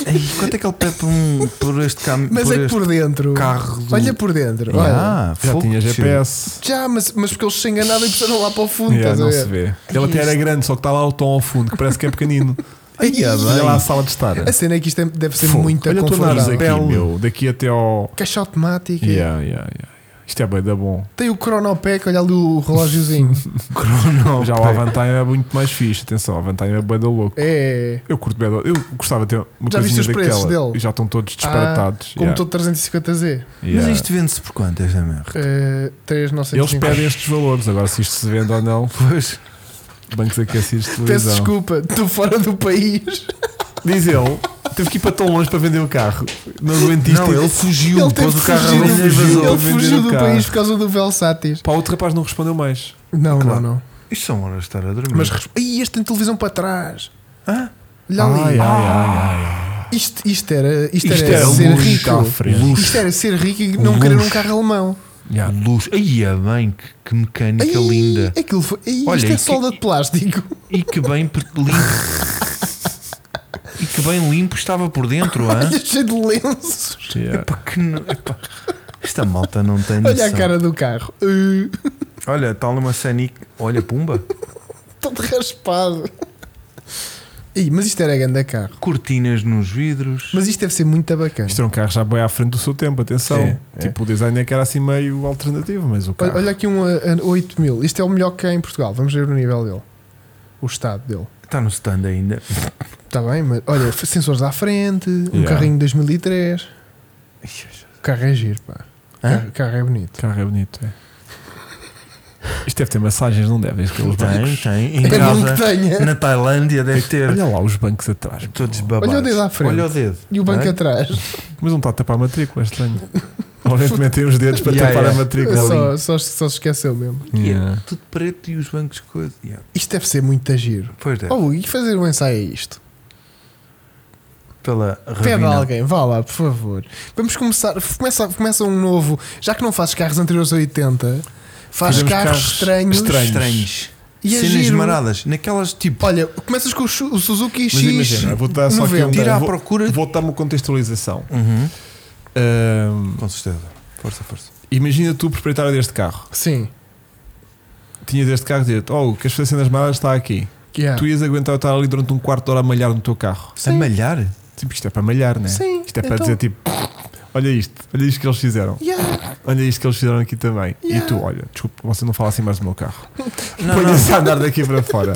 Ai, quanto é que ele pede por, um, por este caminho?
Mas é que por dentro.
carro do-
Olha por dentro. olha.
Ah,
Já
fogo,
tinha
Chico.
GPS.
Já, mas, mas porque eles se enganaram e puseram lá para o fundo.
Yeah,
estás a
não
ver?
se vê. Ele até era grande, só que está lá o tom ao fundo, que parece que é pequenino.
Ai,
Olha lá a sala de estar.
A cena é que isto é- deve ser
Fogo.
muito
Olha a tua nariz
confortável.
aqui, meu. Daqui até ao.
Caixa automática.
Yeah, yeah, yeah. yeah. Isto é bem da bom.
Tem o Chronopec, olha ali o relógiozinho.
Crono.
Já o Avantime é muito mais fixe. Atenção, o Avantime é bem da louco.
é.
Eu curto bem da Eu gostava de ter uma
Já viste
coisinha
os preços
daquela.
dele? Ah,
E já estão todos disparatados.
Como
Yeah.
todo 350Z.
Yeah.
Mas isto vende-se por quanto, esta merda?
Eh, três não sei
Eles
cinco.
pedem estes valores. Agora, se isto se vende ou não,
Pois.
bancos aquecidos de
Peço
televisão.
desculpa, estou fora do país.
Diz ele, teve que ir para tão longe para vender o carro. Não aguentiste.
Não, ele
fugiu.
é- Ele teve
pôs
que
o carro
fugir,
a
ele
vender,
fugiu,
vazou,
ele
vender
fugiu
o
do
carro.
país por causa do Velsatis.
Pá, outro rapaz não respondeu mais.
Não,
Claro.
não, não.
Isto são horas de estar a dormir.
Mas res- Ih, este tem televisão para trás.
Hã?
Olha
Ai, ai,
ali. Ah,
ai, ai.
Isto, isto era, isto
Isto é um
era
era
ser
luxo à
rico.
frente.
Isto era ser rico e não
Luxo.
querer um carro alemão.
Yeah.
Luz. Ai, a bem, que, que mecânica
Ai,
linda.
Aquilo foi, ai,
Olha,
isto
e
é
que-
solda de plástico.
E que bem per- limpo. e que bem limpo estava por dentro, hã?
Olha, cheio de lenços.
Yeah.
Epá, que no- epá. Esta malta não tem noção.
Olha a cara do carro. Uh,
Olha, está numa Sanic. Olha, pumba.
todo raspado. Ih, mas isto era grande carro.
Cortinas nos vidros.
Mas isto deve ser muito bacana.
Isto é um carro já bem à frente do seu tempo, atenção.
É, é.
tipo, o design é que era assim meio alternativo, mas o carro.
Olha, olha aqui um a- a 8000. Isto é o melhor que há em Portugal. Vamos ver o nível dele. O estado dele.
Está no stand ainda.
Está bem, mas olha, f- sensores à frente, um
Yeah.
carrinho de 2003. O carro é giro, pá. O
Hã?
carro- O carro é bonito.
O carro é bonito, é. Isto deve ter massagens, não deve? Aqueles
Tem,
bancos.
tem. Em
Pena um
casa,
que tenha.
na Tailândia deve ter.
Olha lá os bancos atrás.
É. Todos babados.
Olha o dedo à frente.
Olha o dedo.
E o banco
Não é?
atrás.
Mas não está a tapar a matrícula, é estranho. Obviamente metem os dedos para
Yeah,
tapar
yeah.
a matrícula.
Só, é. só, só se esqueceu mesmo.
ali.
Yeah.
Yeah.
é Tudo preto e os bancos coisa. Yeah.
Isto deve ser muito giro.
Pois é.
Oh, e fazer um ensaio a isto?
Pela
Pede a
ravina.
alguém, vá lá, por favor. Vamos começar. Começa, começa um novo. Já que não fazes carros anteriores a 80, faz
Fazemos
carros,
carros
estranhos.
estranhos.
Estranhos.
E é
Cenas
giro.
maradas. Naquelas tipo.
Olha, começas com o Su- o Suzuki
Mas
X.
imagina, vou dar só aqui
90.
um.
Tira à
vou-
procura-
Vou dar uma contextualização.
Uhum.
Ahm,
Com certeza. Força, força.
imagina tu, proprietário deste carro.
Sim.
Tinhas este carro e dizia Oh, queres fazer cenas malas? Está aqui.
Yeah.
Tu ias aguentar estar ali durante um quarto de hora a malhar no teu carro.
A malhar?
Tipo, isto é para malhar, né?
Sim,
Isto é para
então-
dizer tipo, olha isto, olha isto que eles fizeram,
Yeah.
olha isto que eles fizeram aqui também.
Yeah.
E tu, olha, desculpa, você não fala assim mais do meu carro.
Não, não.
Põe-se a andar daqui para fora.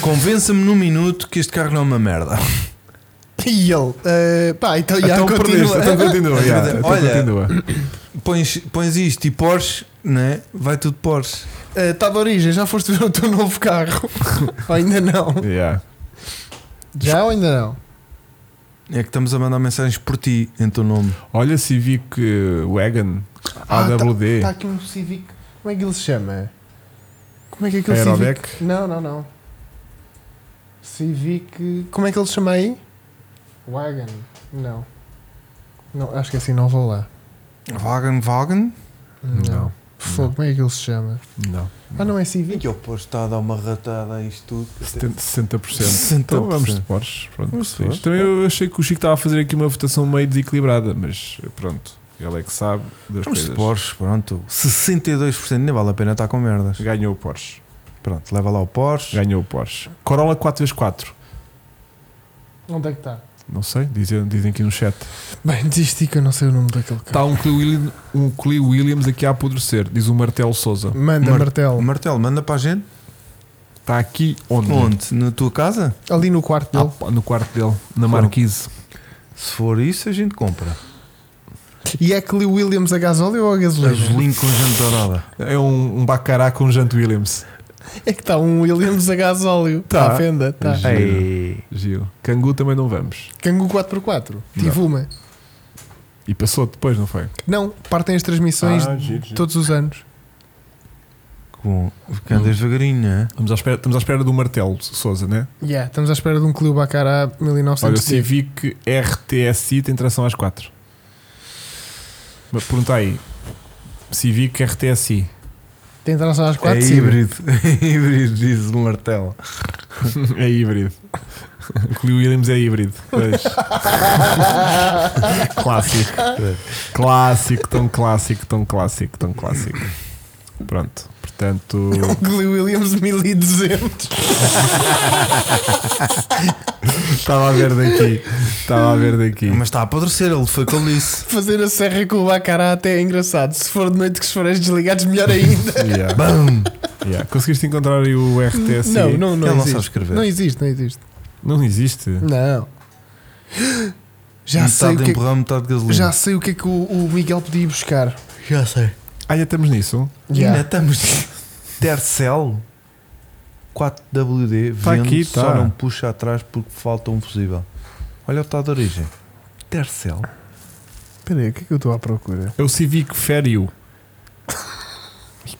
Convença-me num minuto que este carro não é uma merda.
E ele. eh, pá, então, yeah,
então perdeste,
continua.
então continua. yeah, então
Olha-
continua.
Pões, pões isto e Porsche, né? Vai tudo Porsche.
Está Eh, tá de origem, já foste ver o teu novo carro? Ou ainda não?
Yeah.
Já ou ainda não?
É que estamos a mandar mensagens por ti em teu nome.
Olha Civic eh, Wagon
Ah,
AWD.
Está aqui um Civic. Como é que ele se chama? Como é que é aquele
Aeroback?
Civic? Não, não, não. Civic. Como é que ele se chama aí? Wagon. Não. Não, acho que assim não vou lá.
Wagen, Wagen.
Não.
Fogo, como é que ele se chama?
Não.
Ah, não é
E
Civic?
que oposto está a dar uma ratada a isto tudo.
70%. 60%.
60%.
Então vamos de Porsche. Pronto,
Vamos de
fixe.
Porsche.
Também eu achei que o Chico estava a fazer aqui uma votação meio desequilibrada, mas pronto, ele é que sabe das
Vamos de
coisas.
Porsche, pronto. 62% nem vale a pena estar com merdas.
Ganhou o Porsche.
Pronto, leva lá o Porsche.
Ganhou o Porsche. Corolla 4x4.
Onde é que está?
Não sei, dizem, dizem aqui no chat.
Bem, desisti que eu não sei o nome daquele carro.
Está um Clee, William- um Clee Williams aqui a apodrecer, diz o Martelo Souza.
Manda
Mar-
martelo.
Martelo, manda para a gente.
Está aqui onde?
Onde? Na tua casa?
Ali no quarto
Ah,
dele.
pá, no quarto dele, na Marquise.
Se for isso, a gente compra.
E é que Lee Williams a gasóleo ou a gasolina?
Gasolinho com jante dourada.
É um, um bacará com Jante Williams.
É que está um Williams a gasóleo. Está
Tá.
à venda. Tá.
Giro. Giro. Cangu também não vamos.
Kangoo 4x4. Tive uma.
E passou depois, não foi?
Não, partem as transmissões
Ah, giro, giro.
todos os anos.
Com... Que andas devagarinho, não é?
Estamos à espera, estamos à espera do Martelo Souza, né?
Yeah, estamos à espera de um Clio Bacará
Olha, o
1900.
Civic RTSI tem tração às 4. Mas pergunta aí. Civic RTSI.
Tem tração às 4
é híbrido. É híbrido, diz o martelo.
É híbrido. O Cleo Williams é híbrido. Pois. clássico. Clássico, tão clássico, tão clássico, tão clássico. Pronto. Portanto,
Glee Williams 1200.
estava a ver daqui. Estava a ver daqui.
Mas está a apodrecer, ele foi com isso.
Fazer a serra com o Bacará até é engraçado. Se for de noite que os faróis desligados, melhor ainda.
Yeah.
Bam!
Yeah. Conseguiste encontrar aí o RTSI?
Não,
Ele
não, não,
não
existe.
sabe escrever.
Não existe, não existe.
Não existe.
Não. Já sei,
metade de
o que é que,
empurrão, metade de gasolina.
já sei o que é que o, o Miguel podia ir buscar.
já sei.
Ah, já estamos nisso.
Já.
Ainda estamos. Tercel 4WD
Tá
vendo,
aqui,
só
tá.
não puxa atrás porque falta um fusível. Olha o que está de origem. Tercel.
Espera aí, o que é que eu estou à procura?
É o Civic Fério.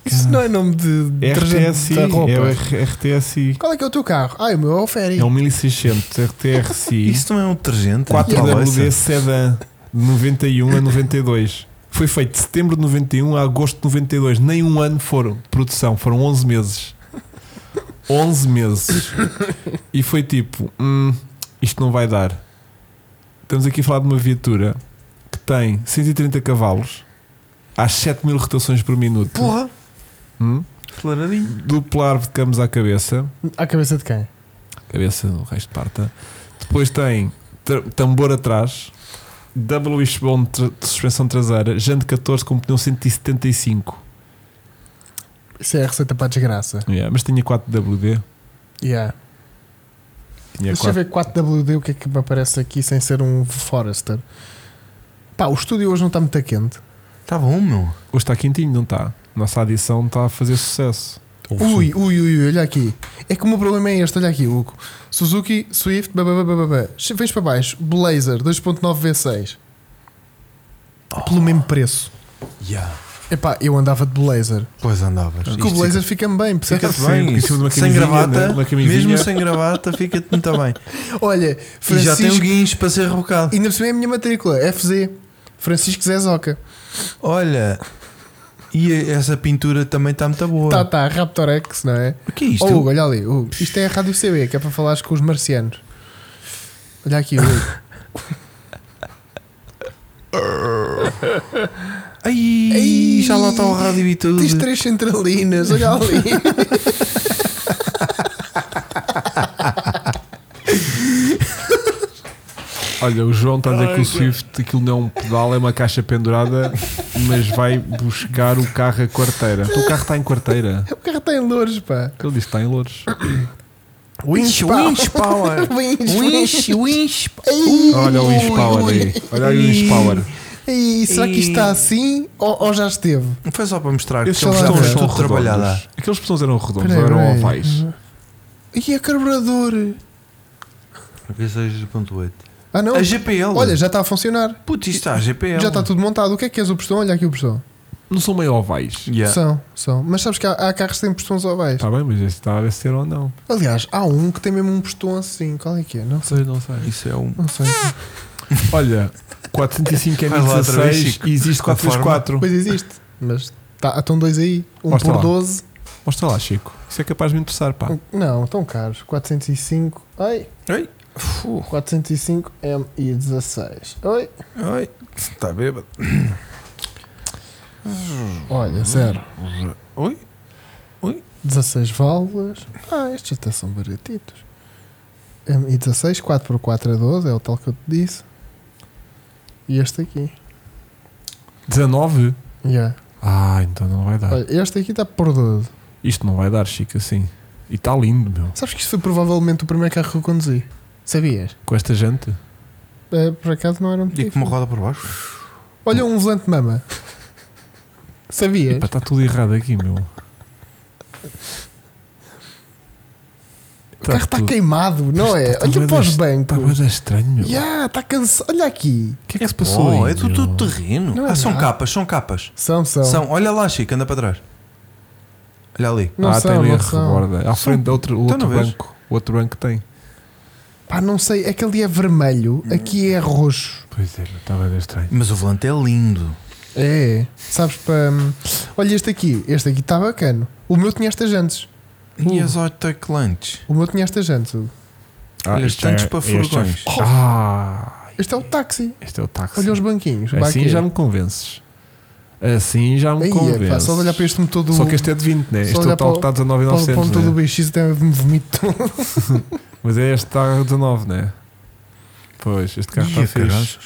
Isso não é nome de detergente
RTSI.
da roupa.
É o R- RTSI.
Qual é que é o teu carro? Ah, o meu é o Ferry.
É um 1600 RTRC.
Isso não é um detergente? Uma
WD
louça?
Sedan de 91 a 92. Foi feito de setembro de 91 a agosto de 92. Nem um ano foram de produção, foram 11 meses. 11 meses. E foi tipo: hum, isto não vai dar. Estamos aqui a falar de uma viatura que tem 130 cavalos, às 7 mil rotações por minuto,
Porra!
Hum?
Aceleradinho.
duplo árvore de campos à cabeça.
À cabeça de quem?
cabeça do resto de parta. Depois tem tra- tambor atrás, double wishbone tra- de suspensão traseira, jante 14 com pneu 175.
Isso é a receita para a desgraça.
Yeah, mas tinha 4WD.
Yeah.
Tinha
Deixa eu
4.
ver 4WD o que é que me aparece aqui sem ser um Forester. Pá, o estúdio hoje não está muito quente.
Está bom, um, meu.
Hoje está quentinho, não está? Nossa adição está a fazer sucesso.
Ui, ui, ui, olha aqui. É que o meu problema é este, olha aqui, Hugo. Suzuki, Swift, bababababá. Vens para baixo, Blazer 2.9 V6. Tá Pelo mesmo preço.
Yeah.
Epá, eu andava de Blazer.
Pois andavas.
Porque o
Isto
Blazer fica-me bem, percebes?
Fica-te bem,
Em cima de uma
sem
camisinha,
gravata,
né? Uma camisinha.
mesmo sem gravata, fica-te muito bem.
Olha,
E já tem um
Francisco,
guincho para ser rebocado.
ainda por cima é a minha matrícula, FZ. Francisco Zezoca.
Olha, e essa pintura também está muito boa.
Tá, tá, Raptor X, não é?
O que é isto?
Oh, Hugo, olha ali, Hugo, isto é a Rádio CB, que é para falares com os marcianos. Olha aqui, Hugo.
Ai,
Ai,
já lá está o rádio e tudo.
Tens três centralinas, olha ali.
Olha, o João está a dizer que o Swift aquilo não é um pedal, é uma caixa pendurada, mas vai buscar o carro a quarteira. Então, o carro está em quarteira.
O carro está em Louros, pá.
Ele disse que está em Louros.
Winch, winch power.
Winch,
Winch, winch.
Olha Um o Inch Power aí. Olha aí o Inch Power.
E será que isto está assim ou, ou já esteve?
Foi só para mostrar que
Esses
são
lá
pistões
pessoas
ver.
são
né? tudo
redondos.
trabalhadas.
Aqueles pistões eram redondos,
Peraí,
ou eram
peraí.
ovais.
E a carburador? Ah não?
A GPL.
Olha, já está a funcionar.
Putz, isto está a GPL.
Já está tudo montado. O que é que és o pistão? Olha aqui o pistão.
Não são meio ovais.
Yeah.
São, são. Mas sabes que há, há carros que têm pistões ovais.
Está bem, mas esse está a ver se era ou não.
Aliás, há um que tem mesmo um pistão assim. Qual é que é? Não sei.
não sei.
Isso é um.
Não sei.
Olha, 405
Vai lá outra vez,
M16
Chico.
é e existe
Da
434.
Pois existe. Mas tá, estão dois aí. Um
Mostra
por
lá.
12.
Mostra lá, Chico. Isso é capaz de me interessar, pá.
Não, estão caros. 405. Ai.
Oi.
405 M e 16. Oi.
Oi. Está bêbado.
Olha, zero.
Oi.
16 válvulas. Ah, estes até são baratitos. M e 16, 4x4 é 12, é o tal que eu te disse. E este aqui.
19?
Yeah.
Ah, então não vai dar.
Olha, este aqui está por 12.
Isto não vai dar, Chico, assim. E está lindo, meu.
Sabes que isto foi provavelmente o primeiro carro que eu conduzi. Sabias?
Com esta gente.
Eh, por acaso não era um
E
tipo.
com uma roda por baixo.
Olha um volante de mama. Sabias?
Está tá tudo errado aqui, meu.
O
Tá
carro tá está queimado, não é? Olha para os
Está
bancos.
mais é estranho, meu. O
Yeah, está cansado. Olha aqui.
que é que se passou aí,
é tudo
meu?
tudo terreno.
Não é
ah, são
nada.
capas, são capas.
São, são.
São, olha lá, Chico, anda para trás. Olha ali.
Não
ah,
são,
tem ali a
não são.
reborda. À frente, outro, o
Então
outro
não vês?
banco. O outro banco tem.
Pá, não sei. Aquele ali é vermelho, aqui é roxo.
Pois é, estava a estranho.
Mas o volante é lindo.
É, sabes para. Olha este aqui, este aqui está bacana. O meu tinha estas antes. Uh.
E as autoclantes?
O meu tinha estas antes. Hugo.
Olha,
isto
tanques para
este é-
furgões.
Ah,
Este é o táxi.
este é o táxi.
Oh. Olha os banquinhos.
assim
baquê.
já me convences. Assim já me
Aí, é, pá,
convence.
só de olhar para este motor do.
Só que este é de 20, né?
só
Este
olhar
é tal que
para
está
o-
19,900.
para o motor
né?
do BX até me vomito.
Mas é este está a 19, né? Pois, este carro
Ih,
está fixe.
caraças.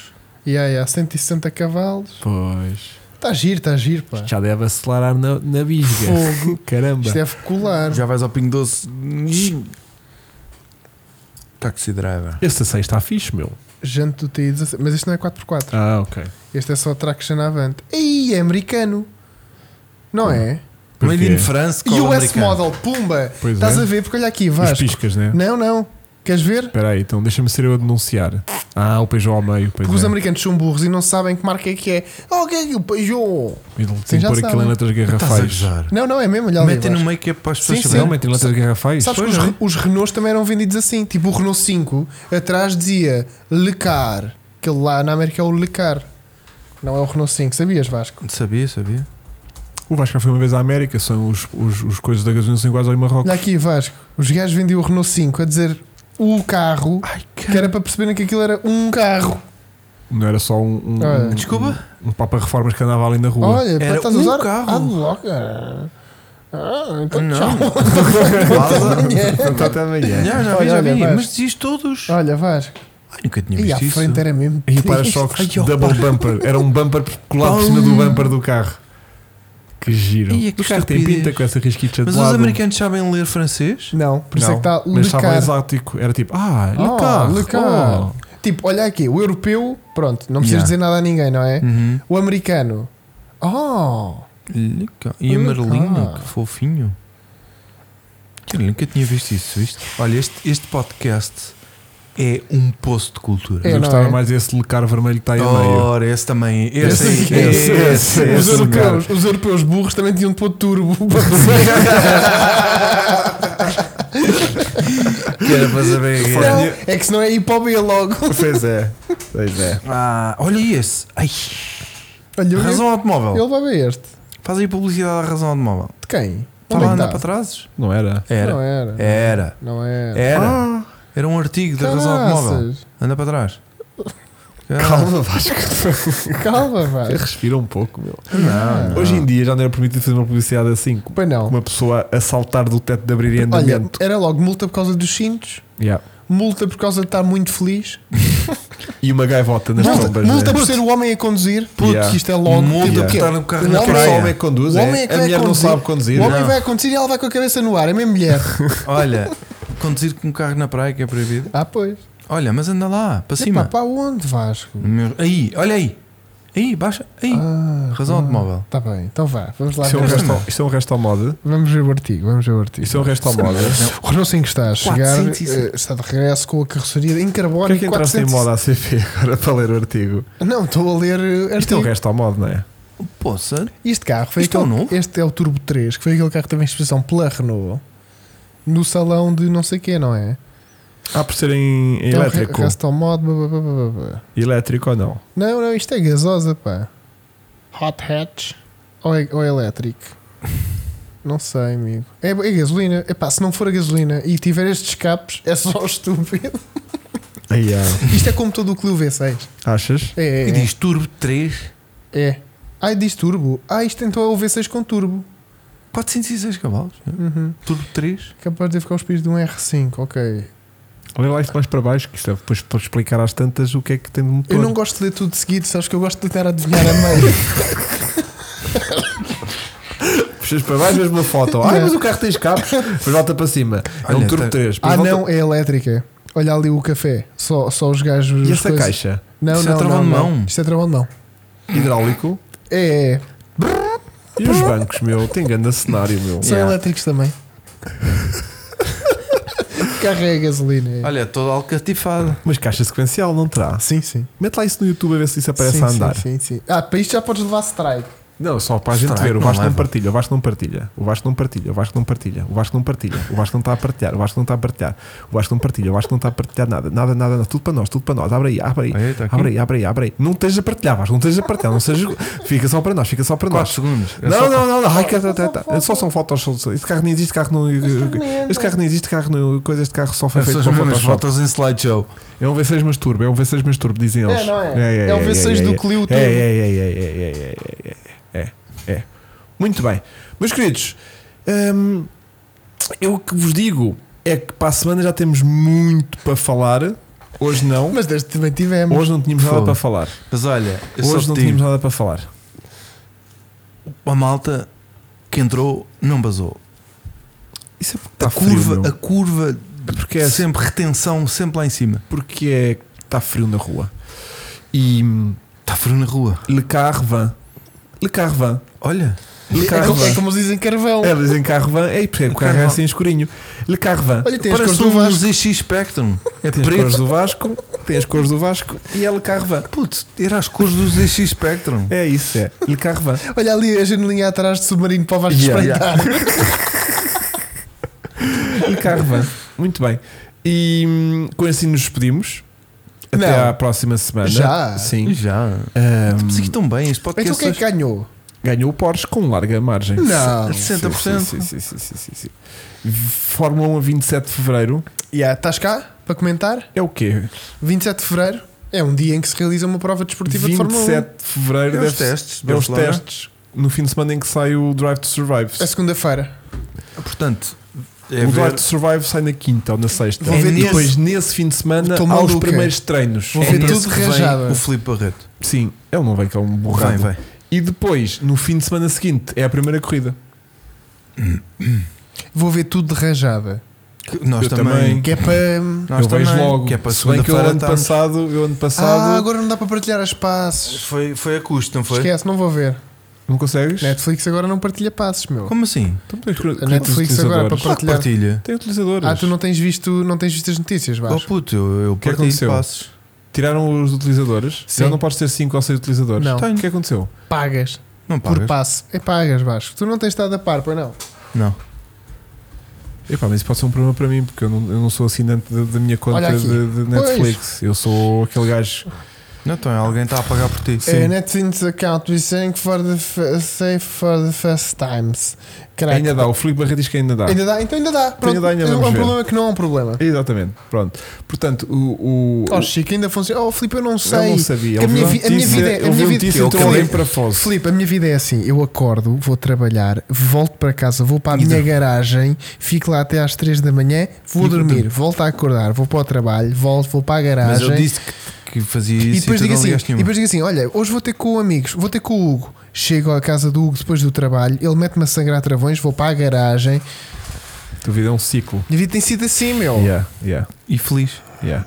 E aí, há 160 cavalos.
Pois.
Está giro, está giro, pá.
Já deve acelerar na, na bisga.
Fogo.
Caramba.
Isto é- deve colar.
Já vais ao Pingo Doce. Hum. Tá Taxi driver.
Este 6 está fixe, meu.
Jante do TI 16. Mas este não é 4x4.
Ah, ok.
Este é só traction avante. Aí, é americano. Não é?
Porquê?
Made in France com
US
o é americano.
Model, pumba!
Pois
Estás
é.
a ver? Porque olha aqui,
Os
Vasco.
piscas, né?
Não, não. Queres ver?
Espera aí, então deixa-me ser eu a denunciar. Ah, o Peugeot ao meio. Pois
Porque os
é.
americanos são burros e não sabem que marca é que é. Oh, que é que o Peugeot?
Ele tem que
já
pôr aquilo
sabem.
em letras
Estás Tá a
garrafais.
gozar.
Não, não, é mesmo. Olha ali,
Metem no
Vasco.
make-up para as
Sim,
pessoas
sim.
Não,
saberem.
metem letras garrafais.
Sabes que os,
Pois é.
Re- os Renaults também eram vendidos assim. Tipo, o Renault 5 atrás dizia Lecar. Aquele lá na América é o Lecar. Não é o Renault 5. Sabias, Vasco?
Sabia, sabia.
O Vasco já foi uma vez à América, são os, os, os coisas da gasolina são iguais ao em Marrocos.
Olha aqui, Vasco. Os gajos vendiam o Renault 5 a dizer o carro. que era para perceberem que aquilo era um carro.
Não era só um, um,
Ah,
um-
Desculpa.
um papa reformas que andava ali na rua.
Olha, pá,
Era
estás a
um
usar
carro.
adblocker. Ah, então tchau.
Então, até amanhã.
Já, já vi,
Olha,
já
olha,
vi.
vai.
Mas dizias todos.
Olha, Vasco.
Ai, Ah, nunca tinha
E à
visto isso.
frente é era
E
mesmo.
o
triste.
para-choques
Ai, ó,
double bumper. Era um bumper colado por cima do bumper do carro. Que giro.
Ia, que
o carro tem
estupidez.
pinta com essa risquita
Mas
de
os
lado.
americanos sabem ler francês?
Não, por isso é que está
mas estava
Lecar.
exótico. Era tipo, ah,
Oh,
le carro.
Le Car.
oh.
Tipo, olha aqui, o europeu, pronto, não precisas
Yeah.
dizer nada a ninguém, não é?
Uhum.
O americano, oh,
E amarelinho,
Ah.
que fofinho. Cara, nunca tinha visto isso, viste? Olha, este, este podcast é um poço de cultura.
É,
Eu
não
gostava
é?
mais desse le car vermelho que está aí a meio.
Ora, esse também. Esse,
Esse-
aí-
esse- esse-
os,
esse
europeus, os europeus burros também tinham de pôr turbo.
Que
é,
era para saber que
Não, é que senão é ir para o B logo.
Pois é. Pois é.
Ah, olha esse. Ai,
Olha, eu-
razão automóvel.
ele vai ver este.
Faz aí publicidade à razão automóvel.
De quem?
Está Tá
Onde
lá a
é que
andar
está?
para trás?
Não era?
Não é. era.
Era.
Não era.
Era. Era um artigo da razão
Caraças.
automóvel. Anda para trás.
Calma, Vasco.
Calma, vai.
Respira um pouco, meu. Hoje em dia já não era permitido fazer uma publicidade assim. Com
Pois não.
uma pessoa a saltar do teto de abrir em
Olha,
andamento.
era logo multa por causa dos cintos,
Yeah.
multa por causa de estar muito feliz,
E uma gaivota nas
multa,
trombas. né?
multa por ser o homem a conduzir. Puto,
Yeah.
que isto é logo.
é. Multa
tipo,
por
o quê?
estar no carro
O
na
Não,
homem-
porque só
praia.
o homem é que conduz,
O
é?
homem é que
a
vai
mulher não
conduzir.
sabe conduzir.
O homem
Não. é?
vai conduzir e ela vai com a cabeça no ar, é mesmo mulher.
Olha, conduzir com um carro na praia que é proibido.
ah, pois.
Olha, mas anda lá, para
Epá,
cima.
para onde, Vasco?
No meu- Aí, olha aí. Aí, baixa. Aí.
Ah,
Razão automóvel.
Tá bem, então vá, vamos lá.
Isto é, um
ver.
resto ao, isto é um resto ao moda.
Vamos ver o artigo, vamos ver o artigo.
Isto é um resto ao moda.
O Renault 5 está a chegar,
405.
eh, está de regresso com a carroceria em
O
carbono.
que é que entraste em
405.
moda a CP agora para ler o artigo?
Não, estou a ler eh,
Isto é um
artigo.
resto ao moda, não é?
Poça.
Este carro foi
Isto é
aquele,
um novo?
Este é o Turbo 3, que foi aquele carro que teve a inscrição pela Renault no salão de não sei quê, não é?
Ah, por ser em, em elétrico.
Então, Restal mod. blá, blá, blá, blá, blá.
Elétrico ou não?
Não, não, isto é gasosa, pá. Hot hatch ou, é, ou é elétrico? Não sei, amigo. É, é gasolina. Epá, se não for a gasolina e tiver estes escapes, é só estúpido.
Aí, ah,
Isto é como todo o Clio V6.
achas?
É, é,
E diz Turbo 3,
é. é. Ai, diz turbo. Ah, isto então é o V6 com turbo.
406 cavalos.
Uhum.
Turbo 3.
Capaz de ficar os pis de um R5, ok.
Olha lá isto mais para baixo, que isto é depois para explicar às tantas o que é que tem de motor.
Eu não gosto de ler tudo de seguido, sabes que eu gosto de tentar adivinhar a meio.
Puxas para baixo, mesmo uma foto. Ah, mas o carro tem escapos. Depois volta para cima. É um
Olha,
turbo
tá-
3.
ah, não, é elétrica. Olha ali o café. Só, só os gajos.
E
as
essa
coisas.
caixa?
Não,
Isso é
não,
travão
não,
de
não.
mão.
Isto é travão de mão.
Hidráulico?
É, é.
E os bancos, meu? Tem grande cenário, meu.
São elétricos também. Carrega gasolina. é.
Olha, todo alcatifado.
Mas caixa sequencial não terá.
Sim, sim.
Mete lá isso no YouTube a ver se isso aparece
sim,
a andar.
Sim, sim, sim. Ah, para isto já podes levar strike.
Não, só para a gente
Será
ver.
que
O
não
Vasco não,
leva?
partilha, o Vasco não partilha, o Vasco não partilha, o Vasco não partilha, o Vasco não partilha, o Vasco não está a partilhar, o Vasco não está a partilhar, o Vasco não partilha, o Vasco não está a partilhar nada, nada, nada, nada. tudo para nós, tudo para nós. Abre aí, abre aí,
Aí, está aqui.
abre aí, abre aí, abre aí. Não estejas a partilhar, Vasco, não estejas a partilhar, não sejas. Fica só para nós, fica só para
4
nós.
segundos. É
Não,
só-
não, não, não. Ai, que, tá, tá, tá. Só são fotos. só- só- Este carro nem existe, carro não. Este carro nem existe, carro não. Coisa, este carro só foi
Essas
feito com
mesmas
Photoshop.
fotos em slideshow.
É um V6 mas turbo, é um V6 mas turbo, dizem eles.
não é? É o V6 do Clio
É,
turbo.
é, é, é, é, é, é, é, é, é. é, é. Muito bem. Meus queridos, hum, eu que vos digo é que para a semana já temos muito para falar. Hoje não.
Mas desde também tivemos.
Hoje não tínhamos nada
Fogo.
para falar.
Mas olha, eu
Hoje
só
não
te digo,
tínhamos nada para falar.
a malta que entrou não basou.
Isso é porque
A
está
curva,
frio.
a
meu.
curva,
Porque é
sempre retenção, sempre lá em cima.
porque é que está frio na rua. E hum,
Está frio na rua.
Le Carvan. Le Carvan.
Olha,
Le
É como, é
Carvan.
como eles dizem carvão.
É, dizem Carvan. É, porque o carro é assim escurinho. Le Carvan.
Olha, tem as cores
parece
do
um
Vasco.
ZX Spectrum.
É, tem as
preto.
cores do Vasco. Tem as cores do Vasco. E é Le Carvan.
Putz, era as cores do ZX Spectrum.
É isso, é. Le Carvan.
Olha ali a janelinha atrás de submarino para o Vasco
Yeah,
espreitar.
E Carvan. Muito bem. E hum, com assim nos despedimos. Até
Não.
à próxima semana.
Já?
Sim.
Já.
Ahm,
Mas aqui estão bem, este podcast é
Então quem é que ganhou?
ganhou o Porsche com larga margem.
Não.
60%.
Sim, sim, sim, sim, sim, sim. Fórmula 1 a 27 de Fevereiro
Yeah, estás cá para comentar?
é o quê?
27 de Fevereiro é um dia em que se realiza uma prova desportiva de Fórmula 1.
27 de Fevereiro
É os
deve
testes de
é os
Barcelona.
testes no fim de semana em que sai o Drive to Survive.
É segunda-feira.
Ah, Portanto, é
o Drive
ver,
to Survive sai na quinta ou na sexta.
Vou
e
ver
depois, nesse fim de semana,
Tom
há os
Maluca.
primeiros treinos.
é. Vou
é
ver
nesse
tudo
que vem
rajado.
O Filipe Barreto.
Sim, ele não vem que é um
Vem,
borrado.
vem.
E depois, no fim de semana seguinte, é a primeira corrida.
Vou ver tudo de rajada.
Que Nós
Eu
também.
também.
Que é para.
Nós
eu vejo
também,
logo.
que é para
Se bem que eu
segunda-feira
ano
estamos.
passado, eu ano passado.
Ah, agora não dá para partilhar as passes.
Foi, foi a custo, não foi?
Esquece, não vou ver.
Não consegues?
Netflix agora não partilha passes, meu.
Como assim?
Então, tens
A Netflix agora para
Claro que
partilhar.
partilha.
Tem utilizadores.
Ah, tu não tens visto, não tens visto as notícias,
Oh
Vasco?
puto, eu, eu
que é que
partilho
aconteceu?
passos.
Tiraram os utilizadores?
Sim.
Já não podes ter 5 ou 6 utilizadores?
Não.
O que aconteceu?
Pagas
Não
por
pagas?
passe. É pagas, Vasco. Tu não tens estado a par, pois não?
Não.
Epá, mas isso pode ser um problema para mim, porque eu não, eu não sou assinante da, da minha conta
Olha aqui.
de, de Netflix. Eu sou aquele gajo.
Não, então alguém está a pagar por
É,
ti.
A É,
né?
Netflix account is saying for the f- safe for the first times. Caraca.
Ainda dá, o Filipe Barreto diz que ainda dá.
Ainda dá? Então ainda dá. Pronto.
dá, ainda
é um
vamos ver.
problema que não é um problema.
Exatamente, pronto. Portanto, o. o
Oh, Chico, ainda funciona. Oh, Filipe, eu não sei.
eu não sabia. um
que a
Ele
minha
viu
vi- a minha
notícia-
vida é- a
ele
minha
viu
vida-
notícia,
eu
então
quero-
alguém para Foz.
Filipe, a minha vida é assim: eu acordo, vou trabalhar, volto para casa, vou para a minha garagem, fico lá até às 3 da manhã, vou dormir, volto a acordar, vou para o trabalho, volto, vou para a
Mas
garagem.
eu disse que, que fazia isso
e depois
tu
digo
não
assim,
ligaste
e
nenhuma.
depois digo assim: olha, hoje vou ter com amigos, vou ter com o Hugo. Chego à casa do Hugo depois do trabalho, ele mete-me a sangrar travões, vou para a garagem.
Tu vida é um ciclo.
Minha vida tem sido assim, meu.
Yeah, yeah.
E feliz.
Yeah.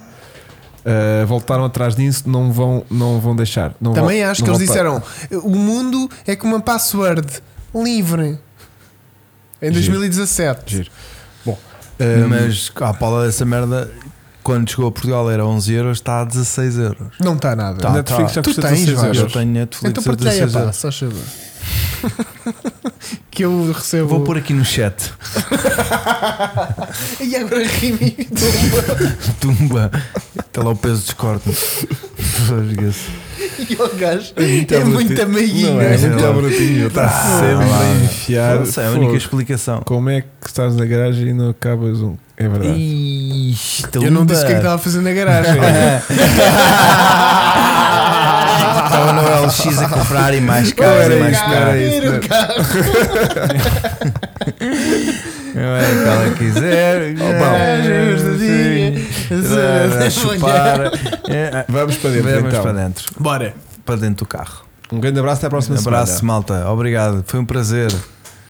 Uh, voltaram atrás disso, não vão, não vão deixar. Não
Também
vão-
acho
não
que eles
vão
disseram: o mundo é como uma password livre.
Giro.
Em 2017.
Giro. Bom, uh,
Mas à pala dessa merda, quando chegou a Portugal era 11 euros, está a 16 euros.
Não está nada.
a Netflix já
Tu
custa
tens,
16
Vasco.
Eu
euros.
tenho Netflix
Então
a
partilha a
16
pá,
euros.
só chega. que eu recebo.
Vou pôr aqui no chat.
E um agora ri-me.
Tumba. Está lá o peso dos cortes. Esquece.
E o gajo
muito
é
abrati-
muito
Tá Não
amiguinho.
é,
Sei
muito
lá.
abratinho,
tá
está
Ah,
sempre
lá.
a enfiar.
Não sei, é a
fogo.
única explicação.
Como é que estás na garagem e não acabas um? É verdade.
Ixi,
Eu não disse o que é que estava a fazer na garagem.
É.
Estava no LX a comprar e mais
Não
caro
era
e mais
isso, não era
caro.
isso, né? não era-
Eu
é,
era o É, que ela quiser.
Oh, bom.
É, sim. Era a chupar. É,
Vamos para dentro
Vamos
então.
para dentro. Bora. Para dentro do carro.
Um grande abraço até à
Um
próxima semana.
abraço, malta. Obrigado. Foi um prazer.